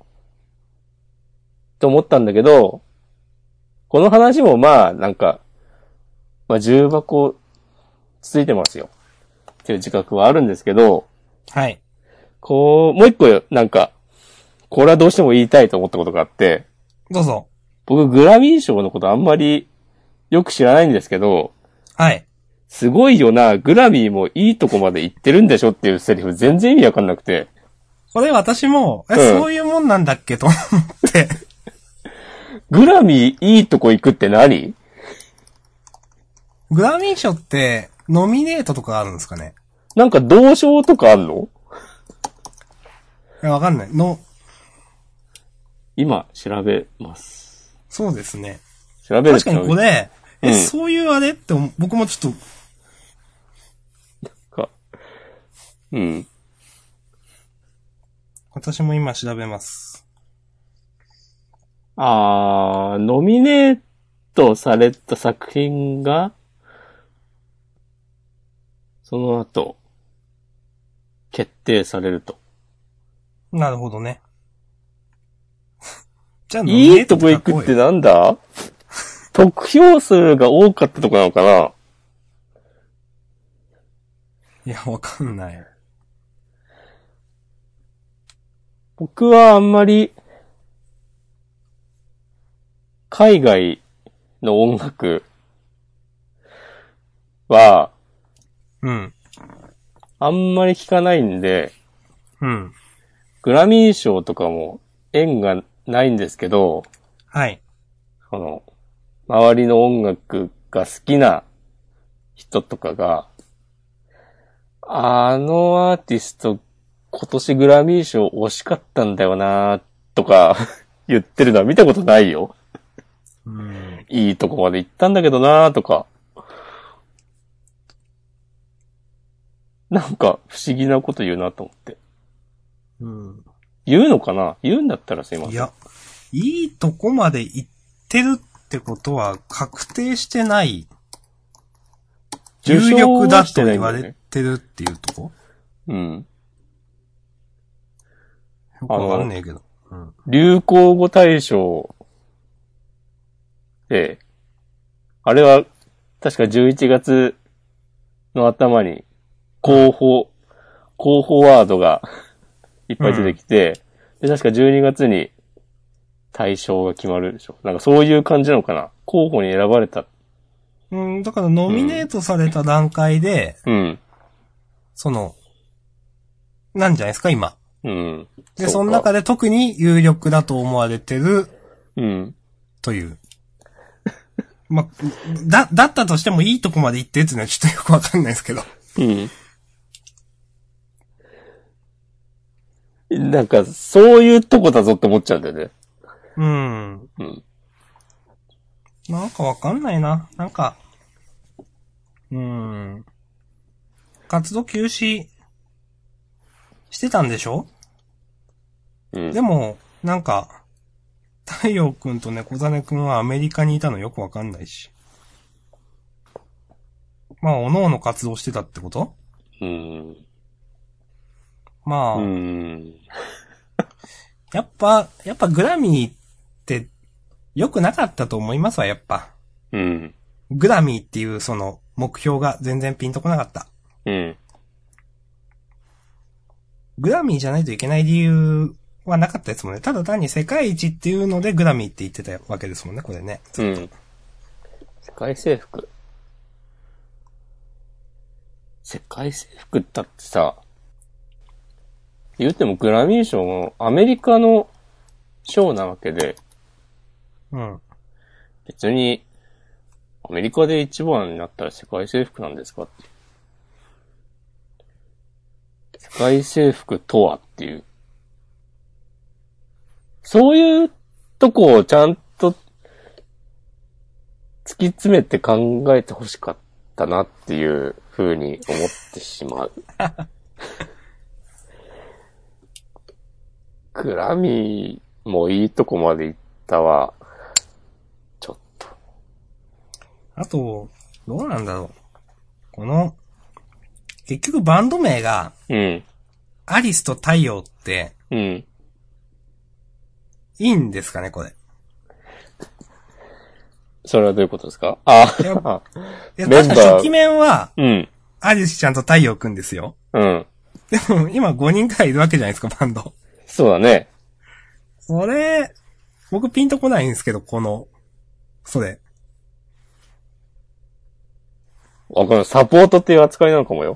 Speaker 2: と思ったんだけど、この話もまあ、なんか、まあ、重箱ついてますよ。っていう自覚はあるんですけど、
Speaker 1: はい。
Speaker 2: こう、もう一個、なんか、これはどうしても言いたいと思ったことがあって、
Speaker 1: どうぞ。
Speaker 2: 僕、グラミー賞のことあんまりよく知らないんですけど、
Speaker 1: はい。
Speaker 2: すごいよな、グラミーもいいとこまで行ってるんでしょっていうセリフ全然意味わかんなくて、
Speaker 1: これ私も、え、
Speaker 2: うん
Speaker 1: そういうもんなんだっけと思って。
Speaker 2: グラミーいいとこ行くって何
Speaker 1: グラミー賞って、ノミネートとかあるんですかね
Speaker 2: なんか同賞とかあんの
Speaker 1: いやわかんない。の、
Speaker 2: 今、調べます。
Speaker 1: そうですね。
Speaker 2: 調べる
Speaker 1: 確かにこれ、
Speaker 2: うん
Speaker 1: え、そういうあれって、僕もちょっと、
Speaker 2: か。うん。
Speaker 1: 私も今調べます。
Speaker 2: あー、ノミネートされた作品が、その後、決定されると。
Speaker 1: なるほどね。 [LAUGHS] じゃあ、ノミネ
Speaker 2: い
Speaker 1: ー
Speaker 2: い
Speaker 1: トと
Speaker 2: とこ
Speaker 1: か
Speaker 2: 行くって
Speaker 1: 来い
Speaker 2: なんだ得票数が多かったとこなのかない
Speaker 1: や、わかんない。
Speaker 2: 僕はあんまり、海外の音楽は、
Speaker 1: うん。
Speaker 2: あんまり聞かないんで、
Speaker 1: うん。
Speaker 2: グラミー賞とかも縁がないんですけど、
Speaker 1: はい。
Speaker 2: その、周りの音楽が好きな人とかが、あのアーティスト、今年グラミー賞惜しかったんだよなとか [LAUGHS] 言ってるのは見たことないよ。
Speaker 1: うん。
Speaker 2: いいとこまで行ったんだけどなとか。なんか不思議なこと言うなと思って。
Speaker 1: うん。
Speaker 2: 言うのかな言うんだったらすいま
Speaker 1: い
Speaker 2: せん。
Speaker 1: や、いいとこまで行ってるってことは確定してない。有力だと言われてるっていうとこ
Speaker 2: うん。
Speaker 1: よくわかんねえけど。うん。
Speaker 2: 流行語大賞で、あれは、確か11月の頭に、候補、候補ワードがいっぱい出てきて、で、確か12月に対象が決まるでしょ。なんかそういう感じなのかな候補に選ばれた。
Speaker 1: うん、だからノミネートされた段階で、
Speaker 2: うん。
Speaker 1: その、なんじゃないですか、今。
Speaker 2: うん。
Speaker 1: で、その中
Speaker 2: で。
Speaker 1: で特に有力だと思われてる
Speaker 2: うん。
Speaker 1: という。ま、だ、だったとしてもいいとこまで行ってるっていうのはちょっとよくわかんないですけど。
Speaker 2: うん。なんか、そういうとこだぞって思っちゃうんだよね。
Speaker 1: うん。
Speaker 2: うん。
Speaker 1: なんかわかんないな。なんか、うん。活動休止してたんでしょ
Speaker 2: うん。
Speaker 1: でも、なんか、太陽くんと猫ザネくんはアメリカにいたのよくわかんないし。まあ、おのおの活動してたってこと
Speaker 2: うん。
Speaker 1: まあ、
Speaker 2: うん。
Speaker 1: やっぱ、やっぱグラミーって良くなかったと思いますわ、やっぱ。
Speaker 2: うん。
Speaker 1: グラミーっていうその目標が全然ピンとこなかった。
Speaker 2: うん。
Speaker 1: グラミーじゃないといけない理由はなかったですもんね。ただ単に世界一っていうのでグラミーって言ってたわけですもんね、これね。
Speaker 2: うん。世界征服。世界征服だってさ、言ってもグラミー賞もアメリカの賞なわけで、
Speaker 1: うん。
Speaker 2: 別にアメリカで一番になったら世界征服なんですかって。世界征服とはっていう。そういうとこをちゃんと突き詰めて考えてほしかったなっていう風に思ってし [LAUGHS] まう。グラミーもいいとこまで行ったわ。ちょっと。
Speaker 1: あと、どうなんだろう。この、結局バンド名が、
Speaker 2: うん。
Speaker 1: アリスと太陽って、
Speaker 2: うん。
Speaker 1: いいんですかね、これ。
Speaker 2: それはどういうことですかあ
Speaker 1: いや
Speaker 2: あ、
Speaker 1: いや、
Speaker 2: メン
Speaker 1: 確
Speaker 2: バー
Speaker 1: か初期面は、
Speaker 2: [LAUGHS] うん。
Speaker 1: アリスちゃんと太陽くんですよ。
Speaker 2: うん。
Speaker 1: でも、今5人くらいいるわけじゃないですか、バンド。
Speaker 2: そうだね。
Speaker 1: それ、僕ピンとこないんですけど、この、それ。
Speaker 2: わかる。サポートっていう扱いなのかもよ。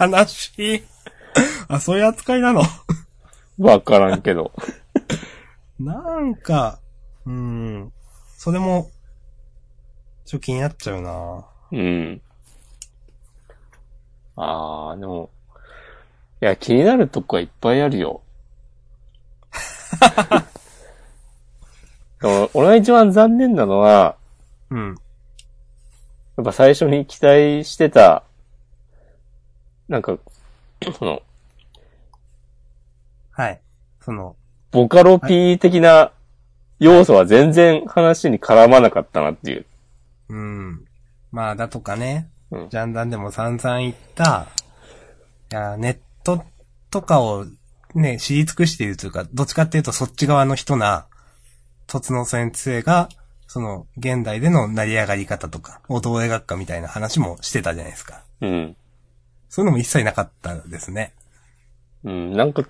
Speaker 1: 悲しい。あ、そういう扱いなの
Speaker 2: わからんけど。
Speaker 1: なんか、うん。それも、ちょっと気になっちゃうな
Speaker 2: うん。ああ、でも、いや、気になるとこはいっぱいあるよ。でも俺が一番残念なのは、
Speaker 1: うん。
Speaker 2: やっぱ最初に期待してた、なんか、その、
Speaker 1: はい。その、
Speaker 2: ボカロ P 的な要素は全然話に絡まなかったなっていう。
Speaker 1: うん。まあ、だとかね、
Speaker 2: うん
Speaker 1: ジャンダンでも散々言った、いや、ネットとかをね、知り尽くしているというか、どっちかっていうとそっち側の人な、とつの先生が、その、現代での成り上がり方とか、をどう描くかみたいな話もしてたじゃないですか。
Speaker 2: うん。
Speaker 1: そういうのも一切なかったですね。
Speaker 2: うん、なんか、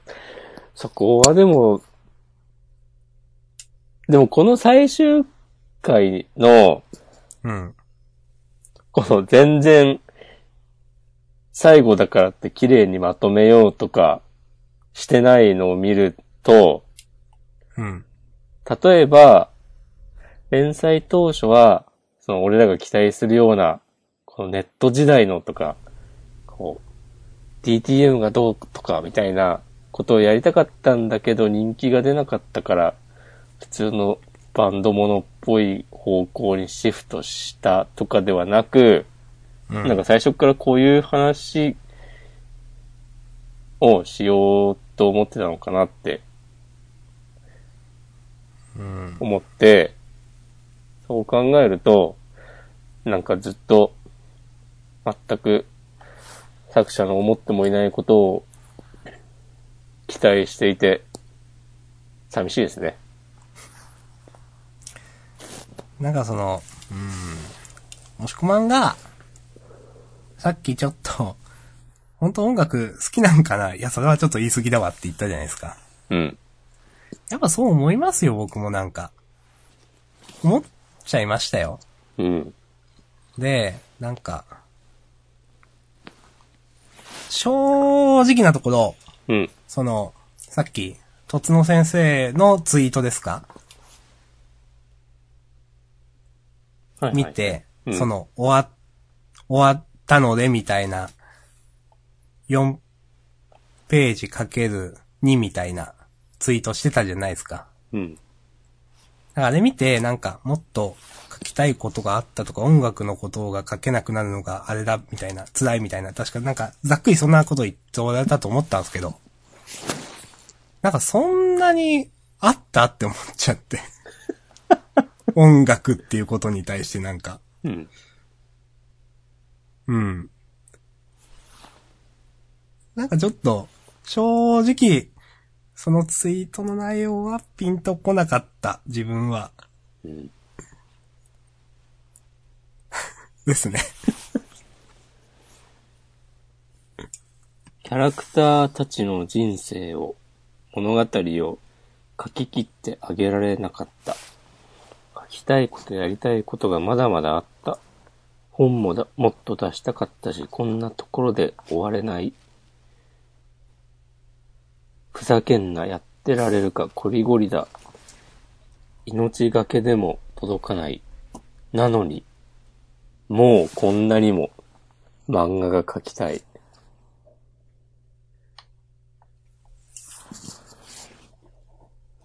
Speaker 2: そこはでも、でもこの最終回の、
Speaker 1: うん。
Speaker 2: この全然、最後だからって綺麗にまとめようとか、してないのを見ると、
Speaker 1: うん。
Speaker 2: 例えば、連載当初は、その俺らが期待するような、このネット時代のとか、こう、DTM がどうとかみたいなことをやりたかったんだけど人気が出なかったから、普通のバンドものっぽい方向にシフトしたとかではなく、
Speaker 1: う
Speaker 2: なん
Speaker 1: ん。
Speaker 2: か最初からこういう話をしようと思ってたのかなって
Speaker 1: うん。
Speaker 2: 思って、そう考えると、なんかずっと、全く、作者の思ってもいないことを、期待していて、寂しいですね。
Speaker 1: なんかその、うん。もしこまんが、さっきちょっと、本当音楽好きなんかないや、それはちょっと言い過ぎだわって言ったじゃないですか。
Speaker 2: うん。
Speaker 1: やっぱそう思いますよ、僕もなんか。思っちゃいましたよ。
Speaker 2: うん。
Speaker 1: で、なんか、正直なところ、
Speaker 2: うん。
Speaker 1: その、さっき、とつの先生のツイートですか、
Speaker 2: はい、はい。
Speaker 1: 見。て、
Speaker 2: うん
Speaker 1: その、終わ、終わったので、みたいな、4ページかける2みたいなツイートしてたじゃないですか。
Speaker 2: うん。
Speaker 1: だからあれ見て、なんか、もっと書きたいことがあったとか、音楽のことが書けなくなるのがあれだ、みたいな、辛いみたいな、確かなんか、ざっくりそんなこと言っておられたと思ったんですけど、なんかそんなにあったって思っちゃ
Speaker 2: [LAUGHS]
Speaker 1: って。音楽っていうことに対してなんか、
Speaker 2: うん。
Speaker 1: うん。なんかちょっと、正直、そのツイートの内容はピンとこなかった、自分は。
Speaker 2: うん。
Speaker 1: ですね。
Speaker 2: キャラクターたちの人生を、物語を書き切ってあげられなかった。書きたいことやりたいことがまだまだあった。本もだもっと出したかったし、こんなところで終われない。ふざけんな、やってられるか、こりごりだ。命がけでも届かない。なのに、もうこんなにも漫画が描きたい。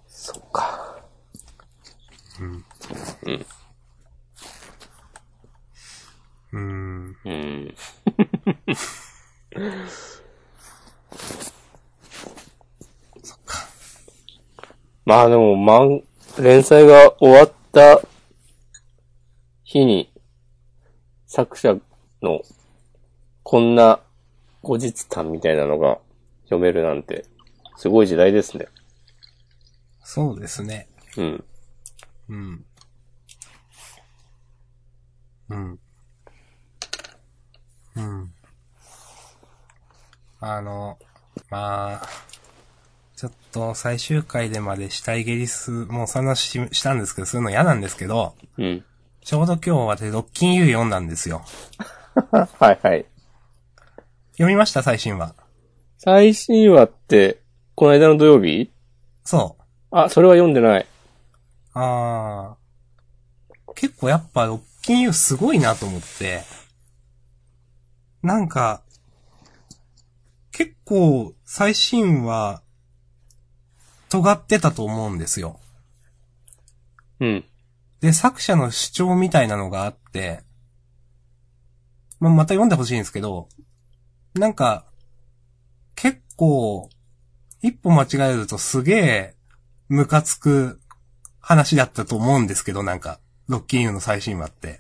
Speaker 2: そうか。
Speaker 1: うーん。
Speaker 2: うん。 [LAUGHS] まあでも、まん、連載が終わった日に、作者の、こんな後日談みたいなのが読めるなんて、すごい時代ですね。
Speaker 1: そうですね。
Speaker 2: うん。
Speaker 1: うん。うん。うん。あの、まあ、ちょっと最終回でまで死体ゲリス、もうそんなししたんですけど、そういうの嫌なんですけど、
Speaker 2: うん。
Speaker 1: ちょうど今日私、ロッキン U 読んだんですよ。
Speaker 2: はいはい。
Speaker 1: 読みました最新話。
Speaker 2: 最新話って、この間の土曜日
Speaker 1: そう。
Speaker 2: あ、それは読んでない。
Speaker 1: あー。結構やっぱ、ロッキンユーすごいなと思って。なんか、結構、最新話、尖ってたと思うんですよ。
Speaker 2: うん。
Speaker 1: で、作者の主張みたいなのがあって、まあ、また読んでほしいんですけど、なんか、結構、一歩間違えるとすげえ、ムカつく話だったと思うんですけど、なんか、ロッキンユーの最新話って。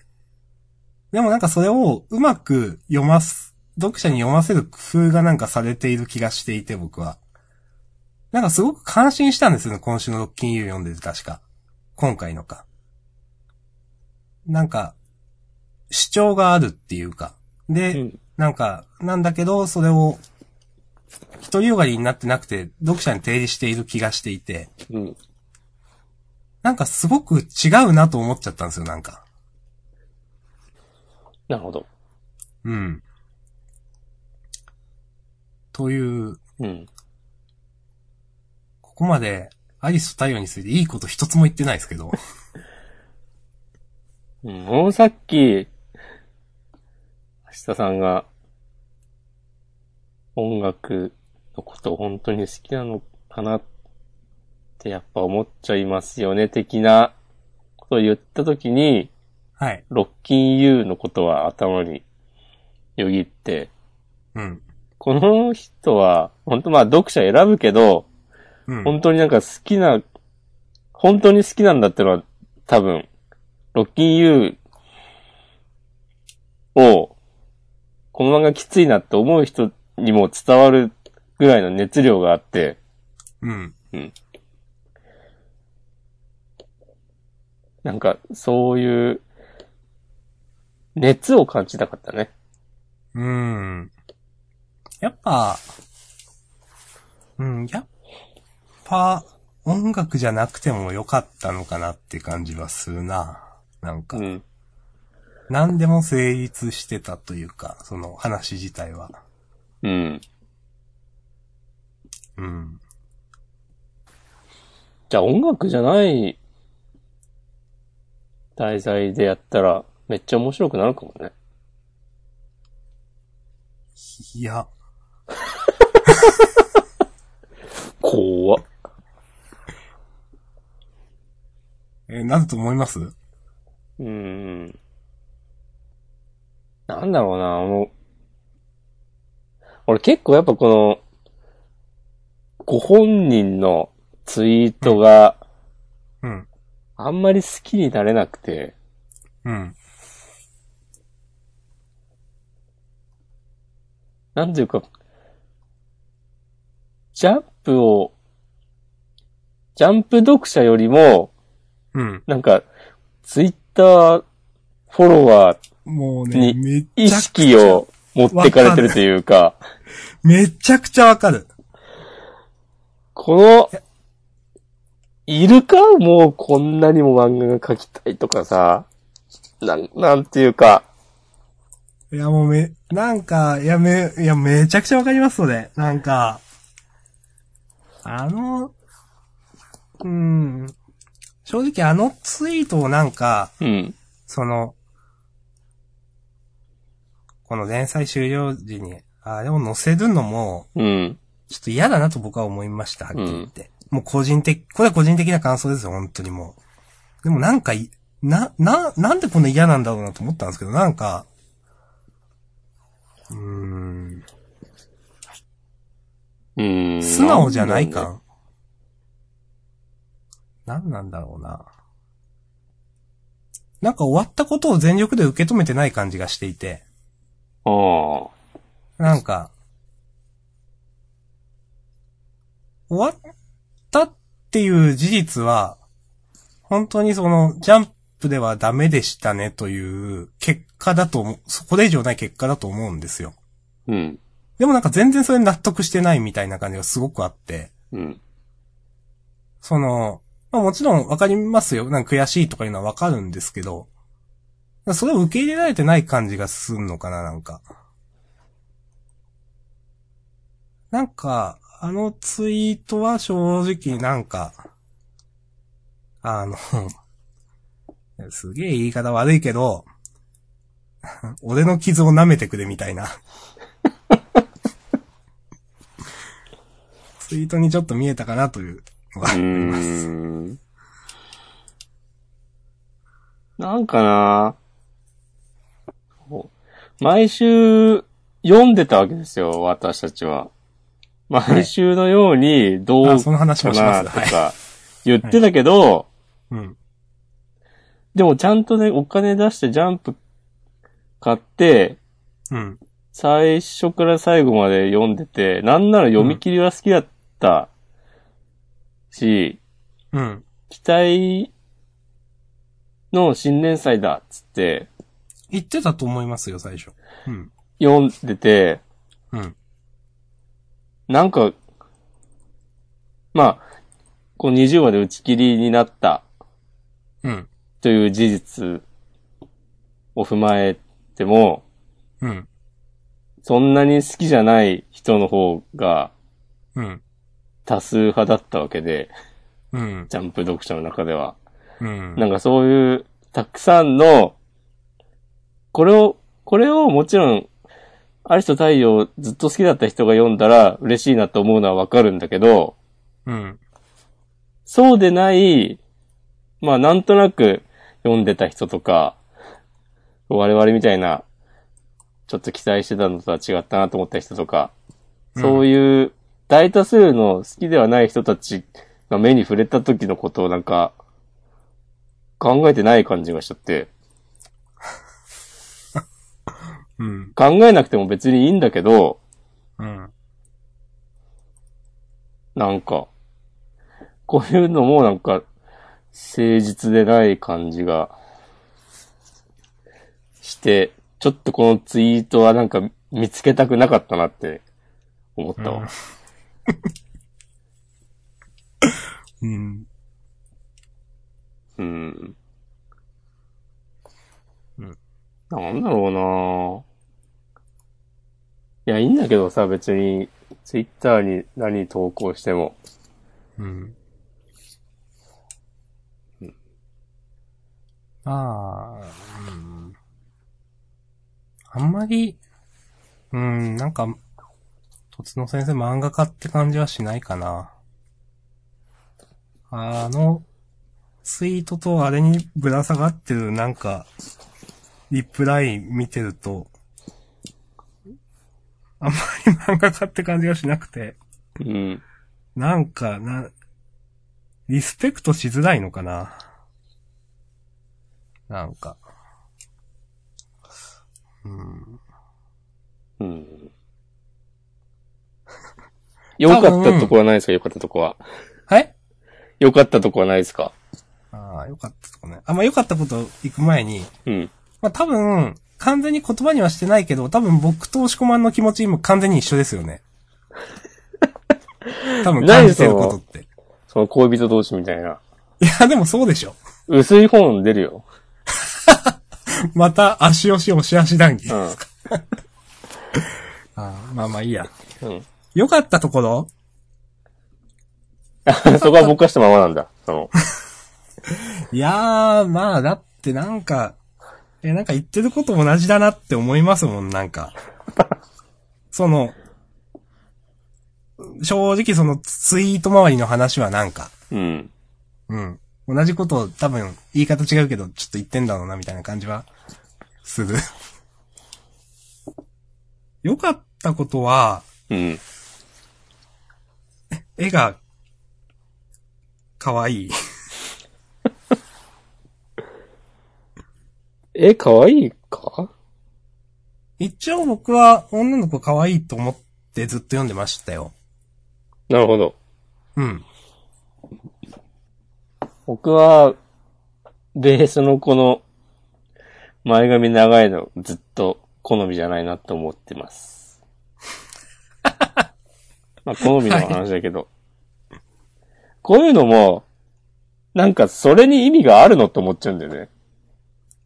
Speaker 1: でもなんかそれをうまく読ます、読者に読ませる工夫がなんかされている気がしていて、僕は。なんかすごく感心したんですよね、今週のロッキンユー読んでて確か。今回のか。なんか、主張があるっていうか。で、
Speaker 2: うん
Speaker 1: なんか、なんだけど、それを、一人よがりになってなくて、読者に提示している気がしていて、
Speaker 2: うん。
Speaker 1: なんかすごく違うなと思っちゃったんですよ、なんか。
Speaker 2: なるほど。
Speaker 1: うん。という、
Speaker 2: うん。
Speaker 1: ここまで、アリスと太陽についていいこと一つも言ってないですけど。
Speaker 2: うんもうさっき、明日さんが、音楽のこと本当に好きなのかなってやっぱ思っちゃいますよね、的なことを言ったときに、
Speaker 1: はい。
Speaker 2: ロッキン U のことは頭によぎって、
Speaker 1: うん。
Speaker 2: この人は、本当まあ読者選ぶけど、
Speaker 1: うん。
Speaker 2: 本当になんか好きな、本当に好きなんだってのは、多分、ロッキン U を、この漫画きついなって思う人にも伝わるぐらいの熱量があって、
Speaker 1: うん。
Speaker 2: なんか、そういう、熱を感じたかったね。
Speaker 1: うーん。やっぱ、うん、やっぱ、音楽じゃなくても良かったのかなって感じはするな。なんか、
Speaker 2: うん。
Speaker 1: 何でも成立してたというか、その話自体は。
Speaker 2: うん。
Speaker 1: うん。
Speaker 2: じゃあ音楽じゃない題材でやったら、めっちゃ面白くなるかもね。
Speaker 1: いや、
Speaker 2: 怖っ。
Speaker 1: え、なると思います
Speaker 2: うーん。なんだろうな、あの、俺結構やっぱこの、ご本人のツイートが
Speaker 1: うん。
Speaker 2: あんまり好きになれなくて、
Speaker 1: うん。
Speaker 2: なんていうか、ジャンプを、ジャンプ読者よりも、
Speaker 1: うん。
Speaker 2: なんか、ツイッターフォロワー
Speaker 1: もうね、
Speaker 2: に
Speaker 1: め
Speaker 2: 意
Speaker 1: ちゃく
Speaker 2: 識
Speaker 1: ちゃ、
Speaker 2: を持ってかれてるというか
Speaker 1: めちゃくちゃわかる。
Speaker 2: この、いるかもうこんなにも漫画が描きたいとかさ、なん、なんていうか、
Speaker 1: いや、もうめ、なんか、いや、め、いや、めちゃくちゃわかりますので、なんか、あの、うん、正直あのツイートをなんか、
Speaker 2: うん、
Speaker 1: その、この連載終了時に、あれを載せるのも、
Speaker 2: うん、
Speaker 1: ちょっと嫌だなと僕は思いました、はっきり言って。もう個人的、これは個人的な感想ですよ、本当にもう。でもなんかい、な、な、なんでこんな嫌なんだろうなと思ったんですけど、なんか、うーん、
Speaker 2: うん。
Speaker 1: 素直じゃない
Speaker 2: んだろ
Speaker 1: 感。なんなんだろうな。なんか終わったことを全力で受け止めてない感じがしていて。
Speaker 2: うね。ああ。
Speaker 1: なんか、終わったっていう事実は、本当にその、ジャンプではダメでしたねという結果だと思う、そこれ以上ない結果だと思うんですよ。
Speaker 2: うん、
Speaker 1: でもなんか全然それ納得してないみたいな感じがすごくあって、
Speaker 2: うん、
Speaker 1: その、まあもちろんわかりますよ。なんか悔しいとかいうのはわかるんですけど、それを受け入れられてない感じがするのかな、なんか。なんか、あのツイートは正直なんか、あの、 [LAUGHS] すげえ言い方悪いけど、 [LAUGHS] 俺の傷を舐めてくれみたいな。ツイートにちょっと見えたかなというのがあ
Speaker 2: うー
Speaker 1: ります。
Speaker 2: ん。なんかなこう毎週読んでたわけですよ、私たちは。毎週のようにどう
Speaker 1: あ、その話
Speaker 2: か
Speaker 1: もしま
Speaker 2: な
Speaker 1: す。
Speaker 2: と
Speaker 1: はい。
Speaker 2: か言ってたけど、
Speaker 1: うん。
Speaker 2: でもちゃんとね、お金出してジャンプ買って、
Speaker 1: うん。
Speaker 2: 最初から最後まで読んでて、なんなら読み切りは好きだったし、
Speaker 1: うん。
Speaker 2: 期待の新年祭だっつって
Speaker 1: 言ってたと思いますよ、最初。うん。
Speaker 2: 読んでて、
Speaker 1: うん。
Speaker 2: なんか、まあ、この20話で打ち切りになった
Speaker 1: うん。
Speaker 2: という事実を踏まえても、
Speaker 1: うん。
Speaker 2: そんなに好きじゃない人の方が
Speaker 1: うん。
Speaker 2: 多数派だったわけで、
Speaker 1: うん。
Speaker 2: ジャンプ読者の中では。
Speaker 1: うん。
Speaker 2: なんかそういう、たくさんの、これを、これをもちろん、アリスと太陽ずっと好きだった人が読んだら嬉しいなと思うのはわかるんだけど、
Speaker 1: うん。
Speaker 2: そうでない、まあなんとなく読んでた人とか、我々みたいな、ちょっと期待してたのとは違ったなと思った人とか、そういう大多数の好きではない人たちが目に触れた時のことをなんか、考えてない感じがしちゃって、
Speaker 1: うん。
Speaker 2: 考えなくても別にいいんだけど、
Speaker 1: うん。
Speaker 2: なんか、こういうのもなんか、誠実でない感じが、して、ちょっとこのツイートはなんか見つけたくなかったなって思ったわ。
Speaker 1: うん。
Speaker 2: うん。
Speaker 1: うん
Speaker 2: なんだろうないや、いいんだけどさ、別に、ツイッターに何投稿しても。
Speaker 1: うん。ああ、うん。あんまり、うん、なんか、とつの先生漫画家って感じはしないかな。あの、ツイートとあれにぶら下がってるなんか、リプライ見てると、あんまり漫画家って感じがしなくて。
Speaker 2: うん。
Speaker 1: なんか、な、リスペクトしづらいのかな。なんか。うん。
Speaker 2: うん。 [LAUGHS] 良かったとこはないですか良かったとこは。
Speaker 1: はい
Speaker 2: 良かったとこはないですか
Speaker 1: ああ、よかったとこね。あ、まあ、よかったこと行く前に、
Speaker 2: うん。
Speaker 1: まあ、多分、完全に言葉にはしてないけど、多分僕と押し込まんの気持ちも完全に一緒ですよ [LAUGHS] ね。多分感じてることって。い
Speaker 2: その恋人同士みたいな。
Speaker 1: や、でもそうでしょ。
Speaker 2: 薄い本出るよ。
Speaker 1: また、足押し押し足談義。
Speaker 2: う
Speaker 1: あ
Speaker 2: ん。
Speaker 1: あまあまあいいや。
Speaker 2: うん。
Speaker 1: よかったところ
Speaker 2: そこはぼかしたままなん [LAUGHS] だ。そ [LAUGHS] の、
Speaker 1: いやー、まあ、だってなんか、え、なんか言ってること同じだなって思いますもん、なんか。その、正直そのツイート周りの話はなんか、
Speaker 2: うん。
Speaker 1: うん。同じことを多分言い方違うけど、ちょっと言ってんだろうな、みたいな感じは、する。 [LAUGHS] よかったことは、
Speaker 2: うん。
Speaker 1: 絵が、可愛い。
Speaker 2: え、可愛いか
Speaker 1: 一応僕は女の子可愛いと思ってずっと読んでましたよ。
Speaker 2: なるほど。
Speaker 1: うん。
Speaker 2: 僕は、ベースのこの、前髪長いのずっと好みじゃないなと思ってます。まあ、好みの話だけど。こういうのも、なんかそれに意味があるのと思っちゃうんだよね。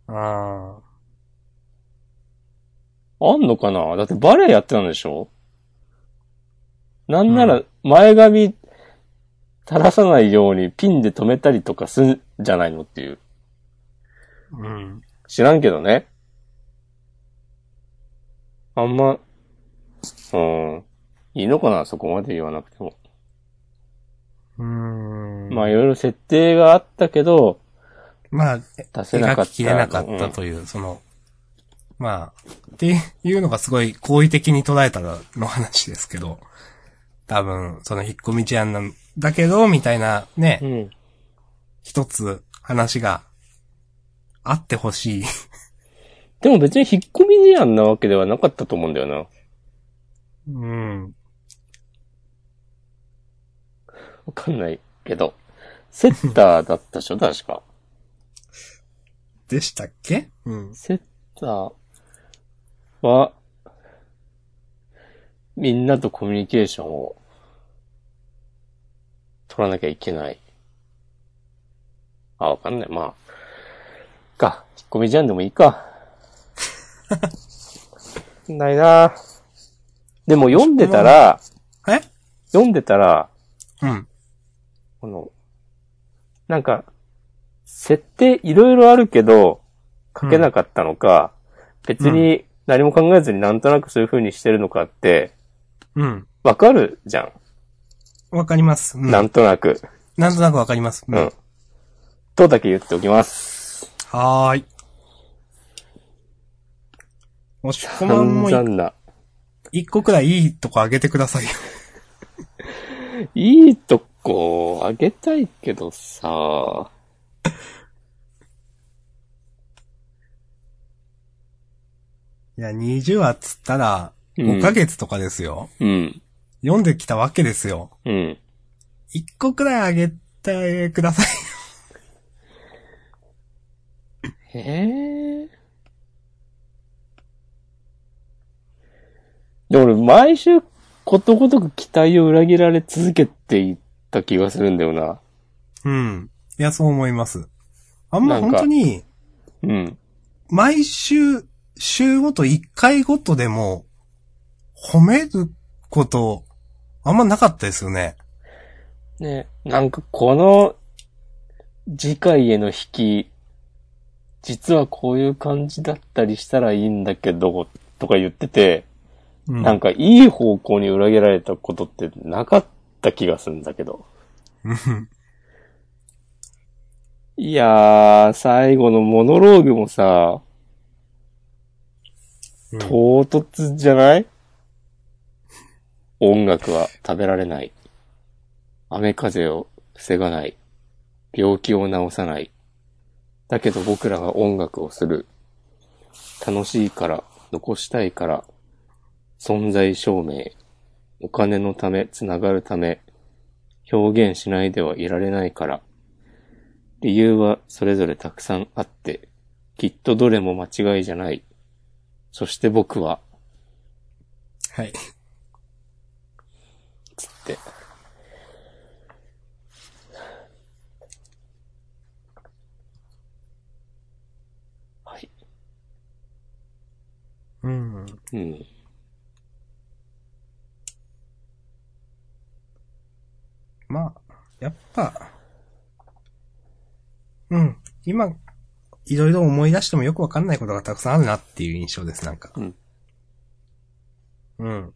Speaker 1: あ
Speaker 2: あんのかなだってバレエやってたんでしょなんな
Speaker 1: う
Speaker 2: ら、前髪垂らさないようにピンで止めたりとかすんじゃないのっていう。
Speaker 1: うん。
Speaker 2: 知らんけどね。あんま、うん。いいのかなそこまで言わなくても。
Speaker 1: うーん。
Speaker 2: まあ、いろいろ設定があったけど、
Speaker 1: まあ、
Speaker 2: 出せなか
Speaker 1: 描
Speaker 2: っ
Speaker 1: きき
Speaker 2: た。
Speaker 1: れなかったという、その、まあ、っていうのがすごい好意的に捉えたらの話ですけど、多分、その引っ込み思案なんだけど、みたいなね、
Speaker 2: うん。うん
Speaker 1: 一つ話があってほしい。
Speaker 2: でも別に引っ込み思案なわけではなかったと思うんだよな。
Speaker 1: うん。
Speaker 2: わかんないけど。セッターだったでしょ確か。
Speaker 1: でしたっけうん。
Speaker 2: セッターは、みんなとコミュニケーションを取らなきゃいけない。あ、わかんない。まあ。か。引っ込みじゃんでもいいか。 [LAUGHS] ないなあでも読んでたら、
Speaker 1: え
Speaker 2: 読んでたら、
Speaker 1: うん。
Speaker 2: この、なんか、設定いろいろあるけど、書けなかったのか、別に何も考えずになんとなくそういう風にしてるのかって、
Speaker 1: うん。
Speaker 2: わかるじゃん。
Speaker 1: わかります。うん、
Speaker 2: な
Speaker 1: なん
Speaker 2: んとなく。
Speaker 1: となくわかります。
Speaker 2: うん。とだけ言っておきます。
Speaker 1: はーい。もしこまん
Speaker 2: 散
Speaker 1: も
Speaker 2: 々な。
Speaker 1: 一個くらいいいとこあげてくださいよ。 [LAUGHS]
Speaker 2: いいとこあげたいけどさ。
Speaker 1: いや、20話っつったら、
Speaker 2: うん
Speaker 1: 5ヶ月とかですよ。
Speaker 2: うん。
Speaker 1: 読んできたわけですよ。
Speaker 2: うん。
Speaker 1: 1個くらいあげてください。 [LAUGHS]
Speaker 2: へえ。で、俺、毎週、ことごとく期待を裏切られ続けていった気がするんだよな。
Speaker 1: うん。いや、そう思います。あんま
Speaker 2: なん
Speaker 1: 本
Speaker 2: か
Speaker 1: 当に、
Speaker 2: うん。
Speaker 1: 毎週、週ごと1回ごとでも、褒めること、あんまなかったですよね。
Speaker 2: ね、なんかこの、次回への引き、実はこういう感じだったりしたらいいんだけど、とか言ってて、
Speaker 1: うん。
Speaker 2: なんかいい方向に裏切られたことってなかった気がするんだけど。
Speaker 1: うん
Speaker 2: いやー、最後のモノローグもさ、
Speaker 1: うん
Speaker 2: 唐突じゃない音楽は食べられない。雨風を防がない。病気を治さない。だけど僕らが音楽をする。楽しいから、残したいから、存在証明。お金のため、つながるため、表現しないではいられないから。理由はそれぞれたくさんあって、きっとどれも間違いじゃない。そして僕は、
Speaker 1: はい。
Speaker 2: つって。はい。
Speaker 1: うん。
Speaker 2: うん。
Speaker 1: まあ、やっぱ、うん。今、いろいろ思い出してもよくわかんないことがたくさんあるなっていう印象です、なんか。
Speaker 2: うん。
Speaker 1: うん。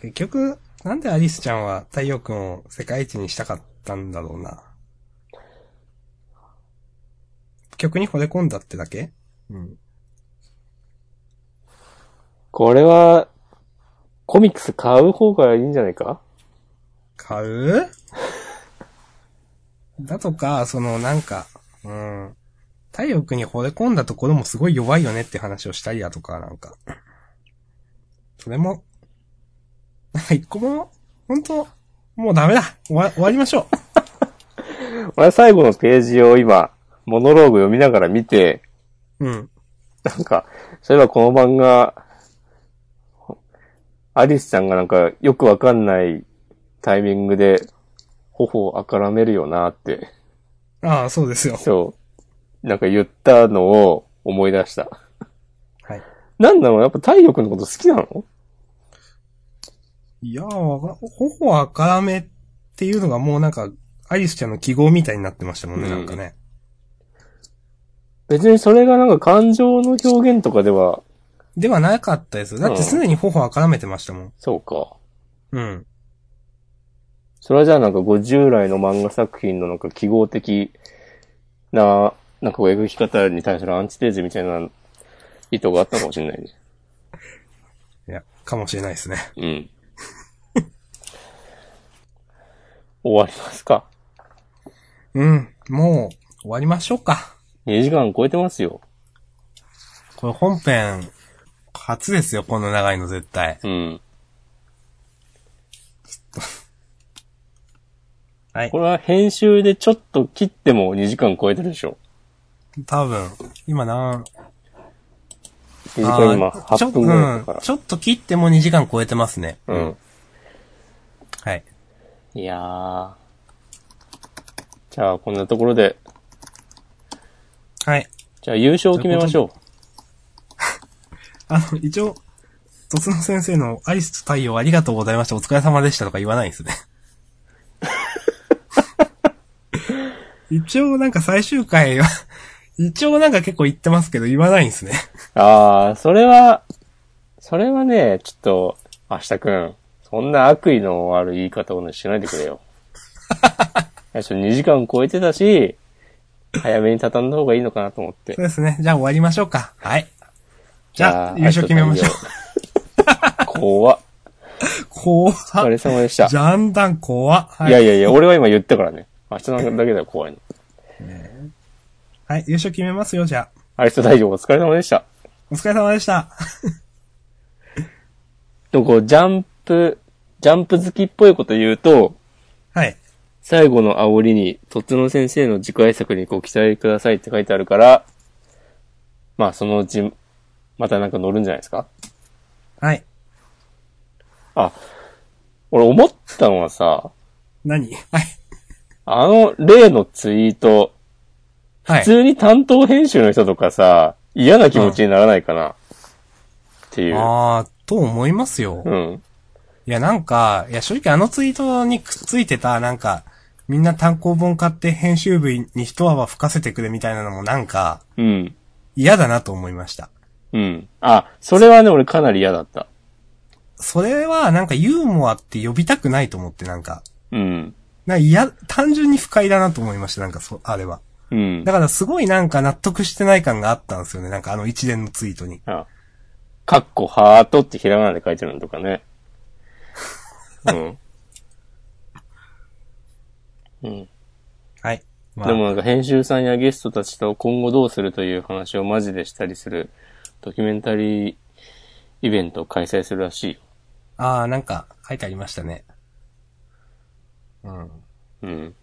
Speaker 1: 結局、なんでアリスちゃんは太陽君を世界一にしたかったんだろうな。曲に惚れ込んだってだけうん。
Speaker 2: これは、コミックス買う方がいいんじゃないか
Speaker 1: 買う [LAUGHS] だとか、そのなんか、うん。太陽君に惚れ込んだところもすごい弱いよねって話をしたりだとか、なんか。それも、なんか一個も、本当もうダメだ終わ終わりましょ
Speaker 2: 俺は最後のページを今、モノローグ読みながら見て、
Speaker 1: ううん。
Speaker 2: なんか、そういえばこの漫画、アリスちゃんがなんかよくわかんないタイミングで頬をあからめるよなって、
Speaker 1: ああ、そうですよ。
Speaker 2: そう、なんか言ったのを思い出した。
Speaker 1: はい。
Speaker 2: なんだろうやっぱ太陽君のこと好きなの
Speaker 1: いやー、わか、頬赤めっていうのがもうなんか、アリスちゃんの記号みたいになってましたもんね、
Speaker 2: うん
Speaker 1: なんかね。
Speaker 2: 別にそれがなんか感情の表現とかでは、
Speaker 1: ではなかったです。だって常に頬赤めてましたもん。
Speaker 2: そうか。
Speaker 1: うん。
Speaker 2: それはじゃあなんかこう従来の漫画作品のなんか記号的な、なんかこう描き方に対するアンチテーゼみたいな意図があったかもしれないね。
Speaker 1: いや、かもしれないですね。
Speaker 2: うん。 [LAUGHS] 終わりますか。
Speaker 1: うん。もう、終わりましょうか。
Speaker 2: 2時間超えてますよ。
Speaker 1: これ本編、初ですよ、こんな長いの絶対。
Speaker 2: うん。
Speaker 1: はい
Speaker 2: こ。れは編集でちょっと切っても2時間超えてるでしょ。
Speaker 1: 多分、今何、
Speaker 2: 2時間今
Speaker 1: あーちょ
Speaker 2: 8分ぐらいだった
Speaker 1: うん
Speaker 2: か
Speaker 1: ちょっと切っても2時間超えてますね。
Speaker 2: ら。うん。
Speaker 1: はい。
Speaker 2: いやー。じゃあこんなところで、
Speaker 1: はい。
Speaker 2: じゃあ優勝を決めましょう。
Speaker 1: あの、一応、とつの先生のアリスと太陽ありがとうございました、お疲れ様でしたとか言わないんです
Speaker 2: [LAUGHS]
Speaker 1: ね。一応なんか最終回は、一応なんか結構言ってますけど言わないんですね。
Speaker 2: ああ、それは、それはね、ちょっと、明日くん、そんな悪意のある言い方をね、しないでくれよ。いや、ちょっと2時間超えてたし、早めに畳んだ方がいいのかなと思って
Speaker 1: そう。ですね。じゃあ終わりましょうか。はい。じゃあ、
Speaker 2: い
Speaker 1: 優
Speaker 2: やー
Speaker 1: 勝決めましょう。。
Speaker 2: あと何秒怖っ
Speaker 1: 怖っ。
Speaker 2: お疲れ様でした。
Speaker 1: ジャンダン怖っ。はい
Speaker 2: いやいやいや、俺は今言ったからね。明日なんかだけだよ、怖いの。
Speaker 1: はい、優勝決めますよ、じゃあ。
Speaker 2: アリスト大丈夫、お疲れ様でした。
Speaker 1: お疲れ様でした。
Speaker 2: でもこう、ジャンプ、ジャンプ好きっぽいこと言うと、
Speaker 1: はい。
Speaker 2: 最後の煽りに、とつの先生の次回作にご期待くださいって書いてあるから、まあそのうち、またなんか乗るんじゃないですか
Speaker 1: はい。
Speaker 2: あ、俺思ったのはさ、
Speaker 1: 何はい。
Speaker 2: あの例のツイート、
Speaker 1: は
Speaker 2: 普
Speaker 1: い。
Speaker 2: 通に担当編集の人とかさ、嫌な気持ちにならないかな、っていう。
Speaker 1: あー、と思いますよ。
Speaker 2: うん。
Speaker 1: いや、なんか、いや、正直あのツイートにくっついてた、なんか、みんな単行本買って編集部に一泡吹かせてくれみたいなのもなんか、
Speaker 2: うん。
Speaker 1: 嫌だなと思いました。
Speaker 2: うん。あ、それはね、俺かなり嫌だった。
Speaker 1: それは、なんかユーモアって呼びたくないと思って、なんか。
Speaker 2: うん。
Speaker 1: なんか嫌、単純に不快だなと思いました、なんかそ、あれは。
Speaker 2: うん
Speaker 1: だ。からすごいなんか納得してない感があったんですよね、なんかあの一連のツイートに。
Speaker 2: あ、かっこハートってひらがなで書いてるのとかね。うん。うん。
Speaker 1: はい。まあ、
Speaker 2: でもなんか編集さんやゲストたちと今後どうするという話をマジでしたりするドキュメンタリーイベントを開催するらしいよ。
Speaker 1: あー、なんか書いてありましたね。うん。
Speaker 2: うん。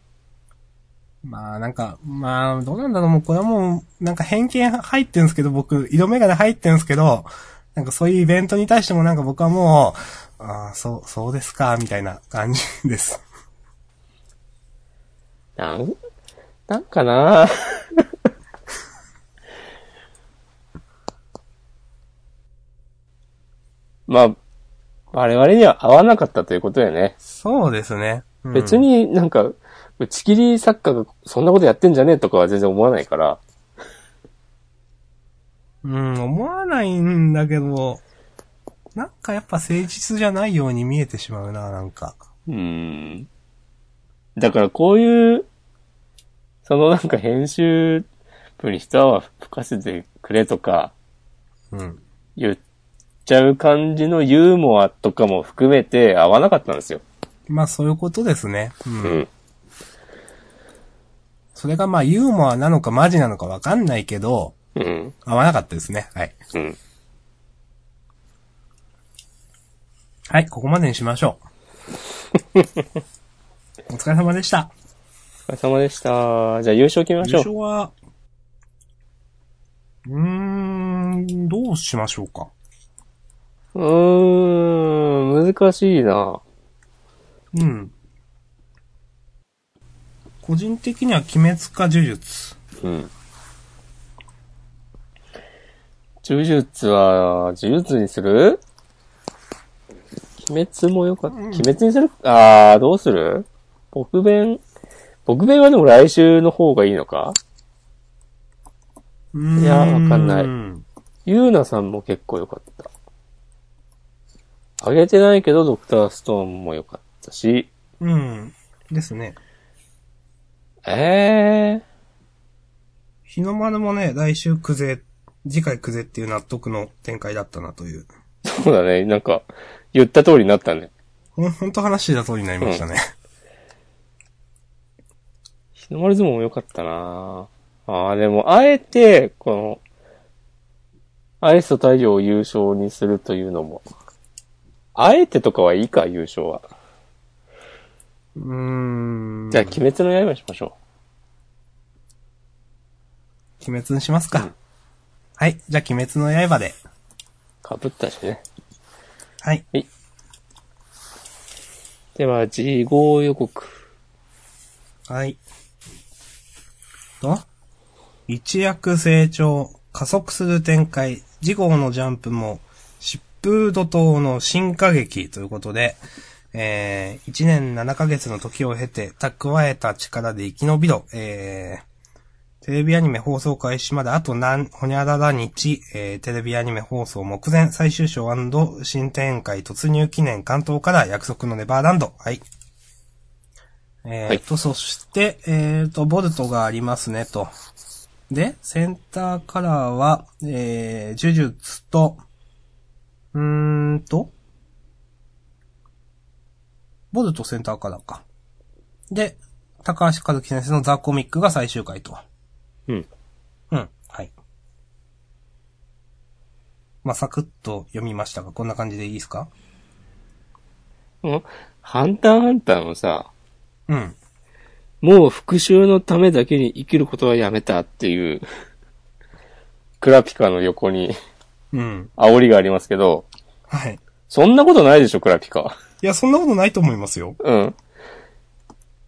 Speaker 1: まあなんか、まあどうなんだろう、もうこれはもう、なんか偏見入ってんすけど、僕、色眼鏡入ってんすけど、なんかそういうイベントに対してもなんか僕はもう、ああ、そう、そうですか、みたいな感じです。
Speaker 2: なん、なんかな [LAUGHS] まあ、我々には合わなかったということだよね。
Speaker 1: そうですね。うん
Speaker 2: 別。になんか、打ち切り作家がそんなことやってんじゃねえとかは全然思わないから、
Speaker 1: うん、思わないんだけど、なんかやっぱ誠実じゃないように見えてしまうな、なんか。
Speaker 2: うん。だからこういう、そのなんか編集部に一泡吹かせてくれとか
Speaker 1: うん。
Speaker 2: 言っちゃう感じのユーモアとかも含めて合わなかったんですよ。
Speaker 1: まあそういうことですね。うん。
Speaker 2: うん。
Speaker 1: それがまあユーモアなのかマジなのかわかんないけど、
Speaker 2: うん。
Speaker 1: 合わなかったですね。はい。
Speaker 2: うん。
Speaker 1: はい、ここまでにしましょう。 [LAUGHS] お疲れ様でした。
Speaker 2: お疲れ様でした。じゃあ優勝決めまし
Speaker 1: 優
Speaker 2: ょう。
Speaker 1: 勝は、うーん、どうしましょうか。
Speaker 2: うーん、難しいな。
Speaker 1: うん。個人的には鬼滅か呪術。
Speaker 2: うん。呪術は、呪術にする鬼滅もよかった。鬼滅にするあー、どうする僕弁。僕弁はでも来週の方がいいのか
Speaker 1: い
Speaker 2: いやわかんない
Speaker 1: うん。
Speaker 2: ゆうなさんも結構良かった。あげてないけど、ドクターストーンも良かったし、
Speaker 1: うん。ですね。
Speaker 2: え
Speaker 1: 日の丸もね、来週くぜ、次回くぜっていう納得の展開だったなという。
Speaker 2: ー、そうだね、なんか、言った通りになったね。
Speaker 1: ほん、ほんと話だ通りになりましたね。
Speaker 2: 日の丸相撲も良かったなああ、でも、あえて、この、アイスと太陽を優勝にするというのも、あえてとかはいいか、優勝は。
Speaker 1: うーん。
Speaker 2: じゃあ、鬼滅の刃にしましょ
Speaker 1: 鬼滅にしますか。はい。じゃあ、鬼滅の刃で。
Speaker 2: う。被ったしね。
Speaker 1: はい。
Speaker 2: では、次号予告。
Speaker 1: はい。と、一躍成長、加速する展開、次号のジャンプも、疾風怒涛の新歌劇ということで、えー、1年7ヶ月の時を経て、蓄えた力で生き延びろ、えー、テレビアニメ放送開始まであと何、ほにゃらら日、えー、テレビアニメ放送目前最終章新展開突入記念関東から約束のネバーランド。はい。えー、と、そして、えー、と、ボルトがありますね、と。で、センターカラーは、えー、呪術と、うーんと、ボルトセンターカラーか。で、高橋和樹先生のザ・コミックが最終回と。
Speaker 2: うん。
Speaker 1: うん、はい。まあ、サクッと読みましたが、こんな感じでいいですか
Speaker 2: うんハンターハンターもさ、
Speaker 1: うん。
Speaker 2: もう復讐のためだけに生きることはやめたっていう、クラピカの横に
Speaker 1: うん。
Speaker 2: 煽りがありますけど、
Speaker 1: はい。
Speaker 2: そんなことないでしょ、クラピカ。
Speaker 1: いや、そんなことないと思いますよ。
Speaker 2: うん。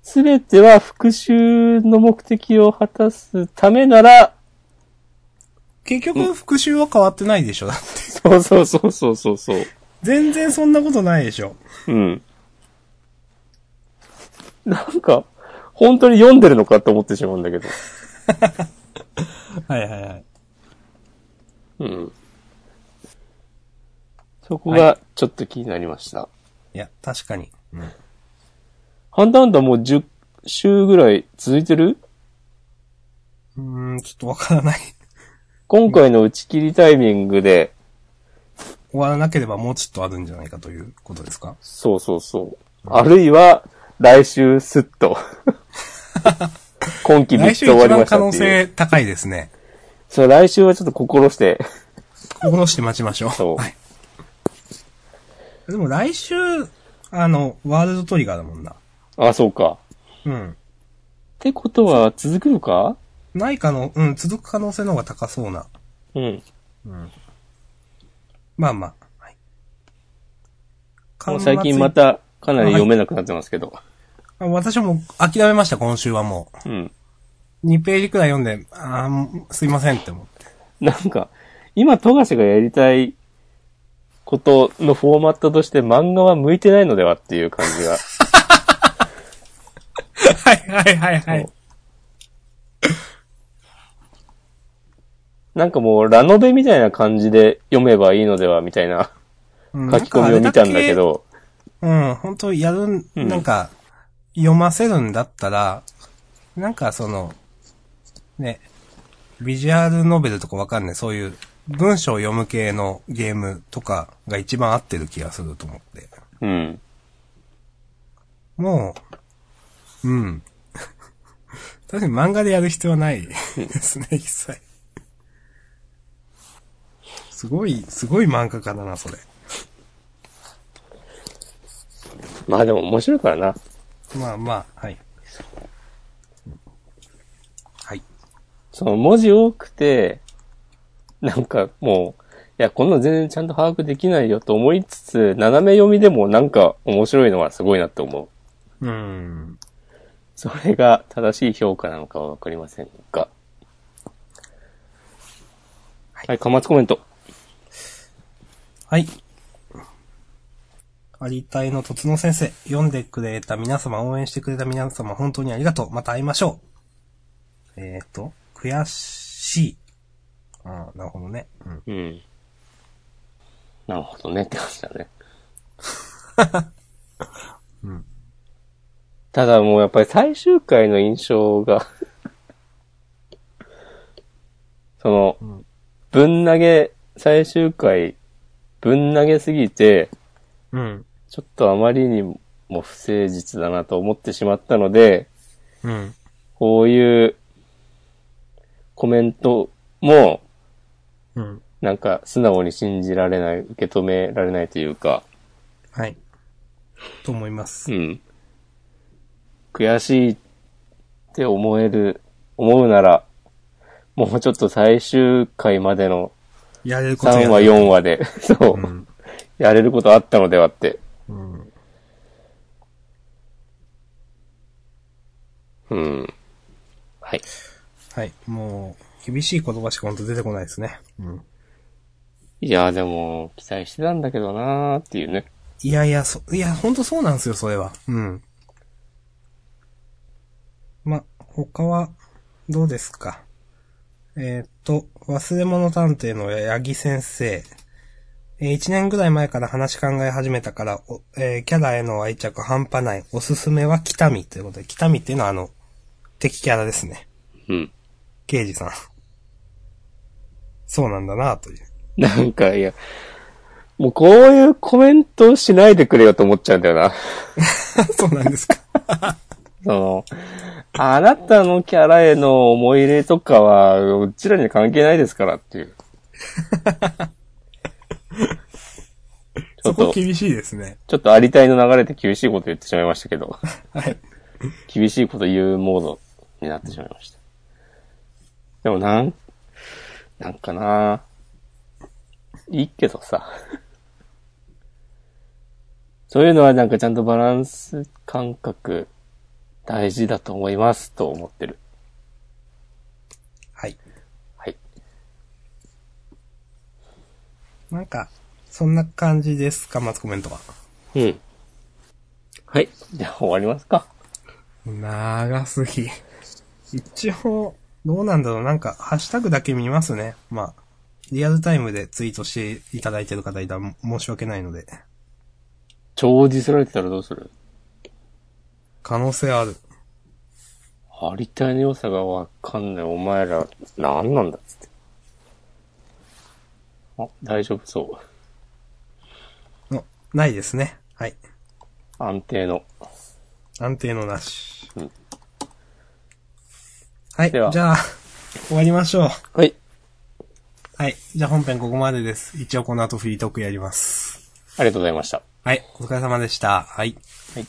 Speaker 2: すべては復讐の目的を果たすためなら、
Speaker 1: 結局、復讐は変わってないでしょ。だ [LAUGHS] って
Speaker 2: そうそうそうそうそうそう。
Speaker 1: 全然そんなことないでしょ。
Speaker 2: うん。なんか、本当に読んでるのかと思ってしまうんだけど。
Speaker 1: はいはいはい。
Speaker 2: うん。そこがちょっと気になりました。
Speaker 1: いや、確かに。うん。
Speaker 2: ハンターハンターもう10週ぐらい続いてる
Speaker 1: うーん、ちょっとわからない。
Speaker 2: 今回の打ち切りタイミングで、
Speaker 1: 終わらなければもうちょっとあるんじゃないかということですか
Speaker 2: そうそうそう。あるいは、来週すっ [LAUGHS] と。今季ビ
Speaker 1: 来
Speaker 2: ッ
Speaker 1: 週
Speaker 2: と終わ
Speaker 1: 一
Speaker 2: りま
Speaker 1: 番
Speaker 2: した
Speaker 1: 可能
Speaker 2: っていう。
Speaker 1: 性高いですね。
Speaker 2: そう、来週はちょっと心して。
Speaker 1: 心して待ちましょう。
Speaker 2: そう
Speaker 1: はい。でも来週、あの、ワールドトリガーだもんな。
Speaker 2: あ、そうか。っ
Speaker 1: うん。
Speaker 2: てことは、続くのか
Speaker 1: ないかの、うん、続く可能性の方が高そうな。
Speaker 2: うん。
Speaker 1: まあまあ。はい
Speaker 2: もう最近ま。た、かなり読めなくなってますけど。
Speaker 1: あ私はもう諦めました、今週はも
Speaker 2: うん。
Speaker 1: う。2ページくらい読んで、ああ、もうすいませんって思って。
Speaker 2: なんか、今、富樫がやりたいことのフォーマットとして漫画は向いてないのではっていう感 [LAUGHS] じが。
Speaker 1: はいはいはいは
Speaker 2: そう。なんかもう、ラノベみたいな感じで読めばいいのではみたいな
Speaker 1: うん
Speaker 2: 書き込みを見たんだけ。ど、
Speaker 1: うん、本当やるん、
Speaker 2: うん
Speaker 1: なんか、読ませるんだったら、なんかその、ね、ビジュアルノベルとかわかんない、そういう文章を読む系のゲームとかが一番合ってる気がすると思って。
Speaker 2: うん。
Speaker 1: もう、うん。 [LAUGHS] 確かに漫画でやる必要はないですね、一切。すごい、すごい漫画家だな、それ。
Speaker 2: まあでも面白いからな。
Speaker 1: まあまあ、はい。はい。
Speaker 2: その文字多くて、なんかもう、いや、こんなの全然ちゃんと把握できないよと思いつつ、斜め読みでもなんか面白いのはすごいなって思う。
Speaker 1: うーん。
Speaker 2: それが正しい評価なのかはわかりませんが。はい、かまつコメント。
Speaker 1: はい。ありたいのとつの先生、読んでくれた皆様、応援してくれた皆様、本当にありがとう。また会いましょう。えっ、ー、と、悔しい。ああ、なるほどね。うん。
Speaker 2: うん。なるほどねって感じだね。ただもうやっぱり最終回の印象が、その
Speaker 1: ん、
Speaker 2: ぶん投げ、最終回、ぶん投げすぎて、
Speaker 1: うん。
Speaker 2: ちょっとあまりにも不誠実だなと思ってしまったので、
Speaker 1: うん。
Speaker 2: こういうコメントも、
Speaker 1: うん。
Speaker 2: なんか素直に信じられない、受け止められないというか、
Speaker 1: はい。と思います
Speaker 2: う。ん。悔しいって思える、思うなら、もうちょっと最終回までの
Speaker 1: やれること
Speaker 2: 3
Speaker 1: や
Speaker 2: 話、
Speaker 1: る。
Speaker 2: 4話で、そう、
Speaker 1: うん。
Speaker 2: やれることあったのではって。
Speaker 1: うん。
Speaker 2: うん。はい。
Speaker 1: はい。もう、厳しい言葉しか本当出てこないですね。うん。
Speaker 2: いやーでも、期待してたんだけどなーっていうね。
Speaker 1: いやいや、そ、いや、ほんとそうなんですよ、それは。うん。ま、他は、どうですかえーっと、忘れ物探偵の八木先生。えー一年ぐらい前から話考え始めたから、おえーキャラへの愛着半端ない。おすすめは北見ということで、北見っていうのはあの、敵キャラですね。
Speaker 2: うん。
Speaker 1: 刑事さん。そうなんだなという。 [LAUGHS]
Speaker 2: なんか、いや、もうこういうコメントしないでくれよと思っちゃうんだよな。
Speaker 1: そうなんですか。
Speaker 2: その、あなたのキャラへの思い入れとかは、うちらには関係ないですからっていう。ちょ
Speaker 1: そ
Speaker 2: っと
Speaker 1: こ、厳しいですね。
Speaker 2: ちょっとありたいの流れで厳しいこと言ってしまいましたけど、 [LAUGHS]
Speaker 1: はい。
Speaker 2: 厳しいこと言うモードになってしまいました。でもなん、なんかな、いいけどさ。 [LAUGHS] そういうのはなんかちゃんとバランス感覚大事だと思いますと思ってる。
Speaker 1: はい。
Speaker 2: はい。
Speaker 1: なんか、そんな感じですか、まずコメントは。
Speaker 2: うん。はい。じゃあ終わりますか。
Speaker 1: 長すぎ。一応、どうなんだろう、なんか、ハッシュタグだけ見ますね。まあ、リアルタイムでツイートしていただいてる方いたらも申し訳ないので。
Speaker 2: 長寿せられてたらどうする
Speaker 1: 可能性ある。
Speaker 2: ありたいの良さがわかんない。お前ら、なんなんだっつって。あ、大丈夫そう。
Speaker 1: の、ないですね。はい。
Speaker 2: 安定の。
Speaker 1: 安定のなし。
Speaker 2: うん
Speaker 1: はい。
Speaker 2: では
Speaker 1: じゃあ、終わりましょう。
Speaker 2: はい。
Speaker 1: はい。じゃあ本編ここまでです。一応この後フリートークやります。
Speaker 2: ありがとうございました。
Speaker 1: はい。お疲れ様でした。はい。
Speaker 2: はい。